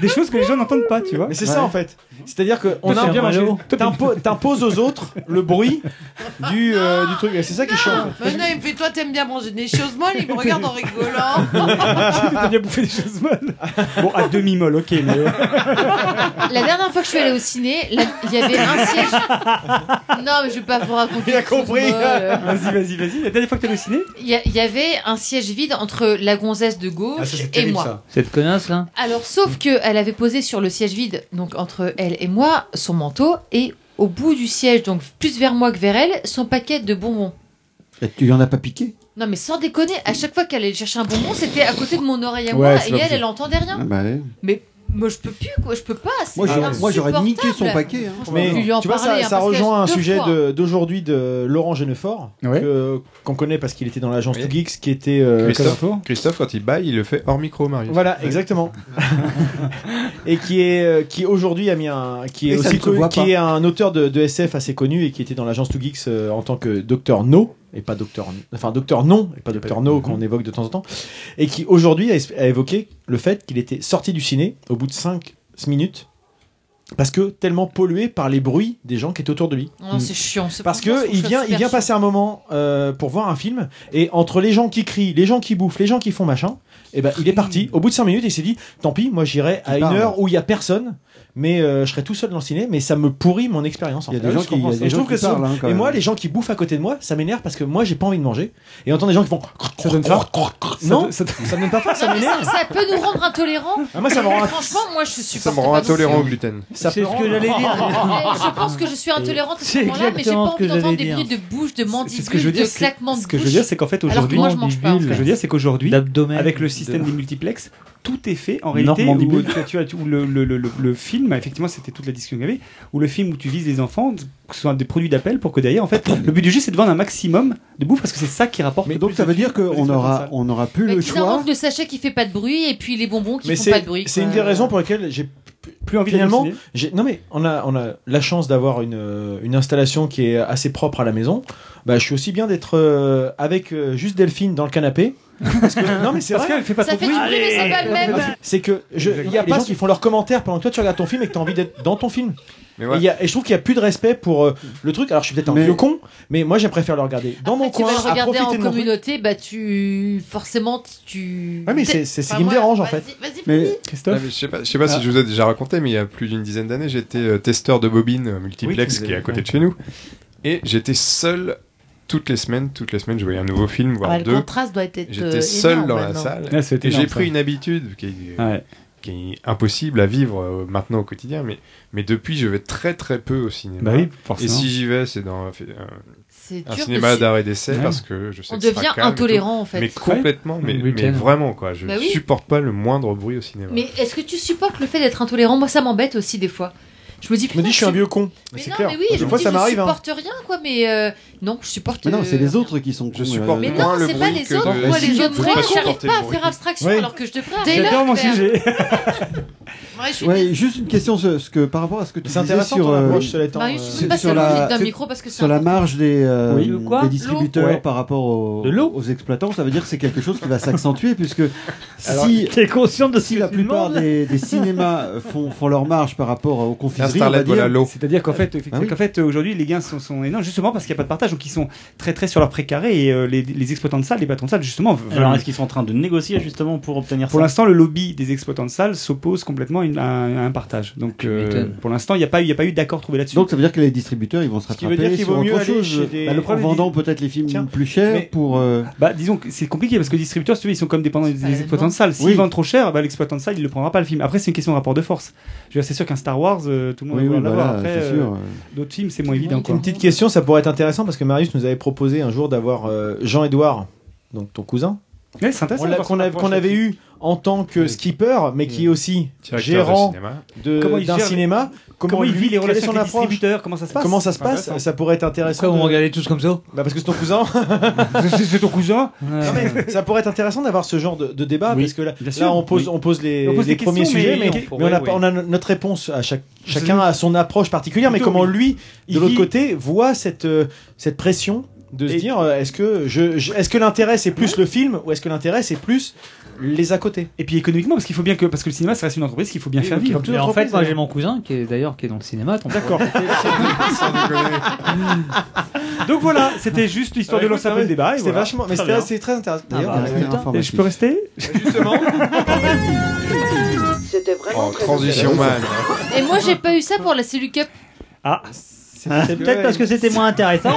des choses que les gens n'entendent pas, tu vois. Mais c'est ça, en fait. C'est-à-dire que on Toi, a t'aimes bien manger. Toi, t'impo- t'imposes aux autres le bruit du, euh, du truc. Et C'est ça Ah, qui change. Maintenant, Ah, bah, il me fait Toi, t'aimes bien manger des choses molles Il me regarde en rigolant. T'as bien bouffé des choses molles. Bon, à demi molle, ok, mais. euh, La dernière fois que je suis allée au ciné, là, il y avait un siège. Non, mais je vais pas vous raconter. Il a compris. Vas-y, vas-y, vas-y. La dernière fois que t'es allé au ciné Il y, a- il y avait un siège vide entre la gonzesse de Ah, gauche et moi. Cette connasse là Alors, Mm. sauf que elle avait posé sur le siège vide, donc entre elle et moi, son manteau et au bout du siège, donc plus vers moi que vers elle, son paquet de bonbons. Et tu lui en as pas piqué Non, mais sans déconner, à chaque fois qu'elle allait chercher un bonbon, c'était à côté de mon oreille à Ouais, moi c'est et pas elle, possible. elle entendait rien. Ah bah, ouais. Mais moi, je peux plus, quoi, je peux pas. c'est Moi, j'aurais- moi, j'aurais insupportable. niqué son paquet, hein. Franchement, Ah Mais je peux lui en tu vois, parler, ça, hein, ça parce que rejoint un deux sujet fois. de- d'aujourd'hui de Laurent Genefort, que- qu'on connaît parce qu'il était dans l'agence Two Geeks, qui était. euh, Christophe, comme- Christophe, quand il baille, il le fait hors micro, Mario. Voilà, exactement. et qui est euh, qui aujourd'hui a mis un qui est Et ça aussi ne se connu- voit pas. qui est un auteur de, de SF assez connu et qui était dans l'agence Two Geeks euh, en tant que docteur No et pas docteur enfin docteur non et pas Mhm. docteur No qu'on évoque de temps en temps et qui aujourd'hui a, es- a évoqué le fait qu'il était sorti du ciné au bout de 5 minutes parce que tellement pollué par les bruits des gens qui étaient autour de lui. Mm. Non, c'est chiant. c'est Hmm. Parce franchement, que je trouve il ça vient, il super vient passer un moment euh, pour voir un film et entre les gens qui crient, les gens qui bouffent, les gens qui font machin, et ben il est parti. Au bout de 5 minutes, il s'est dit tant pis, moi j'irai à une parle. heure où il y a personne, mais euh, je serai tout seul dans le ciné, mais ça me pourrit mon expérience. en Il y a fait. Ah des gens Je qui- il y a comprends des ça. Je gens trouve qui que ça- parlent, hein, quand Et même. moi, les gens qui bouffent à côté de moi, ça m'énerve parce que moi j'ai pas envie de manger et entendre des gens qui font ça donne faim non, ça, me donne pas faim, ça Non, mais m'énerve. ça peut nous rendre intolérants. Ah, moi, ça me rend- Franchement, moi, je supporte Ça me rend pas intolérant au gluten. Ça C'est ce que j'allais Eh, dire. je pense que je suis intolérante à ce C'est moment-là, mais j'ai pas exactement ce que envie d'entendre j'allais des dire. bruits de bouche, de mandibule, ce que je veux dire, de c'est- claquement de ce que je veux bouche. dire, c'est qu'en fait alors que aujourd'hui, moi, je mange pas, en ce que je veux dire, c'est qu'aujourd'hui, avec le système des multiplexes, tout est fait en réalité. Où, Normandibule. tu vois, tu vois, tu- où le, le- le- le- le film, effectivement, c'était toute la discussion qu'il y avait, où le film où tu vises les enfants, que ce soit des produits d'appel, pour que derrière, en fait, le but du jeu, c'est de vendre un maximum de bouffe parce que c'est ça qui rapporte. Mais donc ça veut dire qu'on aura, on aura plus le Ils choix. inventent le sachet qui fait pas de bruit et puis les bonbons qui mais font pas c'est de bruit. c'est quoi. une des raisons pour lesquelles j'ai plus envie finalement d'aller au ciné. j'ai- non mais on a on a la chance d'avoir une euh, une installation qui est assez propre à la maison bah je suis aussi bien d'être euh, avec euh, juste Delphine dans le canapé parce que, non mais c'est Parce vrai qu'elle fait pas Ça trop fait de bruit. du bruit, mais c'est pas le même. c'est que je- il y a Les pas gens gens qui font leurs commentaires pendant que toi tu regardes ton film et que t'as envie d'être dans ton film et, il y a- et je trouve qu'il y a plus de respect pour euh, le truc alors je suis peut-être un vieux con mais moi j'aime préfère le regarder dans mon Tu coin vas le à regarder profiter en de mon truc. communauté, bah tu. Forcément, tu. Bah, Ouais, mais c'est- c'est ce qui me dérange en fait Mais Ah, mais je sais pas, je sais pas si je vous ai déjà raconté, mais il y a plus d'une dizaine d'années, j'étais euh, testeur de bobines euh, multiplex Oui, tu nous qui est à avais- côté de chez nous. Et j'étais seul toutes les semaines. Toutes les semaines, je voyais un nouveau film, voire Ah, le deux. contraste doit être, euh, J'étais seul énorme dans la maintenant. salle. Ouais, Ah, c'était et j'ai énorme, pris ça. une habitude qui est, qui est impossible à vivre euh, maintenant au quotidien. Mais, mais depuis, je vais très très peu au cinéma. Bah oui, forcément. Et si j'y vais, c'est dans un, fi- un- C'est un dur de cinéma s'y- d'arrêt d'essai Ouais. parce que je sais On que ce sera devient calme et tout. intolérant, en fait. Mais complètement, mais, Le mais week-end. vraiment quoi. Je Bah oui. supporte pas le moindre bruit au cinéma. Mais est-ce que tu supportes le fait d'être intolérant Moi, ça m'embête aussi des fois. Je me dis, je me dis, je suis un vieux con. Mais, c'est non, clair. mais oui, Des je me fois, dis, ça je m'arrive, hein. supporte rien, quoi. Mais euh, non, je supporte. Mais non, c'est euh, les autres qui sont. euh, Je supporte Mais non, c'est pas les autres. Moi, les autres, moi, j'arrive pas à faire abstraction Oui. alors que je devrais. Dès arriver à lors, le faire. sujet. Ouais, je suis Ouais, désolée. juste une question ce, ce que par rapport à ce que tu C'est disais intéressant sur ton euh, approche, cela étant, Marius, euh, sur- tu peux pas sur seulement la vite d'un sur- micro parce que c'est sur la important. marge des euh, Oui. Le quoi des L'eau distributeurs Ouais. par rapport aux, aux exploitants, ça veut dire que c'est quelque chose qui va s'accentuer puisque Alors, si t'es consciente de ce si la plupart des, des cinémas font, font leur marge par rapport aux confiseries, on va dire. C'est-à-dire qu'en fait, effectivement, Ah oui. qu'en fait, aujourd'hui, les gains sont, sont énormes, justement parce qu'il n'y a pas de partage, donc ils sont très très sur leur précaré et euh, les, les exploitants de salles, les patrons de salles, justement. veulent- Alors, est-ce qu'ils sont en train de négocier justement pour Ah, obtenir Pour ça l'instant, le lobby des exploitants de salles s'oppose complètement à, une- à un partage. Donc, euh, m'étonnes. pour l'instant, il n'y a pas eu, il y a pas eu d'accord trouvé là-dessus. Donc ça veut dire que les distributeurs ils vont se qui veut rattraper dire qu'il sur vaut mieux autre aller chose. chez des- Bah, le problème en vendant vendant peut-être les films plus chers pour. euh, Bah, disons que c'est compliqué parce que les distributeurs, si tu veux, ils sont comme dépendants des, des exploitants de salles. S'ils Oui. vendent trop cher, bah, l'exploitant de salle, il ne prendra pas le film. Après, c'est une question de rapport de force. Je veux dire, c'est sûr qu'un Star Wars, euh, tout le monde Oui, va oui, l'avoir. voilà, Après, c'est euh, sûr. d'autres films, c'est moins évident. Quoi. Une petite question, ça pourrait être intéressant parce que Marius nous avait proposé un jour d'avoir euh, Jean-Édouard, donc ton cousin. Ouais, c'est intéressant On l'a- parce Qu'on qu'on a- approche qu'on avait eu en tant que skipper, mais qui est aussi Directeur de gérant cinéma. de- Comment il d'un gère les- cinéma. comment il lui, vit les quelle est relations son avec les approche distributeurs, comment ça se passe Comment ça se C'est passe intéressant. Ça pourrait être intéressant. Pourquoi vous me regardez tous comme ça Parce que c'est ton cousin. c'est ton cousin. ça pourrait être intéressant d'avoir ce genre de, de débat parce que là, bien sûr. là, on pose Oui. on pose les, On pose les des premiers questions, sujets, mais, mais on mais on, pourrait, a, oui. on a notre réponse à chaque chacun a son approche particulière, mais Plutôt, comment oui. lui de Il l'autre vit- côté voit cette euh, cette pression de se dire euh, est-ce que je, je- est-ce que l'intérêt c'est plus le film ou est-ce que l'intérêt c'est plus les à côté. Et puis économiquement, parce qu'il faut bien que, parce que le cinéma, ça reste une entreprise qu'il faut bien Oui, faire donc il vivre. faut que Mais en fait, l'entreprise, euh, moi, j'ai mon cousin qui est d'ailleurs qui est dans le cinéma. D'accord. Donc voilà, c'était juste l'histoire Ah, de écoute, lancer un peu ouais. le débat. et C'était voilà. vachement- mais Très c'était bien. assez très intéressant. Ah D'ailleurs, bah, il y a putain, un informatique. et je peux rester C'était vraiment En transition man. Et moi, j'ai pas eu ça pour la cellule cup. Ah, c'est peut-être parce que c'était moins intéressant.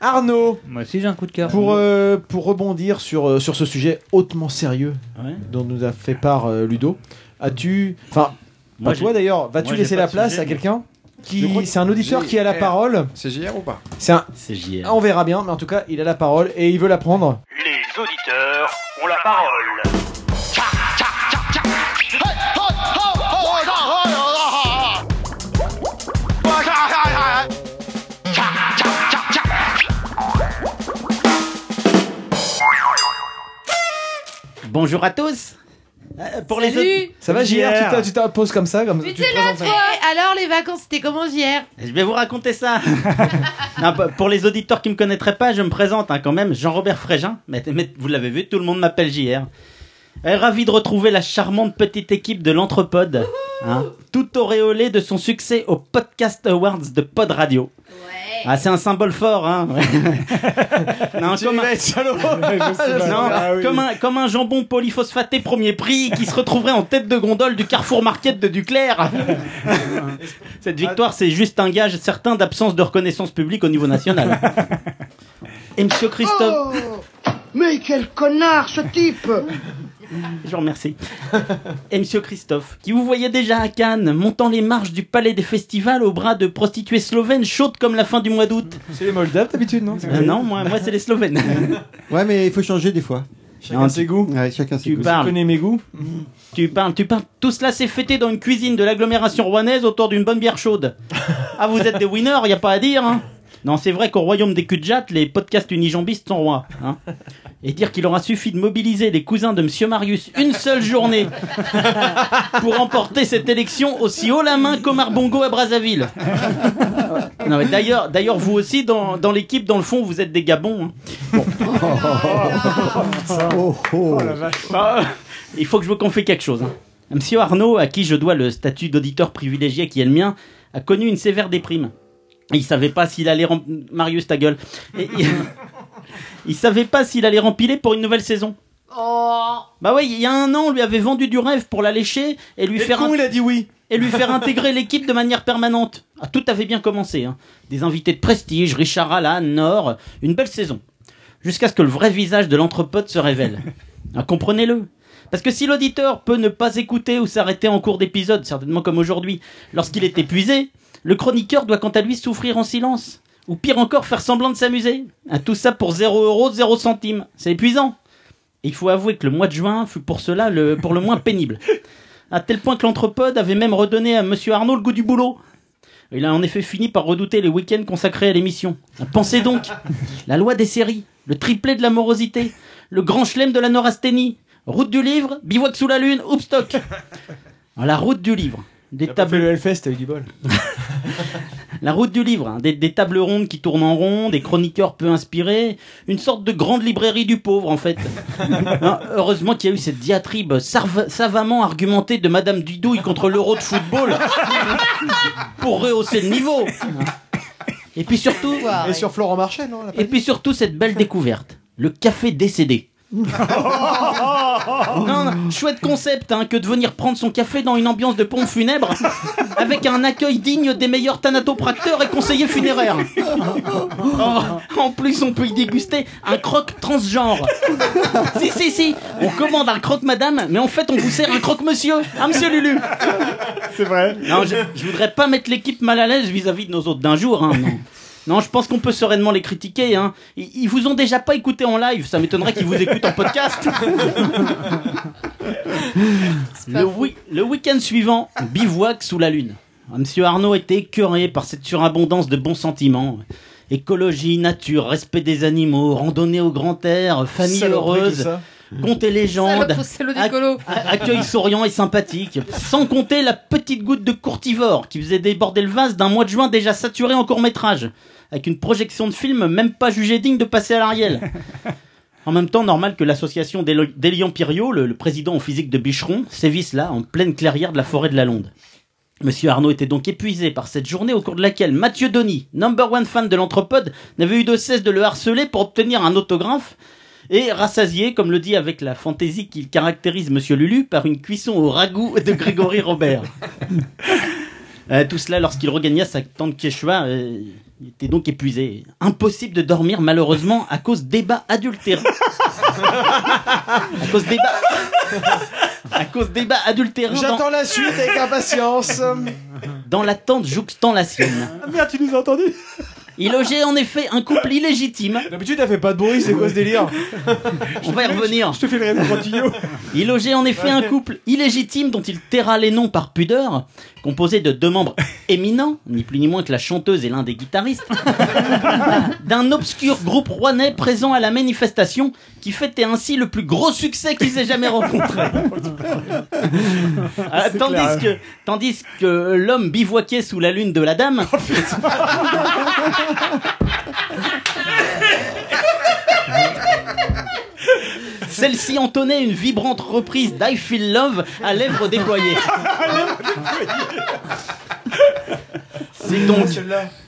Arnaud. Moi aussi, j'ai un coup de cœur. Pour, euh, pour rebondir sur, euh, sur ce sujet hautement sérieux Ouais. dont nous a fait part euh, Ludo, as-tu. Enfin, Moi, pas toi j'ai- d'ailleurs, vas-tu moi, j'ai laisser pas la de place sujet, à mais- quelqu'un Je crois qui que C'est un auditeur qui a la JR. parole. C'est JR ou pas C'est un. JR. On verra bien, mais en tout cas, il a la parole et il veut la prendre. Les auditeurs ont la parole. Tcha, tcha, tcha, tcha. Hey, ho, ho, ho, ho, da, ho, da, ho, da, ho. Wa, ga, ga, ga. Tcha, tcha, tcha, tcha. Bonjour à tous. Euh, Pour les Salut. autres, Ça va, JR, tu t'a- tu t'imposes comme ça comme Mais tu t'es là, te présentes- hein. toi Eh, Alors, les vacances, c'était comment hier Je vais vous raconter ça. Non, p- pour les auditeurs qui me connaîtraient pas, je me présente hein, quand même, Jean-Robert Frégin. Mais, mais vous l'avez vu, tout le monde m'appelle JR. Et ravi de retrouver la charmante petite équipe de l'Entrepode, hein, tout auréolée de son succès au Podcast Awards de Pod Radio. Ah, c'est un symbole fort, hein. non, comme un... Non, comme un comme un jambon polyphosphaté premier prix qui se retrouverait en tête de gondole du Carrefour Market de Duclerc. Cette victoire, c'est juste un gage certain d'absence de reconnaissance publique au niveau national. Et Monsieur Christophe, Oh Mais quel connard ce type je vous remercie. Et Monsieur Christophe, qui vous voyez déjà à Cannes, montant les marches du Palais des Festivals au bras de prostituées slovènes chaudes comme la fin du mois d'août. C'est les Moldaves d'habitude, non Euh, non, moi, moi c'est les Slovènes. Ouais, mais il faut changer des fois. Chacun Non, ses tu- goûts. chacun ses Tu goûts. parles. Mm. mes goûts. Tu parles, tu parles. Tout cela s'est fêté dans une cuisine de l'agglomération rouennaise autour d'une bonne bière chaude. Ah, vous êtes des winners, y a pas à dire. hein. Non, c'est vrai qu'au royaume des culs de jatte, les podcasts unijambistes sont rois. hein. Et dire qu'il aura suffi de mobiliser les cousins de Monsieur Marius une seule journée pour emporter cette élection aussi haut la main qu'Omar Bongo à Brazzaville. Non, mais d'ailleurs, d'ailleurs, vous aussi, dans, dans l'équipe, dans le fond, vous êtes des Gabons. hein. Bon. Oh, Bah, euh, il faut que je vous confie quelque chose. hein. Monsieur Arnaud, à qui je dois le statut d'auditeur privilégié qui est le mien, a connu une sévère déprime. Il savait pas s'il allait rem- Marius ta gueule. Et il... il savait pas s'il allait rempiler pour une nouvelle saison. Oh Bah ouais, il y a un an, on lui avait vendu du rêve pour la lécher et lui Et le faire. con, int- il a dit oui. Et lui faire intégrer l'équipe de manière permanente. Ah, tout avait bien commencé. hein. Des invités de prestige, Richard Allan, Nord, une belle saison. Jusqu'à ce que le vrai visage de l'entrepôt se révèle. Ah, Comprenez-le. Parce que si l'auditeur peut ne pas écouter ou s'arrêter en cours d'épisode, certainement comme aujourd'hui, lorsqu'il est épuisé, le chroniqueur doit quant à lui souffrir en silence. Ou pire encore, faire semblant de s'amuser. Ah, Tout ça pour 0 euros, 0 centimes. C'est épuisant. Et il faut avouer que le mois de juin fut pour cela le, pour le moins pénible. À tel point que l'entrepode avait même redonné à Monsieur Arnaud le goût du boulot. Il a en effet fini par redouter les week-ends consacrés à l'émission. Pensez donc, la loi des séries, le triplé de la morosité, le grand chelem de la norasthénie, route du livre, bivouac sous la lune, hoopstock. La route du livre. Des tables... le Hellfest, t'as eu du bol. La route du livre, hein, des, des tables rondes qui tournent en rond, des chroniqueurs peu inspirés, une sorte de grande librairie du pauvre en fait. Hein, heureusement qu'il y a eu cette diatribe sarv- savamment argumentée de Madame Didouille contre l'euro de football pour rehausser le niveau. Et puis surtout, Et sur Florent Marchais, non et puis surtout cette belle découverte, le café décédé. Oh. Non, non, chouette concept hein, que de venir prendre son café dans une ambiance de pompe funèbre avec un accueil digne des meilleurs thanatopracteurs et conseillers funéraires. Oh, en plus, on peut y déguster un croque transgenre. Si, si, si, on commande un croque madame, mais en fait, on vous sert un croque monsieur. Hein, monsieur Lulu C'est vrai. Non, je, je voudrais pas mettre l'équipe mal à l'aise vis-à-vis de nos autres d'un jour. hein, non. Non, je pense qu'on peut sereinement les critiquer. Hein. Ils, ils vous ont déjà pas écouté en live, ça m'étonnerait qu'ils vous écoutent en podcast. le, wi- le week-end suivant, bivouac sous la lune. Ah, Monsieur Arnaud était écœuré par cette surabondance de bons sentiments. Écologie, nature, respect des animaux, randonnée au grand air, famille Saloperie, tout heureuse, ça. contes et légendes, Salope, salaud ac- d'écolo. a- Euh, accueil souriant et sympathique, sans compter la petite goutte de courtivore qui faisait déborder le vase d'un mois de juin déjà saturé en court métrage, avec une projection de film même pas jugée digne de passer à l'Ariel. En même temps, normal que l'association d'El- d'Élian Piriot, le, le président en physique de Bicheron, sévisse là, en pleine clairière de la forêt de la Londe. Monsieur Arnaud était donc épuisé par cette journée au cours de laquelle Mathieu Denis, number one fan de l'anthropode, n'avait eu de cesse de le harceler pour obtenir un autographe et rassasié, comme le dit avec la fantaisie qu'il caractérise Monsieur Lulu, par une cuisson au ragoût de Grégory Robert. Euh, tout cela lorsqu'il regagna sa tente Quechua, euh, il était donc épuisé. Impossible de dormir malheureusement à cause débats adultérés. à cause débats. À cause débats adultérés. J'attends la suite avec impatience. Ah, Dans la tente jouxtant la sienne. Merde, tu nous as entendu Il logeait en effet un couple illégitime. D'habitude, t'as fait pas de bruit, c'est quoi ce délire On va y revenir. Je te fais le rêve continu. Il logeait en effet un couple illégitime dont il terra les noms par pudeur, composé de deux membres éminents, ni plus ni moins que la chanteuse et l'un des guitaristes, d'un obscur groupe rouennais présent à la manifestation qui fêtait ainsi le plus gros succès qu'ils aient jamais rencontré. Euh, tandis, que, tandis que l'homme bivouaquait sous la lune de la dame. Oh, Celle-ci entonnait une vibrante reprise d'I Feel Love à lèvres déployées. C'est donc,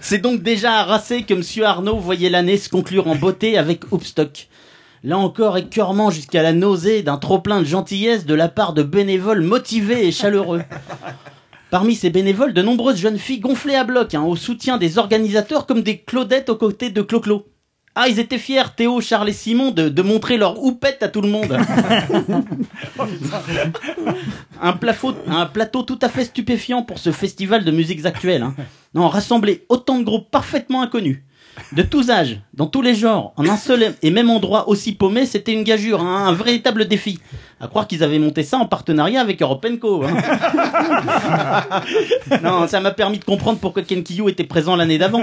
c'est donc déjà harassé que Monsieur Arnaud voyait l'année se conclure en beauté avec Hoopstock. Là encore, écœurement jusqu'à la nausée d'un trop-plein de gentillesse de la part de bénévoles motivés et chaleureux. Parmi ces bénévoles, de nombreuses jeunes filles gonflées à bloc, hein, au soutien des organisateurs comme des Claudettes aux côtés de Clo-Clo. Ah, ils étaient fiers, Théo, Charles et Simon, de, de montrer leur houppette à tout le monde. un, plafo- un plateau tout à fait stupéfiant pour ce festival de musiques actuelles. hein. Non, rassembler autant de groupes parfaitement inconnus. De tous âges, dans tous les genres, en un seul et même endroit aussi paumé, c'était une gageure, hein, un véritable défi. À croire qu'ils avaient monté ça en partenariat avec Europenco. hein. Non, ça m'a permis de comprendre pourquoi Ken Kiyou était présent l'année d'avant.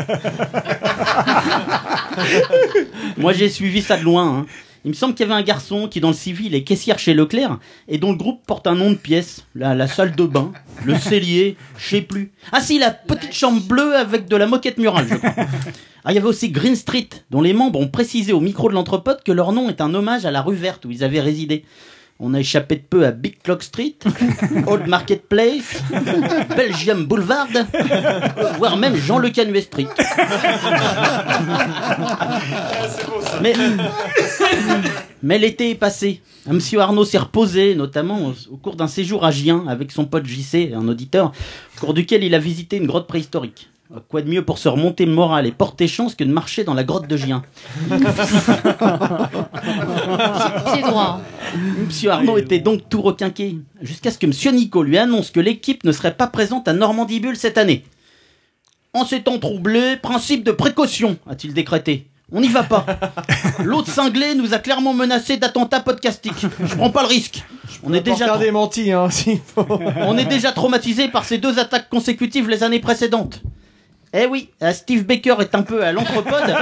Moi, j'ai suivi ça de loin. hein. Il me semble qu'il y avait un garçon qui, dans le civil, est caissière chez Leclerc et dont le groupe porte un nom de pièce. La, la salle de bain, le cellier, je sais plus. Ah si, la petite chambre bleue avec de la moquette murale, je crois. Ah, il y avait aussi Green Street, dont les membres ont précisé au micro de l'entrepôt que leur nom est un hommage à la rue verte où ils avaient résidé. On a échappé de peu à Big Clock Street, Old Market Place, Belgium Boulevard, voire même Jean Le Canuet Street. Mais, mais l'été est passé. Un Monsieur Arnaud s'est reposé, notamment au, au cours d'un séjour à Gien avec son pote JC, un auditeur, au cours duquel il a visité une grotte préhistorique. Euh, Quoi de mieux pour se remonter le moral et porter chance que de marcher dans la grotte de Gien Pied droit. Monsieur Arnaud était donc tout requinqué, jusqu'à ce que Monsieur Nico lui annonce que l'équipe ne serait pas présente à Normandie-Bulle cette année. En ces temps troublés, principe de précaution, a-t-il décrété. On n'y va pas. L'autre cinglé nous a clairement menacé d'attentats podcastiques. Je prends pas le risque. On est déjà Faire démenti, hein, si. on est déjà traumatisé par ces deux attaques consécutives les années précédentes. Eh oui, euh, Steve Baker est un peu à l'anthropode,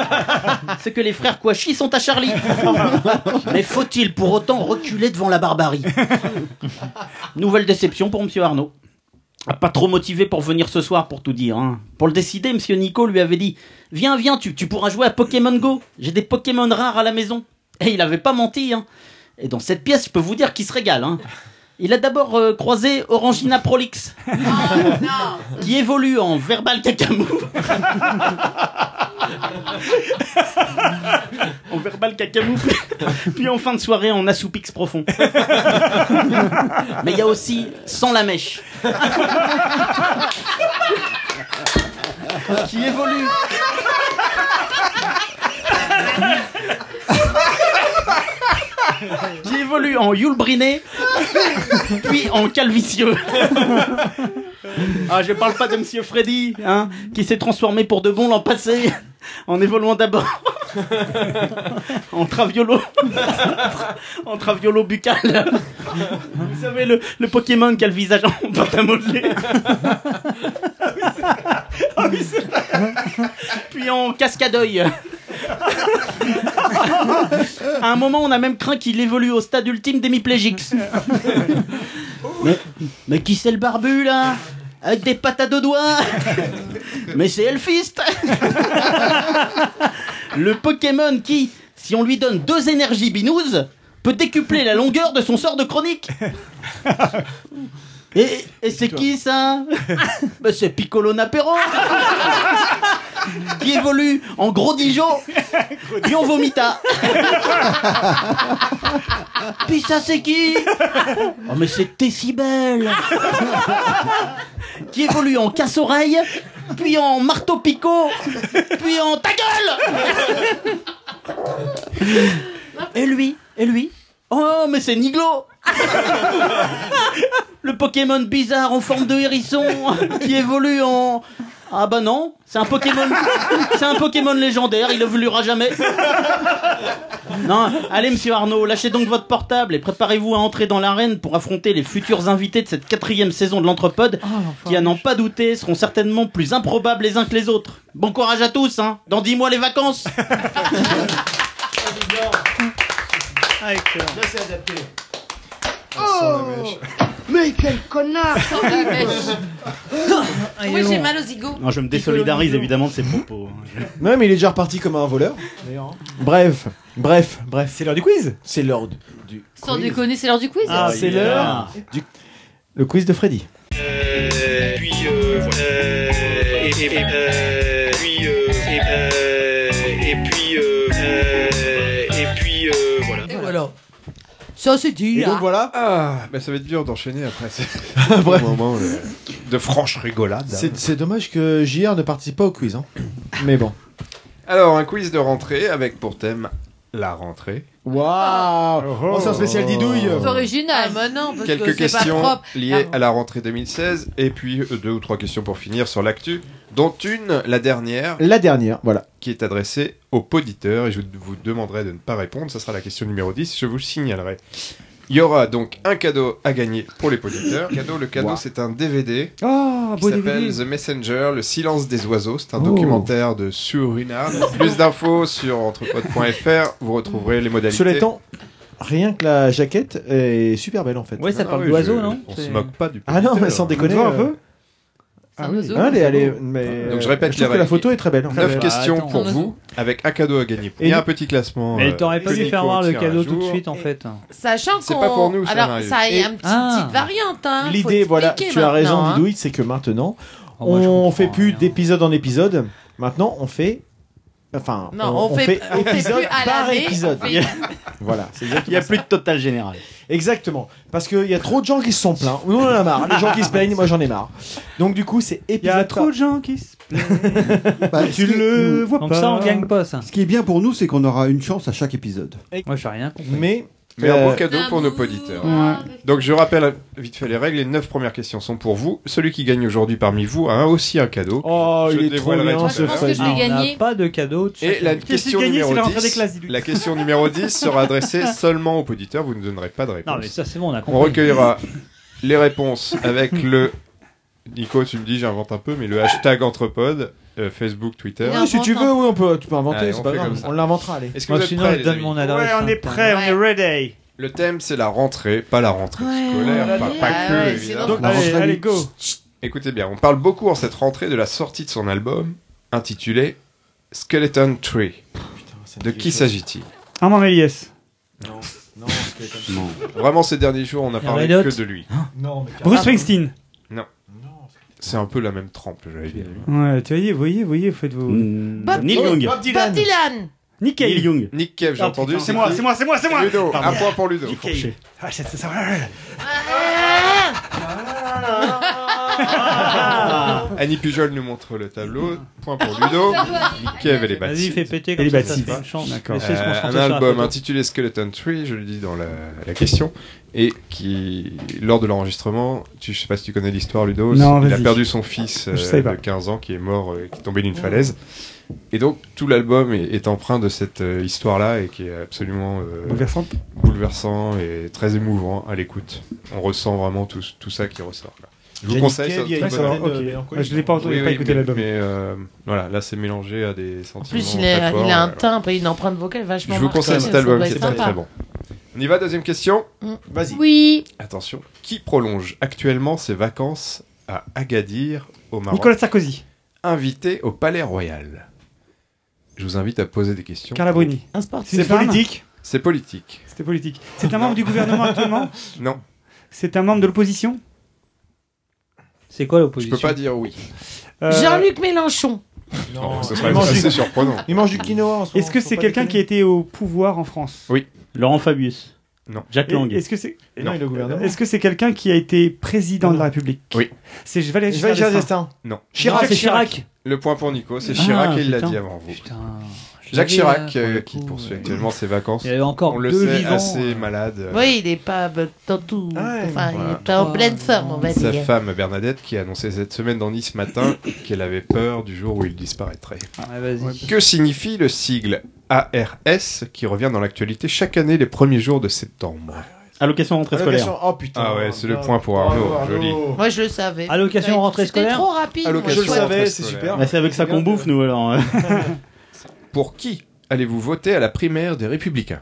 ce que les frères Kouachi sont à Charlie. Mais faut-il pour autant reculer devant la barbarie Nouvelle déception pour Monsieur Arnaud. Ah, Pas trop motivé pour venir ce soir, pour tout dire. hein. Pour le décider, Monsieur Nico lui avait dit Viens, viens, tu, tu pourras jouer à Pokémon Go. J'ai des Pokémon rares à la maison. Et il avait pas menti. hein. Et dans cette pièce, je peux vous dire qu'il se régale. hein. Il a d'abord euh, croisé Orangina Prolix, qui évolue en verbal cacamou. en verbal cacamou, puis- puis en fin de soirée en assoupix profond. Mais il y a aussi Sans la mèche, qui évolue qui évolue en Yul Briné, puis en Calvicieux. Ah, je parle pas de Monsieur Freddy, hein, qui s'est transformé pour de bon l'an passé, en évoluant d'abord en traviolo, en traviolo buccal. Vous savez, le, le Pokémon qui a le visage en pâte à modeler. Ah Puis en cascadeuil. À un moment, on a même craint qu'il évolue au stade ultime d'hémiplégix. Mais, mais qui c'est le barbu là Avec des pattes à deux doigts Mais c'est Elfiste Le Pokémon qui, si on lui donne deux énergies binouses, peut décupler la longueur de son sort de chronique. Et, et c'est qui ça Bah, C'est Piccolo Napero qui évolue en gros Dijon puis on vomita. Puis ça c'est qui Oh mais c'est Tessie Belle qui évolue en casse-oreille, puis en marteau picot, puis en ta gueule Et lui, et lui Oh mais c'est Niglo Le Pokémon bizarre en forme de hérisson qui évolue en ah bah non, c'est un Pokémon, c'est un Pokémon légendaire, il évoluera jamais. Non, allez Monsieur Arnaud, lâchez donc votre portable et préparez-vous à entrer dans l'arène pour affronter les futurs invités de cette quatrième saison de l'Entrepode, qui à n'en pas douter seront certainement plus improbables les uns que les autres. Bon courage à tous, hein. Dans dix mois les vacances. Oh Mais quel connard Ah, Sans la mèche. Allez, Oui, j'ai bon. mal aux zigots. Non, je me désolidarise évidemment de ces propos. Non, mais il est déjà reparti comme un voleur. Bref, bref, bref. hein. C'est l'heure du quiz C'est l'heure du. Sans déconner, c'est l'heure du quiz. Ah, c'est l'heure du. Le quiz de Freddy. Puis euh, voilà. Euh, et, et, euh, puis euh, et, euh, et puis euh, euh, et puis euh, voilà. Et voilà. Ça c'est dit. Et ah. donc voilà. Ah, bah ça va être dur d'enchaîner après. Bref. Moment, le- euh, De franche rigolade. C'est c'est dommage que JR ne participe pas au quiz. Hein. Mais bon. Alors, un quiz de rentrée avec pour thème la rentrée. Waouh Oh, Mention spéciale Didouille C'est original. Ah, non, parce Quelques questions pas propre. Ah. liées à la rentrée 2016 et puis euh, deux ou trois questions pour finir sur l'actu, dont une, la dernière, La dernière, voilà. qui est adressée aux poditeurs et je vous demanderai de ne pas répondre. Ça sera la question numéro 10, je vous signalerai. Il y aura donc un cadeau à gagner pour les poditeurs. Cadeau, le cadeau, Wow. c'est un DVD Ah, Oh, qui beau DVD. s'appelle The Messenger, le silence des oiseaux. C'est un Oh. documentaire de Surinam. Plus d'infos sur entrepode.fr. Vous retrouverez les modalités. Cela étant, rien que la jaquette est super belle en fait. Ouais, ça Ah parle oui, d'oiseau, je- non on C'est- se moque Bah, pas du Ah non, mais sans On peut déconner. voir un euh, peu Ah un oui, oiseau, allez, c'est allez, beau. mais. euh, Donc je répète, je trouve que la photo est très belle. bah, 9 questions Ah, pour attends. vous, avec un cadeau à gagner. Il y a un petit classement. Mais euh, t'aurais pas que dû Nico faire voir le tient à cadeau jour. tout de suite en fait. Sachant qu'on. C'est pas pour nous, ça, Alors, Mario. ça Et- a un petit, Ah. petite variante. Hein. Faut L'idée, voilà, tu expliquer as raison, maintenant, hein. Didouille, c'est que maintenant, on fait plus d'épisode en épisode. Maintenant, on fait. Enfin, Non, on fait- on fait plus épisode à par l'année, épisode. on fait- voilà, il n'y a plus de total général. Exactement, parce qu'il y a trop de gens qui se sont plaints. Nous, on en a marre. Les gens qui se plaignent, moi, j'en ai marre. Donc, du coup, c'est épisode. Il y a trop de gens qui se plaignent. tu le vois pas. pas ça. Ce qui est bien pour nous, c'est qu'on aura une chance à chaque épisode. Moi, j'ai rien compris. Mais, Mais un Euh, beau cadeau pour nos auditeurs. Ouais. Donc je rappelle vite fait les règles. Les 9 premières questions sont pour vous. Celui qui gagne aujourd'hui parmi vous a un- aussi un cadeau. Oh, Je dévoilerai tout à l'heure. On n'a pas de cadeau. tu Et sais. la Qu'est-ce que question, j'ai gagné, numéro c'est la rentrée 10, des classes, dis-lui. la question numéro 10 sera adressée seulement aux auditeurs. Vous ne donnerez pas de réponse. Non, mais ça, c'est bon, on a On compris. recueillera les réponses avec le. Nico, tu me dis, j'invente un peu, mais le hashtag Entrepod, euh, Facebook, Twitter. Oui, si tu veux, oui, on peut, tu peux inventer, Allez, c'est on pas fait grave. comme ça. On l'inventera, allez. Est-ce que vous êtes prêts, les amis hein. ready. Le thème, c'est la rentrée, pas la rentrée scolaire, ouais, pas, ouais, pas ouais, que, Ah ouais, évidemment. sinon- Donc, La allez, rentrée- allez, go. Écoutez bien, on parle beaucoup en cette rentrée de la sortie de son album, intitulé Skeleton Tree. de qui s'agit-il Armand Méliès. Non, non, Vraiment, ces derniers jours, on a Et parlé Red Hot que de lui. Hein Non, mais Bruce Springsteen. Non. C'est un peu la même trempe, j'allais dire. Ouais, tu voyez, voyez, voyez, faites vos. Bob Dylan. Bob Dylan. Nick Cave. Nick Young. Nick Cave, j'ai Ah, entendu. putain, c'est moi, qui c'est moi, c'est moi, c'est moi. Ludo, Pardon. un point pour Ludo. Ah, c'est ça. Ah. Annie Pujol nous montre le tableau. Point pour Ludo. Ah, Nick Cave, elle est Vas-y, fais péter comme Elle est ça, bâtie. ça fera une chance. D'accord. Laissez se Euh, concentrer un sur la album photo. intitulé Skeleton Tree, je le dis dans la, la question, et qui, lors de l'enregistrement, tu, je sais pas si tu connais l'histoire, Ludo, Non, il a vas-y. perdu son fils euh, Je savais pas. de 15 ans qui est mort, euh, qui est tombé d'une falaise. Et donc, tout l'album est, est empreint de cette euh, histoire-là et qui est absolument euh, Bouleversante. bouleversant et très émouvant à l'écoute. On ressent vraiment tout, tout ça qui ressort. quoi. Je vous Jenny conseille Cave, ça. il y a une certaine, D'accord, ok. euh, mélancolie. Je l'ai pas entendu, j'ai pas écouté mais- l'album. Mais euh, voilà, là c'est mélangé à des sentiments. En plus, il, très est- forts, il a un euh, timbre et une empreinte vocale vachement je vous marquée, conseille cet ça album doit qui est être très sympa. très bon. On y va, deuxième question. Mm. Vas-y. Oui. Attention. Qui prolonge actuellement ses vacances à Agadir au Maroc Nicolas Sarkozy. Invité au Palais Royal. je vous invite à poser des questions. Carla Bruni. Un sportif. C'est Une femme politique C'est politique. C'était politique. C'est un membre du gouvernement actuellement Non. C'est un membre de l'opposition C'est quoi Je l'opposition peux pas dire oui. Euh, Euh, Jean-Luc Mélenchon. Non, ce serait assez surprenant. Il mange du quinoa en ce Est-ce moment, que faut c'est pas quelqu'un qui déconner. était au pouvoir en France Oui. Laurent Fabius. Non. Jacques Lang. Est-ce que c'est Et non, il est au gouvernement. Est-ce que c'est quelqu'un qui a été président de la République Oui. C'est Valéry Valéry Giscard Giscard d'Estaing. Non. Jacques Le point pour Nico, c'est Ah, Chirac et il l'a putain. dit avant vous. je Jacques l'avais, là, Chirac pour euh, qui poursuit actuellement ses vacances. Il y avait encore On le deux sait, vivants. assez malade. euh, Oui, il est pas euh, dans tout. enfin, il Voilà. est pas en pleine forme, on va Sa dire. femme Bernadette qui a annoncé cette semaine dans Nice matin qu'elle avait peur du jour où il disparaîtrait. Ah, que signifie le sigle ARS qui revient dans l'actualité chaque année les premiers jours de septembre Allocation rentrée Allocation- scolaire. oh, putain. Ah ouais, c'est le point pour Arnaud, joli. Moi, je le savais. Allocation Ouais, rentrée C'était scolaire trop rapide. Allocation moi, je rentrée trouvais. scolaire. Bah, c'est avec ça qu'on bouffe, nous, alors. Pour qui allez-vous voter à la primaire des Républicains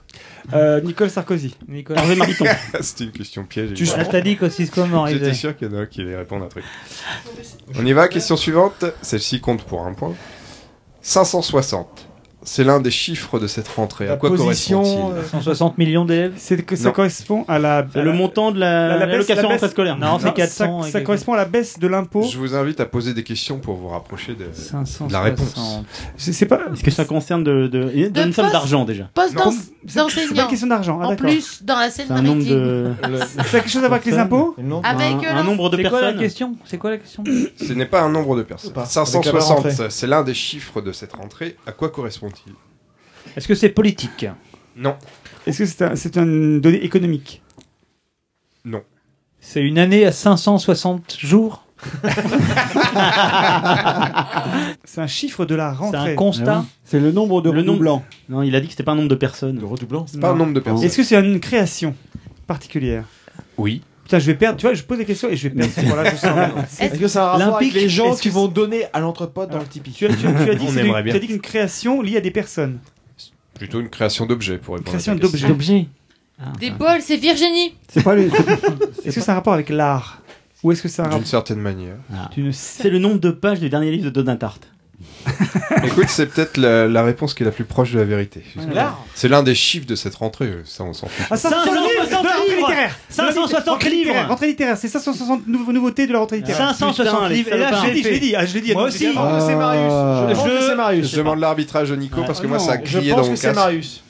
Euh, Nicolas Sarkozy. Nicolas. Hervé Mariton. C'était une question piège. Tu Ah, je t'ai dit qu'Osisco m'arrivait. J'étais sûr qu'il y en a un qui allait répondre à un truc. On y va, question suivante. Celle-ci compte pour un point. 560. C'est l'un des chiffres de cette rentrée. Euh, à quoi correspond-il 160 millions d'élèves. euh, C'est que ça Non. correspond à la Le montant de la- l'allocation rentrée scolaire. Non, c'est 400 Ça, et ça quelques- correspond à la baisse de l'impôt. Je vous invite à poser des questions pour vous rapprocher de, de la réponse. C'est pas. Euh, Est-ce que ça concerne de, de... d'une De somme poste- d'argent déjà Poste Non. d'en- C'est pas d'enseignant. une question d'argent. Ah, En d'accord. plus, dans la C'est un nombre de. Seine-Maritime. Ça a quelque chose à voir avec les impôts Avec euh, l'en- C'est quoi la question C'est quoi la question Ce n'est pas un nombre de personnes. Pas. Avec la 560, rentrée. c'est l'un des chiffres de cette rentrée. À quoi correspond-il Est-ce que c'est politique Non. Est-ce que c'est un- c'est une donnée économique Non. C'est une année à 560 jours C'est un chiffre de la rentrée. un constat. Ah oui. C'est le nombre de Le nombre- redoublants. Non, il a dit que c'était pas un nombre de personnes. Oh. Le redoublant C'est Non. Est-ce que c'est une création particulière Oui. Putain, je vais perdre. Tu vois, je pose des questions et je vais perdre. ce point-là, je sens maintenant. Est-ce que ça a un rapport avec Olympique, les gens est-ce que qui vont donner à l'entrepôt dans le Tipeee Tu as, tu- tu as dit que On c'est aimerait une- tu bien. as dit qu'une création liée à des personnes. Plutôt une création d'objets pour répondre Création à ta question. d'objets. D'objets. Ah, Des bols, c'est Virginie. C'est pas le. Est-ce que c'est un rapport avec l'art Ou est-ce que c'est un rapport D'une certaine manière. Ah. C'est le nombre de pages du dernier livre de Donatarte. Écoute, c'est peut-être la, la réponse qui est la plus proche de la vérité. L'art. C'est l'un des chiffres de cette rentrée, euh, ça on s'en fout. Ah, 560 livres de la rentrée livres littéraire 560 Rentrée livres littéraire, Rentrée littéraire, c'est 560 nou- nouveautés de la rentrée littéraire. 560 Ah, Putain, les livres, et là, salopards. je l'ai dit, je l'ai dit, ah, je l'ai dit. Moi attends, aussi. je l'ai dit. Ah. Je, pense que c'est Marius. Je demande l'arbitrage de Nico parce que moi ça a Je crié dans pense mon que c'est casque. Marius.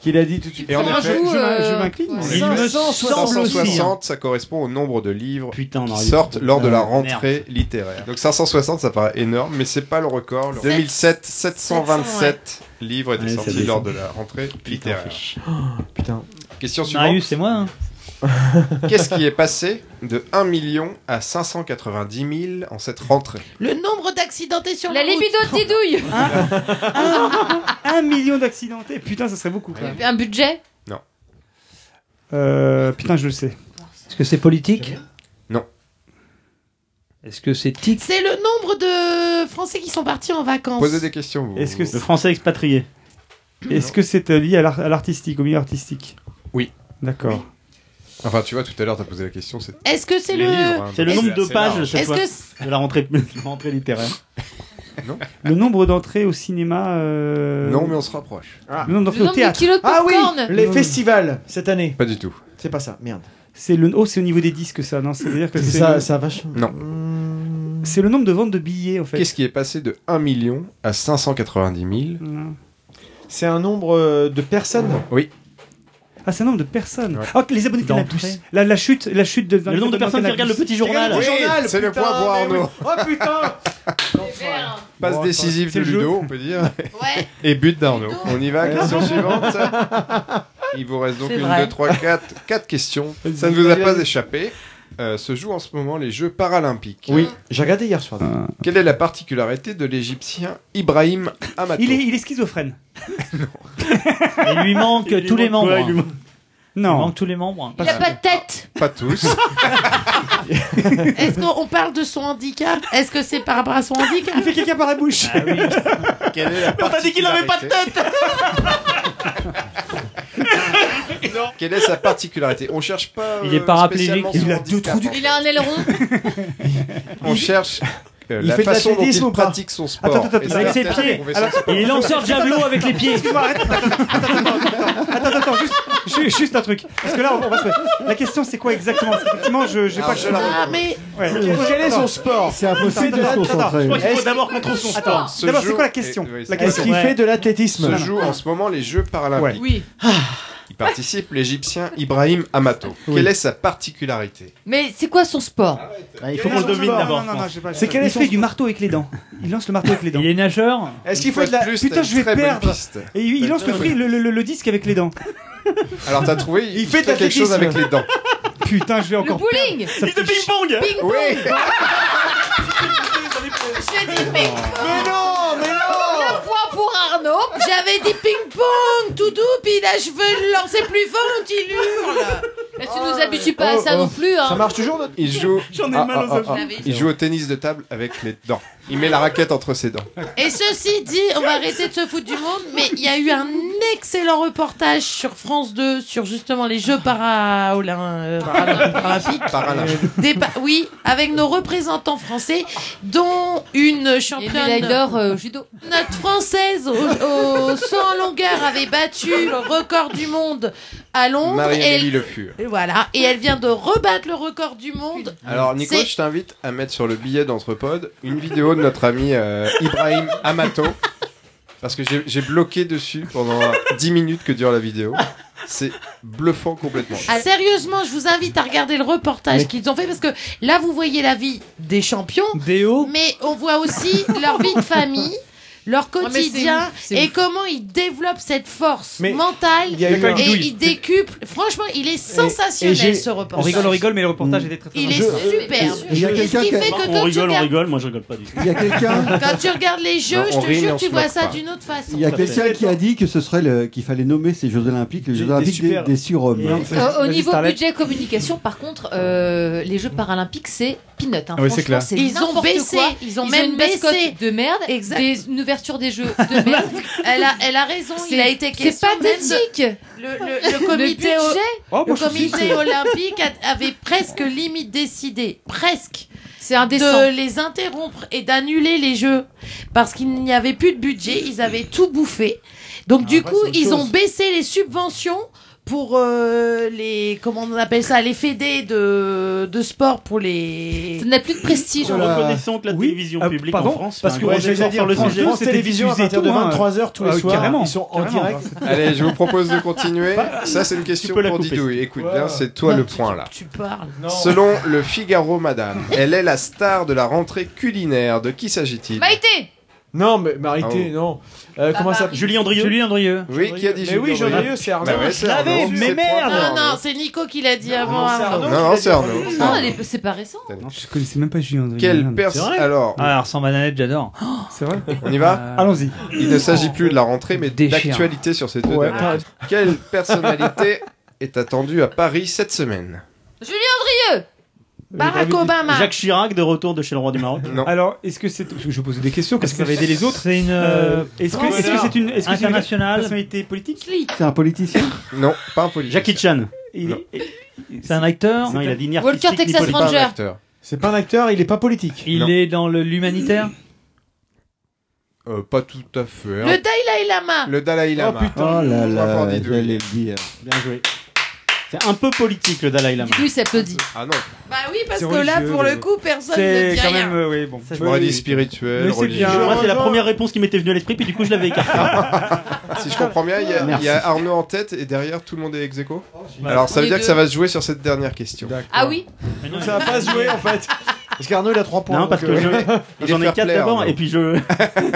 Qu'il a dit tout de suite. Et en Faudra effet, jouer, je m'in- euh, je m'incline. ouais. En Il me effet, semble hein. 560, ça correspond au nombre de livres Putain, qui Marius. sortent lors de la Euh, rentrée littéraire. Donc 560, ça paraît énorme, mais c'est pas le record. Le 2007, 727 livres étaient Ouais, ça sortis descend. lors de la rentrée littéraire. Putain. Question suivante. Marius, c'est moi. hein. Qu'est-ce qui est passé de 1 million à 590 000 en cette rentrée Le nombre d'accidentés sur La la route. Hein libido de Didouille. Ah. Un million d'accidentés, putain, ça serait beaucoup. quand même. Un budget Euh, putain, je le sais. Est-ce que c'est politique Non. Est-ce que c'est tic C'est le nombre de Français qui sont partis en vacances. Posez des questions, vous. Est-ce que Le français expatrié. Est-ce que c'est euh, lié à l'art- à l'artistique, au milieu artistique Oui. D'accord. Enfin, tu vois, tout à l'heure, t'as posé la question. c'est- Est-ce que c'est Les le- livres, hein, C'est le donc nombre de assez pages large. cette Est-ce fois que c'est- de la rentrée, de la rentrée littéraire. Non. Le nombre d'entrées au cinéma. euh, Non, mais on se rapproche. Le nombre d'entrées Le au nombre de théâtre. kilos de ah oui popcorn. Ah. Les festivals, cette année. Pas du tout. C'est pas ça, merde. C'est le oh, c'est au niveau des disques ça, non C'est-à-dire que C'est c'est ça- le- ça a vachement- Non. C'est le nombre de ventes de billets en fait. Qu'est-ce qui est passé de 1 million à 590 000 C'est un nombre euh, de personnes. Oui. Ah, c'est un nombre de personnes. Ah, les abonnés Canal+. La, la chute, la chute de. nombre de personnes qui regardent le petit journal. Oui, c'est le point pour mais Arnaud. oui. Oh putain Passe Bon, décisive c'est de le jeu. Ludo, on peut dire. Et but d'Arnaud. On y va, question suivante. Il vous reste donc C'est une, vrai. deux, trois, quatre, quatre questions. Ça ne vous a pas échappé. Euh, se jouent en ce moment les Jeux paralympiques. Oui, j'ai regardé hier soir. Quelle est la particularité de l'Égyptien Ibrahim Amato Il est, il est schizophrène. Il lui manque Il lui tous les manque membres. quoi, il lui il manque- lui Non. manque tous les membres. Il a pas de tête. Pas tous. Est-ce qu'on on parle de son handicap Est-ce que c'est par rapport à son handicap Il fait quelqu'un par la bouche. Ah Quelle est la On t'a dit qu'il avait pas de particularité Quelle est sa particularité On cherche pas. euh, Il est paraplégique. Il a deux trous du Il a un aileron. On cherche. euh, Il la fait de façon dont l'athlétisme il ou pas pratique son sport. Attends, attends, Et attends, avec ses certaines pieds. professions Alors, sportives. il est lanceur de javelot avec les pieds. Excuse-moi, arrête. Attends, attends, attends, juste, ju- juste un truc. Parce que là, on va se... La question, c'est quoi exactement Parce que Effectivement, je j'ai pas je la Ah, mais- Ouais. Quel est son sport C'est impossible de se concentrer. Je crois qu'il Est-ce- faut d'abord qu'on trouve son Attends, sport. se D'abord, c'est joue- quoi la question et- oui, La c'est- question. Ouais. l'athlétisme Se joue en ce moment les Jeux paralympiques. Oui. Il participe l'Égyptien Ibrahim Amato. Quelle est sa particularité Mais c'est quoi son sport Il faut qu'on le devine d'abord. C'est quel effet du marteau avec les dents Il lance le marteau avec les dents. Il est nageur Est-ce qu'il Une faut fois de la. de plus, Putain, t'as je une vais très bonne perdre piste. Et il il lance le, fri- le, le- le- le disque avec les dents. Alors t'as trouvé, il, fait, quelque chose avec les dents. Putain, je vais Le encore. bowling Ça fait chier. Ping-pong Oui. Je l'ai dit, mais. Mais non, mais non Le point pour Arnaud. J'avais dit ping-pong, tout doux, puis là je veux le lancer plus fort, mon petit hurle. Et tu nous habitues pas à Oh, ça non plus, hein. toujours notre. Il joue. Ah, J'en ai mal aux oreilles. Je l'avais. Il joue au tennis de table avec les dents. Il met la raquette entre ses dents. Et ceci dit, on va arrêter de se foutre du monde, mais il y a eu un excellent reportage sur France 2 sur justement les Jeux para- olin- euh, para- paralympiques. Paralympiques. Des pa- oui, avec nos représentants français, dont une médaille championne d'or, euh, au judo. Notre française au, au saut en longueur avait battu le record du monde à Londres. Marie-Émilie Elle- Le Fur. Et Voilà, et elle vient de rebattre le record du monde. Mm. Alors Nico, C'est- je t'invite à mettre sur le billet d'Entrepod une vidéo de notre ami euh, Ibrahim Amato. Parce que j'ai- j'ai bloqué dessus pendant 10 minutes que dure la vidéo. C'est bluffant complètement. Ah, Sérieusement, je vous invite à regarder le reportage Mais- qu'ils ont fait parce que là, vous voyez la vie des champions, mais on voit aussi leur vie de famille, leur Ah, mais c'est quotidien ouf, c'est et ouf. comment ils développent cette force Mais mentale il y a eu un- et Guidouille. ils décuplent. Franchement, il est sensationnel ce On reportage. rigole, on rigole, mais le reportage était très très Il est intéressant. superbe. Il y a Et ce qui quelqu'un fait qui- que On quand tu rigole, on regardes- rigole, moi je rigole pas du tout. Il y a quelqu'un quand tu regardes les jeux, Non, on je te rit, mais jure, on tu se vois moque ça pas. d'une autre façon. Il y a quelqu'un qui a dit que ce serait le- qu'il fallait nommer ces Jeux Olympiques les Jeux Olympiques des, super- des surhommes. Euh, au niveau budget communication, par contre, euh, les Jeux paralympiques, c'est peanut. hein. Ah ouais, c'est Franchement, clair. c'est Ils ont n'importe baissé, quoi. ils ont même une mascotte baissé. de merde, Exact. des- une ouverture des Jeux de merde. Elle a, elle a raison, C'est- il a été c'est question même de- pathétique. Le, le- le comité, Le budget. o- Oh, moi, le je suis- comité olympique a- avait presque limite décidé, presque, indécent. de les interrompre et d'annuler les jeux parce qu'il n'y avait plus de budget, ils avaient tout bouffé. Donc du coup, Ah, autre ils chose. ont baissé les subventions pour euh, les comment on appelle ça les fédés de, de sport pour les ça n'a plus de prestige Nous reconnaissons que la télévision publique en pardon, France parce que on on sait dire sur le France sujet. deux, c'était télévision à diffusé partir de tout, hein. 23h tous les Ah oui, soirs. carrément. Ils sont en Carrément. direct. Allez, je vous propose de continuer. Ça, c'est une question pour Didouille. Écoute bien, c'est toi le point là. tu parles Selon le Figaro Madame, elle est la star de la rentrée culinaire. De qui s'agit-il Maïté Non, mais mais arrêtez, Ah non. Euh, comment ça Julien Andrieux. Julien Andrieux. Oui, qui a dit Mais oui, Julien Julien Andrieux Andrieux, c'est Arnaud. Bah ouais, c'est Arnaud. C'est mais le point pour merde non Arnaud. non c'est Nico qui l'a dit avant c'est Arnaud. Non, non, c'est Arnaud. Non, elle est- c'est pas récent. Je connaissais même pas Julien André. Quelle personne Alors, Ah, alors sans manette, j'adore. Euh, C'est vrai on y va Allons-y. Il ne s'agit plus de la rentrée, mais Déchire. d'actualité sur ces deux Ouais, dernières. Quelle personnalité est attendue à Paris cette semaine Julien Andrieux Barack Obama Jacques Chirac de retour de chez le roi du Maroc. Non. Alors, est-ce que c'est. parce que Je posais des questions, parce que ça va aider les autres. C'est une, Euh, euh, Est-ce que est-ce que c'est une. Est-ce que c'est une Internationale. personnalité politique C'est un politicien Non, pas un politique. Jackie Chan. Il est- C'est un acteur Non, il a dit ni Walker, artistique, ni Texas politique. Ranger. Pas un acteur. C'est pas un acteur, il est pas politique. Il Non. est dans le- l'humanitaire Euh, Pas tout à fait. hein. le Dalai Lama Le Dalai Lama. Oh là Point pour là, Didouille. j'allais le dire. Bien joué. C'est un peu politique le Dalai Lama. Didouille s'applaudit. Ah non, bah oui parce C'est que là religieux, pour le mais- coup personne ne C'est dit quand rien même. euh, Oui, bon. Ça, je j'aurais Oui, dit oui. spirituel, Mais c'est religieux. bien. Moi, c'est la première réponse qui m'était venue à l'esprit, puis du coup, je l'avais écartée. Si je comprends bien, il y, a- Merci. il y a Arnaud en tête et derrière tout le monde est ex aequo génial. Alors ça Les veut dire deux. que ça va se jouer sur cette dernière question. Ah oui Donc ça va pas se jouer en fait. Parce qu'Arnaud il a 3 points. Non, parce donc, que euh, je- Il j'en ai est fair 4 player, d'abord, Arnaud. et puis je.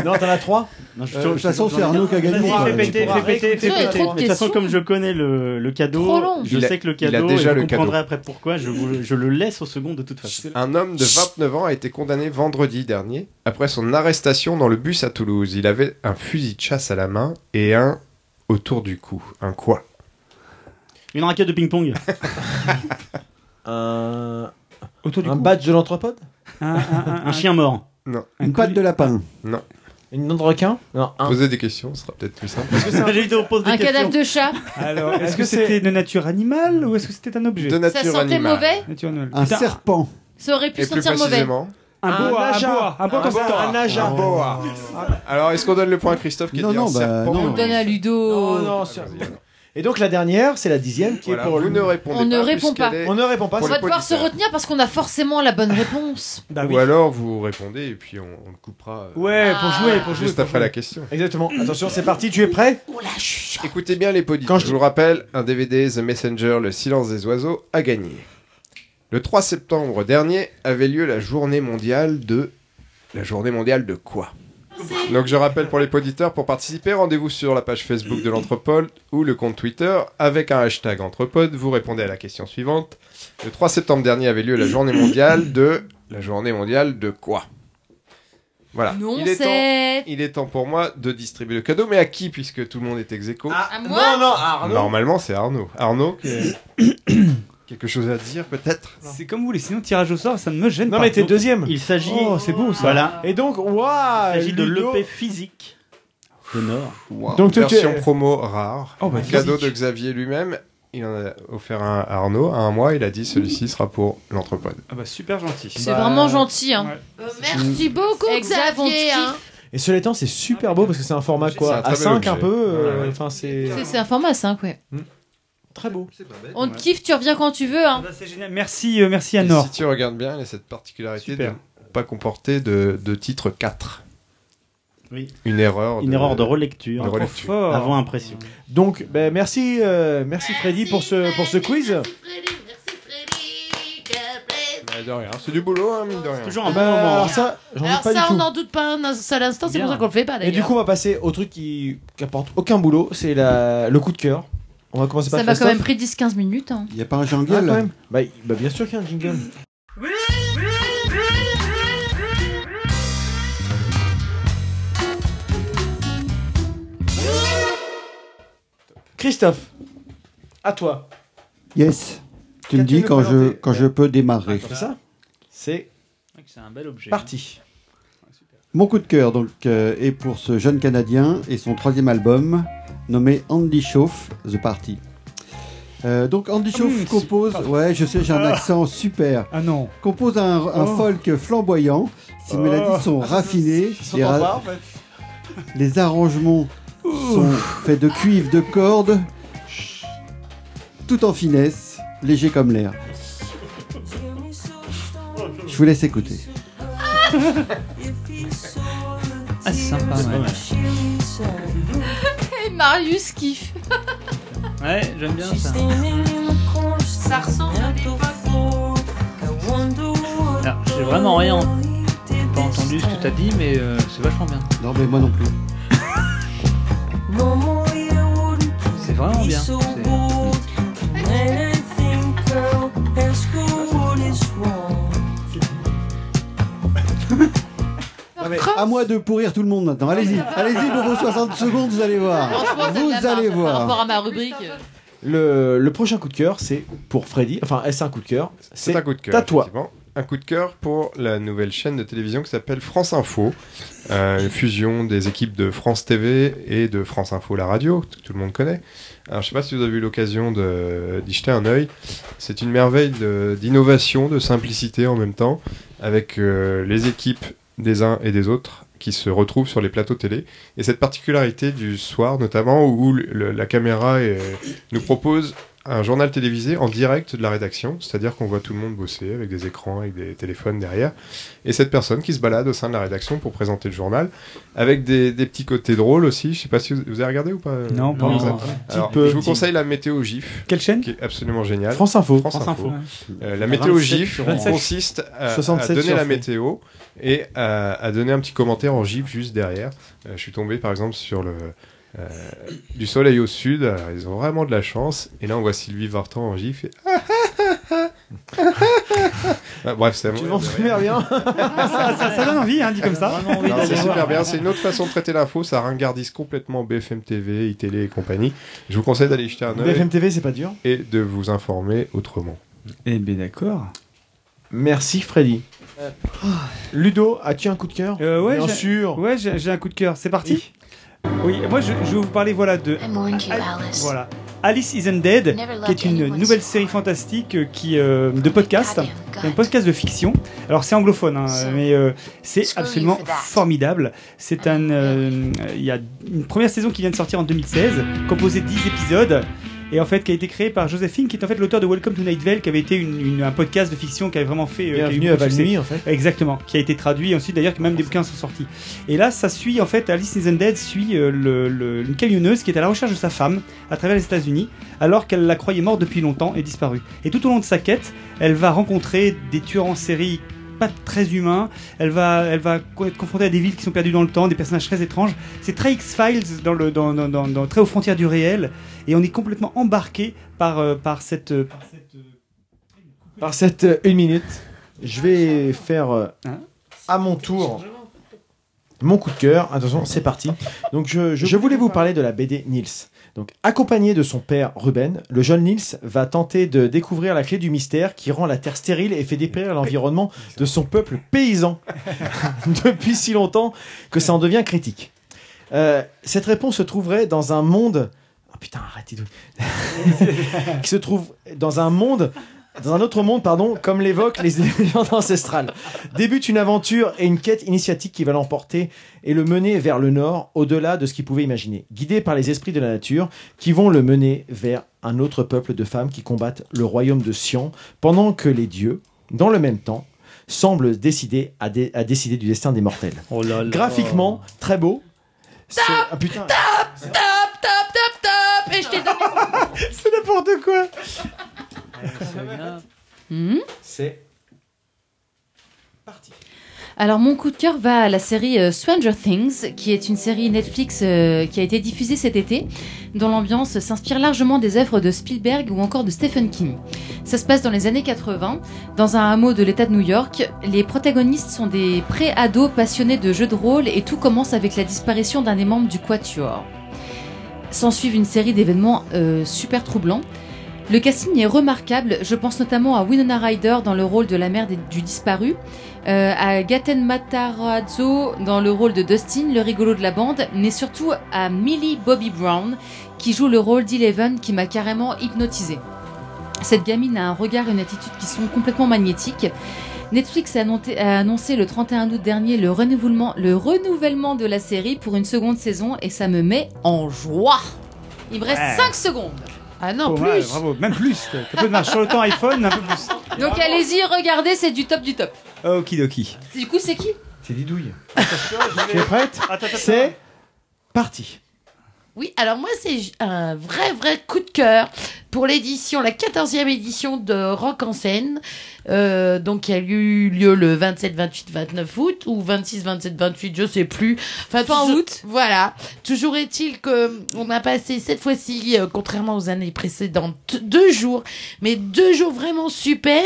Non, t'en as 3 Non, je- Euh, de toute façon, j'en ai c'est Arnaud quatre. qui a gagné. Vas-y, quoi. fais péter, fais péter, fais Arrête, péter. trop Mais de toute façon, Question. comme je connais le, le Trop cadeau, long. je Il a- sais que le il a cadeau, déjà et vous le cadeau. comprendrez après pourquoi, je, vous- je le laisse aux secondes de toute façon. Un homme de 29 ans a été condamné vendredi dernier après son arrestation dans le bus à Toulouse. Il avait un fusil de chasse à la main et un autour du cou. Un quoi Une raquette de ping-pong. Un, Autour du un cou. badge de l'anthropode Un- un- Un chien mort. Non. Une patte de lapin. Non. Une nom de requin Non, un. Posez des questions, ce sera peut-être plus simple. J'ai été au poste des Un questions. cadavre de chat Alors, est-ce que c'était de nature animale ou est-ce que c'était un objet De Ça nature sentait animale. mauvais Nature animale. Un Putain, serpent. Ça aurait pu Et plus sentir mauvais. précisément, Ah. Un boa, un naja. boa, un boa comme ça. boa, Un naja. Ah. boa. Alors, est-ce qu'on donne le point à Christophe qui est Non, dit en non, bah, serpent non. On donne à Ludo. Et donc la dernière, c'est la dixième qui Voilà, est pour vous le- ne répondez On ne répond pas. puisqu'elle est- On ne répond pas. On Pour va les devoir se auditeurs. retenir parce qu'on a forcément la bonne réponse. Ou alors, vous répondez et puis on, on le coupera. euh, Ouais, pour Ah. jouer, pour jouer. Juste pour après la jouer. question. Exactement. Attention, c'est parti. Tu es prêt Écoutez bien les podis. Quand je vous rappelle, un DVD The Messenger, Le silence des oiseaux, a gagné. Le 3 septembre dernier avait lieu la journée mondiale de. La journée mondiale de quoi Donc je rappelle pour les poditeurs, pour participer, rendez-vous sur la page Facebook de l'Entrepode ou le compte Twitter avec un hashtag Entrepode. Vous répondez à la question suivante. Le 3 septembre dernier avait lieu la journée mondiale de. La journée mondiale de quoi Voilà. Non, il, est c'est- temps, il est temps pour moi de distribuer le cadeau, mais à qui puisque tout le monde est ex aequo À moi Non, non, Arnaud. Normalement, c'est Arnaud. Arnaud, que- quelque chose à dire peut-être C'est comme vous voulez, sinon tirage au sort, ça ne me gêne Non pas. mais t'es Donc, deuxième. Il s'agit. Oh, c'est beau ça. Voilà. Et donc, waouh. Il s'agit de Ludo- l'EP physique. Le Nord. Donc, toi, tu version es- promo rare. Oh, bah, cadeau de Xavier lui-même. Il en a offert un à Arnaud à un mois. Il a dit celui-ci sera pour l'entrepode. Ah bah super gentil. C'est vraiment gentil. Hein. Euh, merci beaucoup, Xavier, Xavier. hein. hein. Et cela étant, c'est super beau parce que c'est un format C'est quoi un très à bel 5 un objet. peu. euh, Ouais, ouais. Enfin, c'est. C'est- C'est un format 5, ouais. Très beau. On te kiffe, tu reviens quand tu veux. Hein. C'est génial. Merci, euh, merci à Et Nord. si tu regardes bien, il y a cette particularité Super. de ne pas comporter de, de titre 4. Oui. Une erreur. Une erreur de relecture. de relecture. Fort. Avant impression. Donc, ben, merci, euh, merci Freddy pour ce pour ce quiz. Ouais, de rien. C'est du boulot, hein, mine de rien. Toujours un bon moment. Eh ben, Alors ça, j'en doute Alors pas ça, du on tout. n'en doute pas un seul instant, c'est pour ça qu'on le fait pas Et d'ailleurs. du coup, on va passer au truc qui qui apporte aucun boulot, c'est la... le coup de cœur. On va commencer par Ça m'a quand même Christophe. pris 10-15 minutes. hein. Il n'y a pas un Ah, quand jungle même. Bah, il- bah, bien sûr qu'il y a un jingle. Christophe, à toi. Yes. Tu me dis Qu'as-tu quand nous je, quand je peux démarrer. Ah, C'est ça C'est Ah, C'est un bel objet. parti. Mon coup de cœur donc euh, est pour ce jeune Canadien et son troisième album nommé Andy Schoff The Party. Euh, donc Andy Schoff Mmh, compose, super. ouais je sais j'ai un Ah. accent super, Ah non. compose un, un Oh. folk flamboyant, ses Oh. mélodies sont raffinées, les, ra- les arrangements sont faits de cuivre, de cordes, tout en finesse, léger comme l'air. Je vous laisse écouter. Ah, c'est sympa, ouais. Et Marius kiffe. Ouais, j'aime bien ça. Ça ressemble à des Ah, Alors, Ah, j'ai vraiment rien. J'ai pas entendu ce que t'as dit, mais euh, c'est vachement bien. Non mais moi non plus. C'est vraiment bien. C'est- À moi de pourrir tout le monde maintenant. Allez-y, allez-y pour vos 60 secondes, vous allez voir. Franchement, ça me la Vous marre, allez Par rapport voir. à ma rubrique. Le, le prochain coup de cœur, c'est pour Freddy. Enfin, est-ce un coup de cœur C'est un coup de cœur. à toi. effectivement. Un coup de cœur pour la nouvelle chaîne de télévision qui s'appelle France Info. Euh, une fusion des équipes de France TV et de France Info, la radio, que tout le monde connaît. Alors, je ne sais pas si vous avez eu l'occasion de- d'y jeter un œil. C'est une merveille de- d'innovation, de, simplicité en même temps, avec euh, les équipes des uns et des autres qui se retrouvent sur les plateaux télé. Et cette particularité du soir, notamment, où le- le- la caméra est- nous propose un journal télévisé en direct de la rédaction, c'est-à-dire qu'on voit tout le monde bosser avec des écrans, avec des téléphones derrière, et cette personne qui se balade au sein de la rédaction pour présenter le journal, avec des, des petits côtés drôles aussi. Je sais pas si vous, vous avez regardé ou pas. euh, Non, pas Parmi ça. encore. Un petit Alors, peu. je vous conseille la météo GIF. Quelle chaîne Qui est absolument géniale. France Info. France France Info. Info. Euh, la météo 27 GIF sur France. consiste euh, à, à 67 donner sur la France. météo et à, à donner un petit commentaire en GIF juste derrière. Euh, je suis tombé par exemple sur le euh, du soleil au sud. Alors, ils ont vraiment de la chance. Et là, on voit Sylvie Vartan en GIF. et- Ah, bref, c'est à Tu mourir m'en de rire. souviens bien. ça, ça- ça donne envie, hein, dit comme ça. Non, c'est super bien, c'est une autre façon de traiter l'info, ça ringardise complètement BFM TV, iTélé et compagnie. Je vous conseille d'aller y jeter un œil BFM TV, c'est pas dur. et de vous informer autrement. Eh bien d'accord. Merci Freddy. Euh. Ludo, as-tu Ah, un coup de cœur Euh, ouais, Bien j'ai- sûr. Ouais, j'ai j'ai un coup de cœur. C'est parti. Oui, moi je, je vais vous parler voilà de. Al- voilà. Alice Isn't Dead, Never loved qui est une nouvelle série fantastique euh, qui, euh, de podcast, un podcast de fiction. Alors c'est anglophone, hein, mais euh, c'est absolument formidable. C'est un, euh, il y a une première saison qui vient de sortir en 2016, composée de 10 épisodes. Et en fait, qui a été créée par Josephine, qui est en fait l'auteur de Welcome to Night Vale, qui avait été une- une- un podcast de fiction qui avait vraiment fait. euh, qui a eu Bienvenue beaucoup de à Val succès. Nuit, en fait. Exactement, qui a été traduit et ensuite d'ailleurs que même des bouquins sont sortis. Et là, ça suit en fait Alice in the Dead suit euh, le, le- une camionneuse qui est à la recherche de sa femme à travers les États-Unis alors qu'elle la croyait morte depuis longtemps et disparue. Et tout au long de sa quête, elle va rencontrer des tueurs en série pas très humains. elle va, elle va co- être confrontée à des villes qui sont perdues dans le temps, des personnages très étranges. C'est très X-Files, dans le, dans, dans, dans- dans- très aux frontières du réel, et on est complètement embarqué par, euh, par cette, euh, par cette Par cette euh, une minute, je vais faire euh, à mon tour mon coup de cœur. Attention, c'est parti. Donc, je, je- je voulais vous parler de la BD Nils. Donc, accompagné de son père Ruben, le jeune Nils va tenter de découvrir la clé du mystère qui rend la terre stérile et fait dépérir l'environnement de son peuple paysan depuis si longtemps que ça en devient critique. Euh, cette réponse se trouverait dans un monde. Ah, Oh putain, arrêtez de qui se trouve dans un monde dans un autre monde, pardon, comme l'évoquent les légendes ancestrales. Débute une aventure et une quête initiatique qui va l'emporter et le mener vers le nord, au-delà de ce qu'il pouvait imaginer. Guidé par les esprits de la nature, qui vont le mener vers un autre peuple de femmes qui combattent le royaume de Sion, pendant que les dieux, dans le même temps, semblent décider à, dé- à décider du destin des mortels. Graphiquement, très beau. C'est- ah, putain. Top, top, top, top Et je t'ai donné... C'est n'importe quoi Hmm C'est Alors mon coup de cœur va à la série euh, Stranger Things, qui est une série Netflix euh, qui a été diffusée cet été, dont l'ambiance s'inspire largement des œuvres de Spielberg ou encore de Stephen King. Ça se passe dans les années 80, dans un hameau de l'État de New York. Les protagonistes sont des pré-ados passionnés de jeux de rôle et tout commence avec la disparition d'un des membres du Quatuor. S'ensuivent une série d'événements euh, super troublants. Le casting est remarquable, je pense notamment à Winona Ryder dans le rôle de la mère des- du disparu, euh, à Gaten Matarazzo dans le rôle de Dustin, le rigolo de la bande, mais surtout à Millie Bobby Brown qui joue le rôle d'Eleven qui m'a carrément hypnotisée. Cette gamine a un regard et une attitude qui sont complètement magnétiques. Netflix a annoncé, a annoncé le 31 août dernier le renouvellement, le renouvellement de la série pour une seconde saison et ça me met en joie. Il me reste Ouais. 5 secondes. Ah non, Pas plus. mal, bravo, même plus. T'as un peu de marge sur le temps iPhone, un peu plus. Euh, Donc allez-y, regardez, c'est du top du top. Okidoki. Du coup, c'est qui C'est Didouille. Tu es prête C'est parti. Oui, alors moi, c'est j- un vrai, vrai coup de cœur pour l'édition, la 14e édition de Rock en scène, euh, donc qui a eu lieu le 27, 28, 29 août, ou 26, 27, 28, je sais plus. Enfin, en août. Voilà. Toujours est-il que euh, on a passé cette fois-ci, euh, contrairement aux années précédentes, deux jours, mais deux jours vraiment super,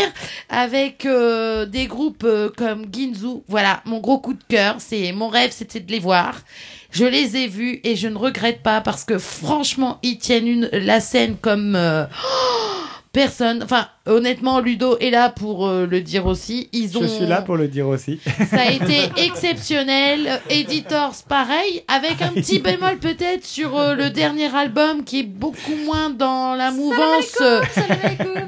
avec euh, des groupes euh, comme Ginzu. Voilà, mon gros coup de cœur, c'est mon rêve, c'était de les voir. Je les ai vus et je ne regrette pas parce que franchement, ils tiennent une, la scène comme euh, oh, personne. Enfin, honnêtement, Ludo est là pour euh, le dire aussi. Ils ont Je suis là pour le dire aussi. ça a été exceptionnel. Euh, Editors, pareil, avec un petit bémol peut-être sur euh, le dernier album qui est beaucoup moins dans la mouvance euh,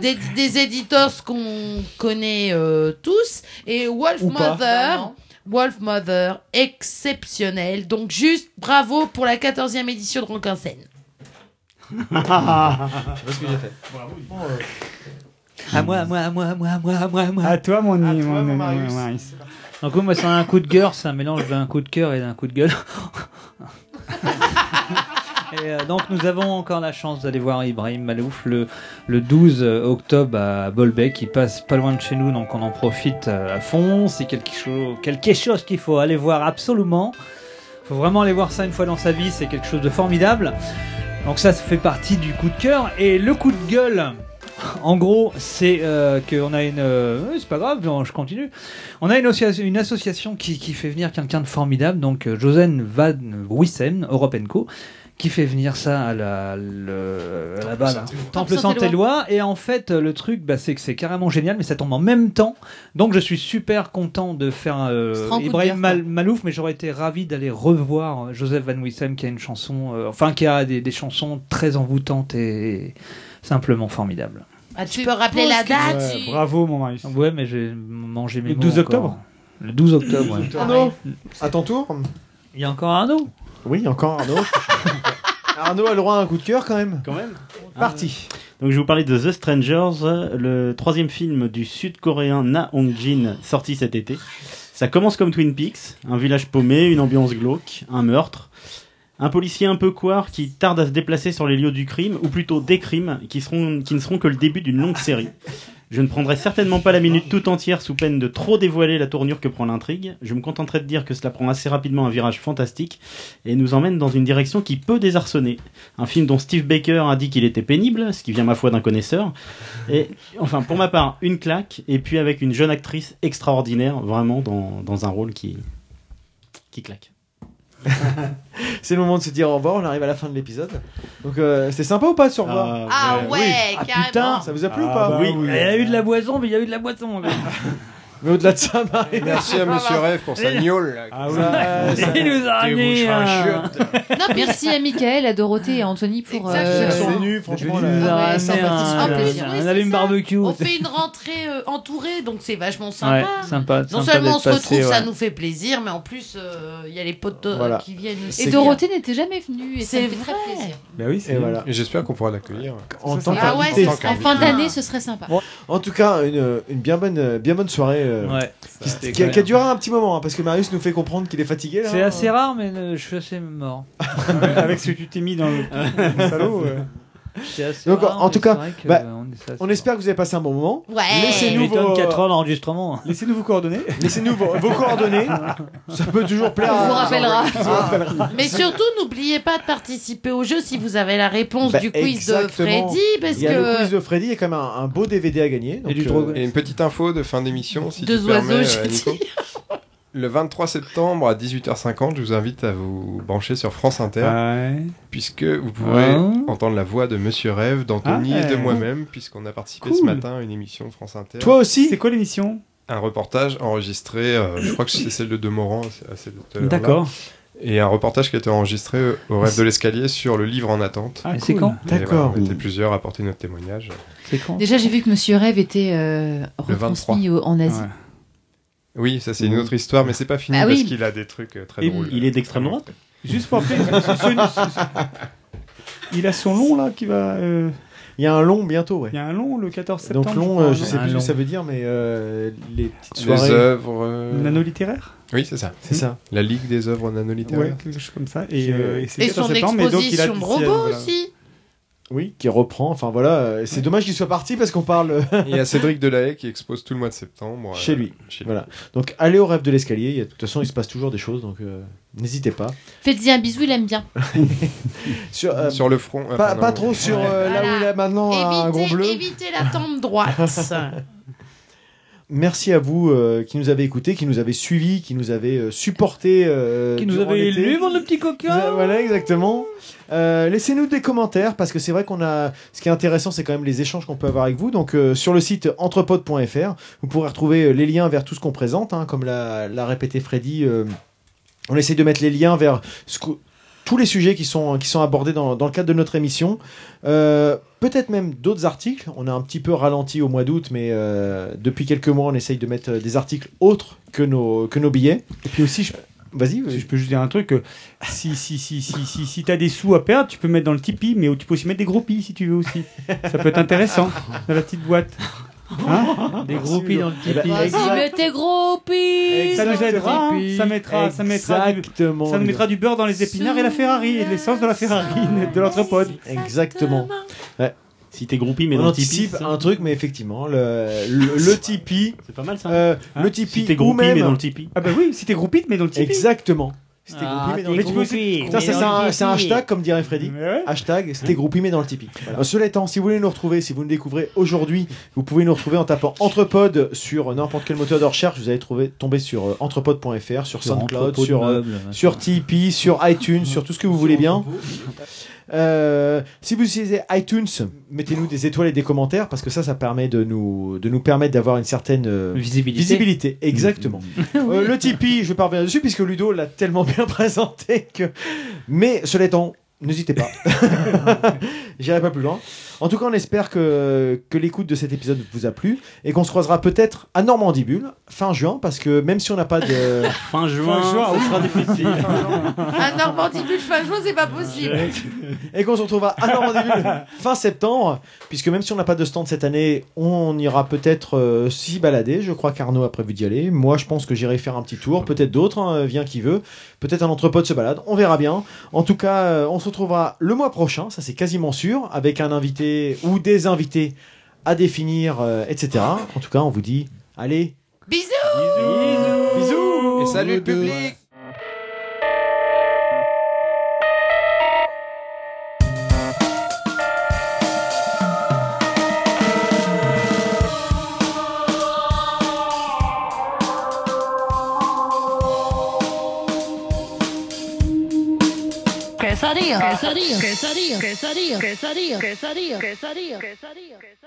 des, des Editors qu'on connaît euh, tous. Et Wolf Ou pas. Bah, Mother. Wolf Mother, exceptionnel. Donc juste bravo pour la 14e édition de Rock en scène. Je sais pas ce que j'ai fait. À moi, à moi, à moi, à moi, à moi, à moi, à moi. À toi, mon ami, mon Marius. Donc oui, moi c'est un coup de gueule, c'est un mélange d'un coup de cœur et d'un coup de gueule. Et euh, donc nous avons encore la chance d'aller voir Ibrahim Malouf le, le 12 octobre à Bolbec. Il passe pas loin de chez nous, donc on en profite euh, à fond. C'est quelque chose, quelque chose qu'il faut aller voir absolument. faut vraiment aller voir ça une fois dans sa vie, c'est quelque chose de formidable. Donc ça, ça fait partie du coup de cœur. Et le coup de gueule, en gros, c'est euh, qu'on a une... euh, ouais, c'est pas grave, non, je continue. On a une, associa- une association qui, qui fait venir quelqu'un de formidable, donc euh, Josène Van Wissen, Europe Co., qui fait venir ça à la, le- à la balle. hein. Temple Temple Saint-Éloi. Saint-Éloi. Et en fait, le truc, bah, c'est que c'est carrément génial, mais ça tombe en même temps. Donc je suis super content de faire euh, Se rend coup de Ibrahim cœur, Mal- Malouf, mais j'aurais été ravi d'aller revoir euh, Joseph Van Wissem qui a une chanson, euh, enfin qui a des, des chansons très envoûtantes et simplement formidables. Ah, tu peux rappeler la date Ouais, bravo, mon mari. Ouais, mais j'ai mangé mes Le mots 12 encore. octobre Le 12 octobre, ouais. Ah Arnaud, à ton tour Il y a encore Arnaud Oui, encore Arnaud. Arnaud a le droit à un coup de cœur quand même. Quand même. Parti. Donc je vais vous parlais de The Strangers, euh, le troisième film du sud-coréen Na Hong-jin sorti cet été. Ça commence comme Twin Peaks, un village paumé, une ambiance glauque, un meurtre, un policier un peu couard qui tarde à se déplacer sur les lieux du crime, ou plutôt des crimes, qui, seront, qui ne seront que le début d'une longue série. Je ne prendrai certainement pas la minute toute entière sous peine de trop dévoiler la tournure que prend l'intrigue. Je me contenterai de dire que cela prend assez rapidement un virage fantastique et nous emmène dans une direction qui peut désarçonner. Un film dont Steve Baker a dit qu'il était pénible, ce qui vient ma foi d'un connaisseur. Et enfin, pour ma part, une claque et puis avec une jeune actrice extraordinaire, vraiment dans, dans un rôle qui, qui claque. C'est le moment de se dire au revoir, on arrive à la fin de l'épisode. Donc euh, c'était sympa ou pas sur revoir Ah ouais, Ah, carrément. putain, ça vous a plu ou Ah pas bah oui. Il y a eu de la boisson, mais il y a eu de la boisson. Mais au-delà de ça, Marie. Merci à Monsieur Rêve pour sa gnôle. là. Ah Ça, oui. ça- Il nous a Tu ramené bouches un hein. un- chiotte. Non, merci à Michael, à Dorothée et à Anthony pour. Ah, euh, Ils sont venus, franchement. Il nous a là. ramené un- Ah, En plus, oui, un c'est allume ça. barbecue. On fait une rentrée euh, entourée, donc c'est vachement sympa. Ouais, sympa, non sympa seulement on d'être se retrouve, passé, ça ouais. nous fait plaisir, mais en plus euh, il y a les potes euh, Voilà. qui viennent aussi. Et Dorothée n'était jamais venue et ça me fait très plaisir. Bah oui, c'est Et voilà. Et j'espère qu'on pourra l'accueillir. En Ah tant ouais, qu'invité. ce serait- en fin d'année, ce serait sympa. Bon, en tout cas, une, une bien bonne, bien bonne soirée. euh, Ouais. qui- C'était qui, a- clair. qui a duré un petit moment, hein, parce que Marius nous fait comprendre qu'il est fatigué. là. C'est assez rare, mais euh, je suis assez mort. Avec ce que tu t'es mis dans le Salaud, ouais. C'est assez Donc, rare, en mais tout cas, c'est vrai que, bah, euh, on est ça- on espère que vous avez passé un bon moment. Ouais. Laissez-nous Tu m'étonnes, vos... quatre heures d'enregistrement. Laissez-nous vos coordonnées. Laissez-nous vos, vos coordonnées. Ça peut toujours plaire. On vous à- rappellera. On vous rappellera. Mais surtout, n'oubliez pas de participer au jeu si vous avez la réponse Bah, du quiz de exactement. Freddy, parce il y a le quiz que de Freddy, il y a quand même un, un beau DVD à gagner. donc, euh, Et une petite info de fin d'émission, si Deux tu oiseaux, permets, j'ai euh, Nico. Le 23 septembre à 18h50, je vous invite à vous brancher sur France Inter, puisque vous pourrez Ah. entendre la voix de Monsieur Rêve, d'Anthony Ah, et de ouais. moi-même, puisqu'on a participé ce Cool. matin à une émission de France Inter. Toi aussi C'est quoi l'émission un reportage enregistré, euh, je crois que c'est celle de Demorand à cette heure-là. D'accord. Et un reportage qui a été enregistré au Rêve de l'Escalier sur le livre en attente. Ah, Et c'est cool. quand Et voilà, D'accord. On était plusieurs à porter notre témoignage. C'est quand Déjà, j'ai vu que Monsieur Rêve était euh, Le 23. retransmis au- en Asie. Oui, ça Mmh. c'est une autre histoire, mais c'est pas fini Ah oui. parce qu'il a des trucs euh, très Et drôles. il est d'extrême droite Juste pour rappeler, ce- ce- ce- il a son long là qui va. euh, Il y a un long bientôt, ouais. Il y a un long le 14 septembre. Donc long, je euh, crois, hein. je sais non plus ce que Un ça long. veut dire, mais euh, les petites Les soirées. œuvres, euh, Nanolittéraire Oui, c'est ça. Mmh. C'est ça. La Ligue des œuvres nanolittéraires. Ouais, quelque chose comme ça. Et, euh, et c'est Et le 14 son septembre, mais donc il a exposition de d'ici à- robots voilà. aussi. Oui, qui reprend. Enfin voilà, euh, c'est dommage qu'il soit parti parce qu'on parle. euh, Et il y a Cédric Delahaye qui expose tout le mois de septembre. euh, Chez lui. Chez Voilà. Donc allez au rêve de l'escalier. Il y a- De toute façon, il se passe toujours des choses, donc euh, n'hésitez pas. Faites-y un bisou, il aime bien. Sur, euh, Sur le front. euh, pas, pardon. pas trop sur euh, là Voilà. où il a maintenant un gros bleu. Évitez la tempe droite. Merci à vous euh, qui nous avez écoutés, qui nous avez suivis, qui nous avez euh, supportés. euh, Qui nous durant avait l'été. élu, vendre le petit Euh, coquin Voilà, exactement. Euh, Laissez-nous des commentaires parce que c'est vrai qu'on a. Ce qui est intéressant, c'est quand même les échanges qu'on peut avoir avec vous. Donc, euh, sur le site entrepod.fr, vous pourrez retrouver euh, les liens vers tout ce qu'on présente, hein, comme l'a l'a répété Freddy. euh, on essaie de mettre les liens vers ce que- tous les sujets qui sont, qui sont abordés dans, dans le cadre de notre émission. Euh, Peut-être même d'autres articles. On a un petit peu ralenti au mois d'août, mais euh, depuis quelques mois, on essaye de mettre euh, des articles autres que nos, que nos billets. Et puis aussi, je- Vas-y. Si je peux juste dire un truc, euh, si, si, si, si, si, si t'as des sous à perdre, tu peux mettre dans le Tipeee, mais tu peux aussi mettre des groupies si tu veux aussi. Ça peut être intéressant dans la petite boîte. Hein Des groupies dans le Eh bah, ben, Tipeee. Vas-y, mets tes gros pis ça nous aidera, hein. Tipeee. ça mettra, ça mettra, du, Exactement. ça nous mettra du beurre dans les épinards et la Ferrari et de l'essence dans la Ferrari de l'entrepôt. Exactement. Ouais. Si t'es groupie, mais on dans le Tipeee, anticipe c'est ça un truc, mais effectivement, le, le, le Tipeee. C'est pas mal ça. euh, Hein le Tipeee. Si t'es ou groupie, même... mais dans le Tipeee. Ah bah oui, si t'es groupie, mais dans le Tipeee. Exactement. C'était Ah, groupie, mais dans le t'es Tipeee. groupie, Putain, mais ça, dans c'est le un, Tipeee. c'est un hashtag, comme dirait Freddy. Hashtag, c'était groupie, mais dans le Tipeee. Voilà. Euh, Cela étant, si vous voulez nous retrouver, si vous nous découvrez aujourd'hui, vous pouvez nous retrouver en tapant Entrepod sur euh, n'importe quel moteur de recherche. Vous allez trouver, tomber sur euh, entrepod.fr, sur Sur SoundCloud, Entrepôt de sur, euh, meubles, machin. sur Tipeee, sur iTunes, sur tout ce que vous voulez bien. Euh, si vous utilisez iTunes, mettez-nous des étoiles et des commentaires parce que ça, ça permet de nous, de nous permettre d'avoir une certaine euh, Visibilité. visibilité. Exactement. Mm. Euh, le Tipeee, je vais pas revenir dessus puisque Ludo l'a tellement bien présenté que. Mais cela étant, n'hésitez pas. J'irai pas plus loin. En tout cas, on espère que, que l'écoute de cet épisode vous a plu et qu'on se croisera peut-être à Normandibule fin juin parce que même si on n'a pas de. Fin juin, ça sera difficile. Un Normandibule fin juin, c'est pas possible. Et qu'on se retrouvera à Normandie fin septembre, puisque même si on n'a pas de stand cette année, on ira peut-être euh, s'y balader. Je crois qu'Arnaud a prévu d'y aller. Moi, je pense que j'irai faire un petit tour. Peut-être d'autres, hein, vient qui veut. Peut-être un entrepôt de se balade. On verra bien. En tout cas, euh, on se retrouvera le mois prochain, ça c'est quasiment sûr, avec un invité ou des invités à définir, euh, etc. En tout cas, on vous dit, allez, Bisous Bisous Bisous Et salut le public Quesadilla. Quesadilla. Quesadilla. Quesadilla. Quesadilla. Quesadilla. Quesadilla.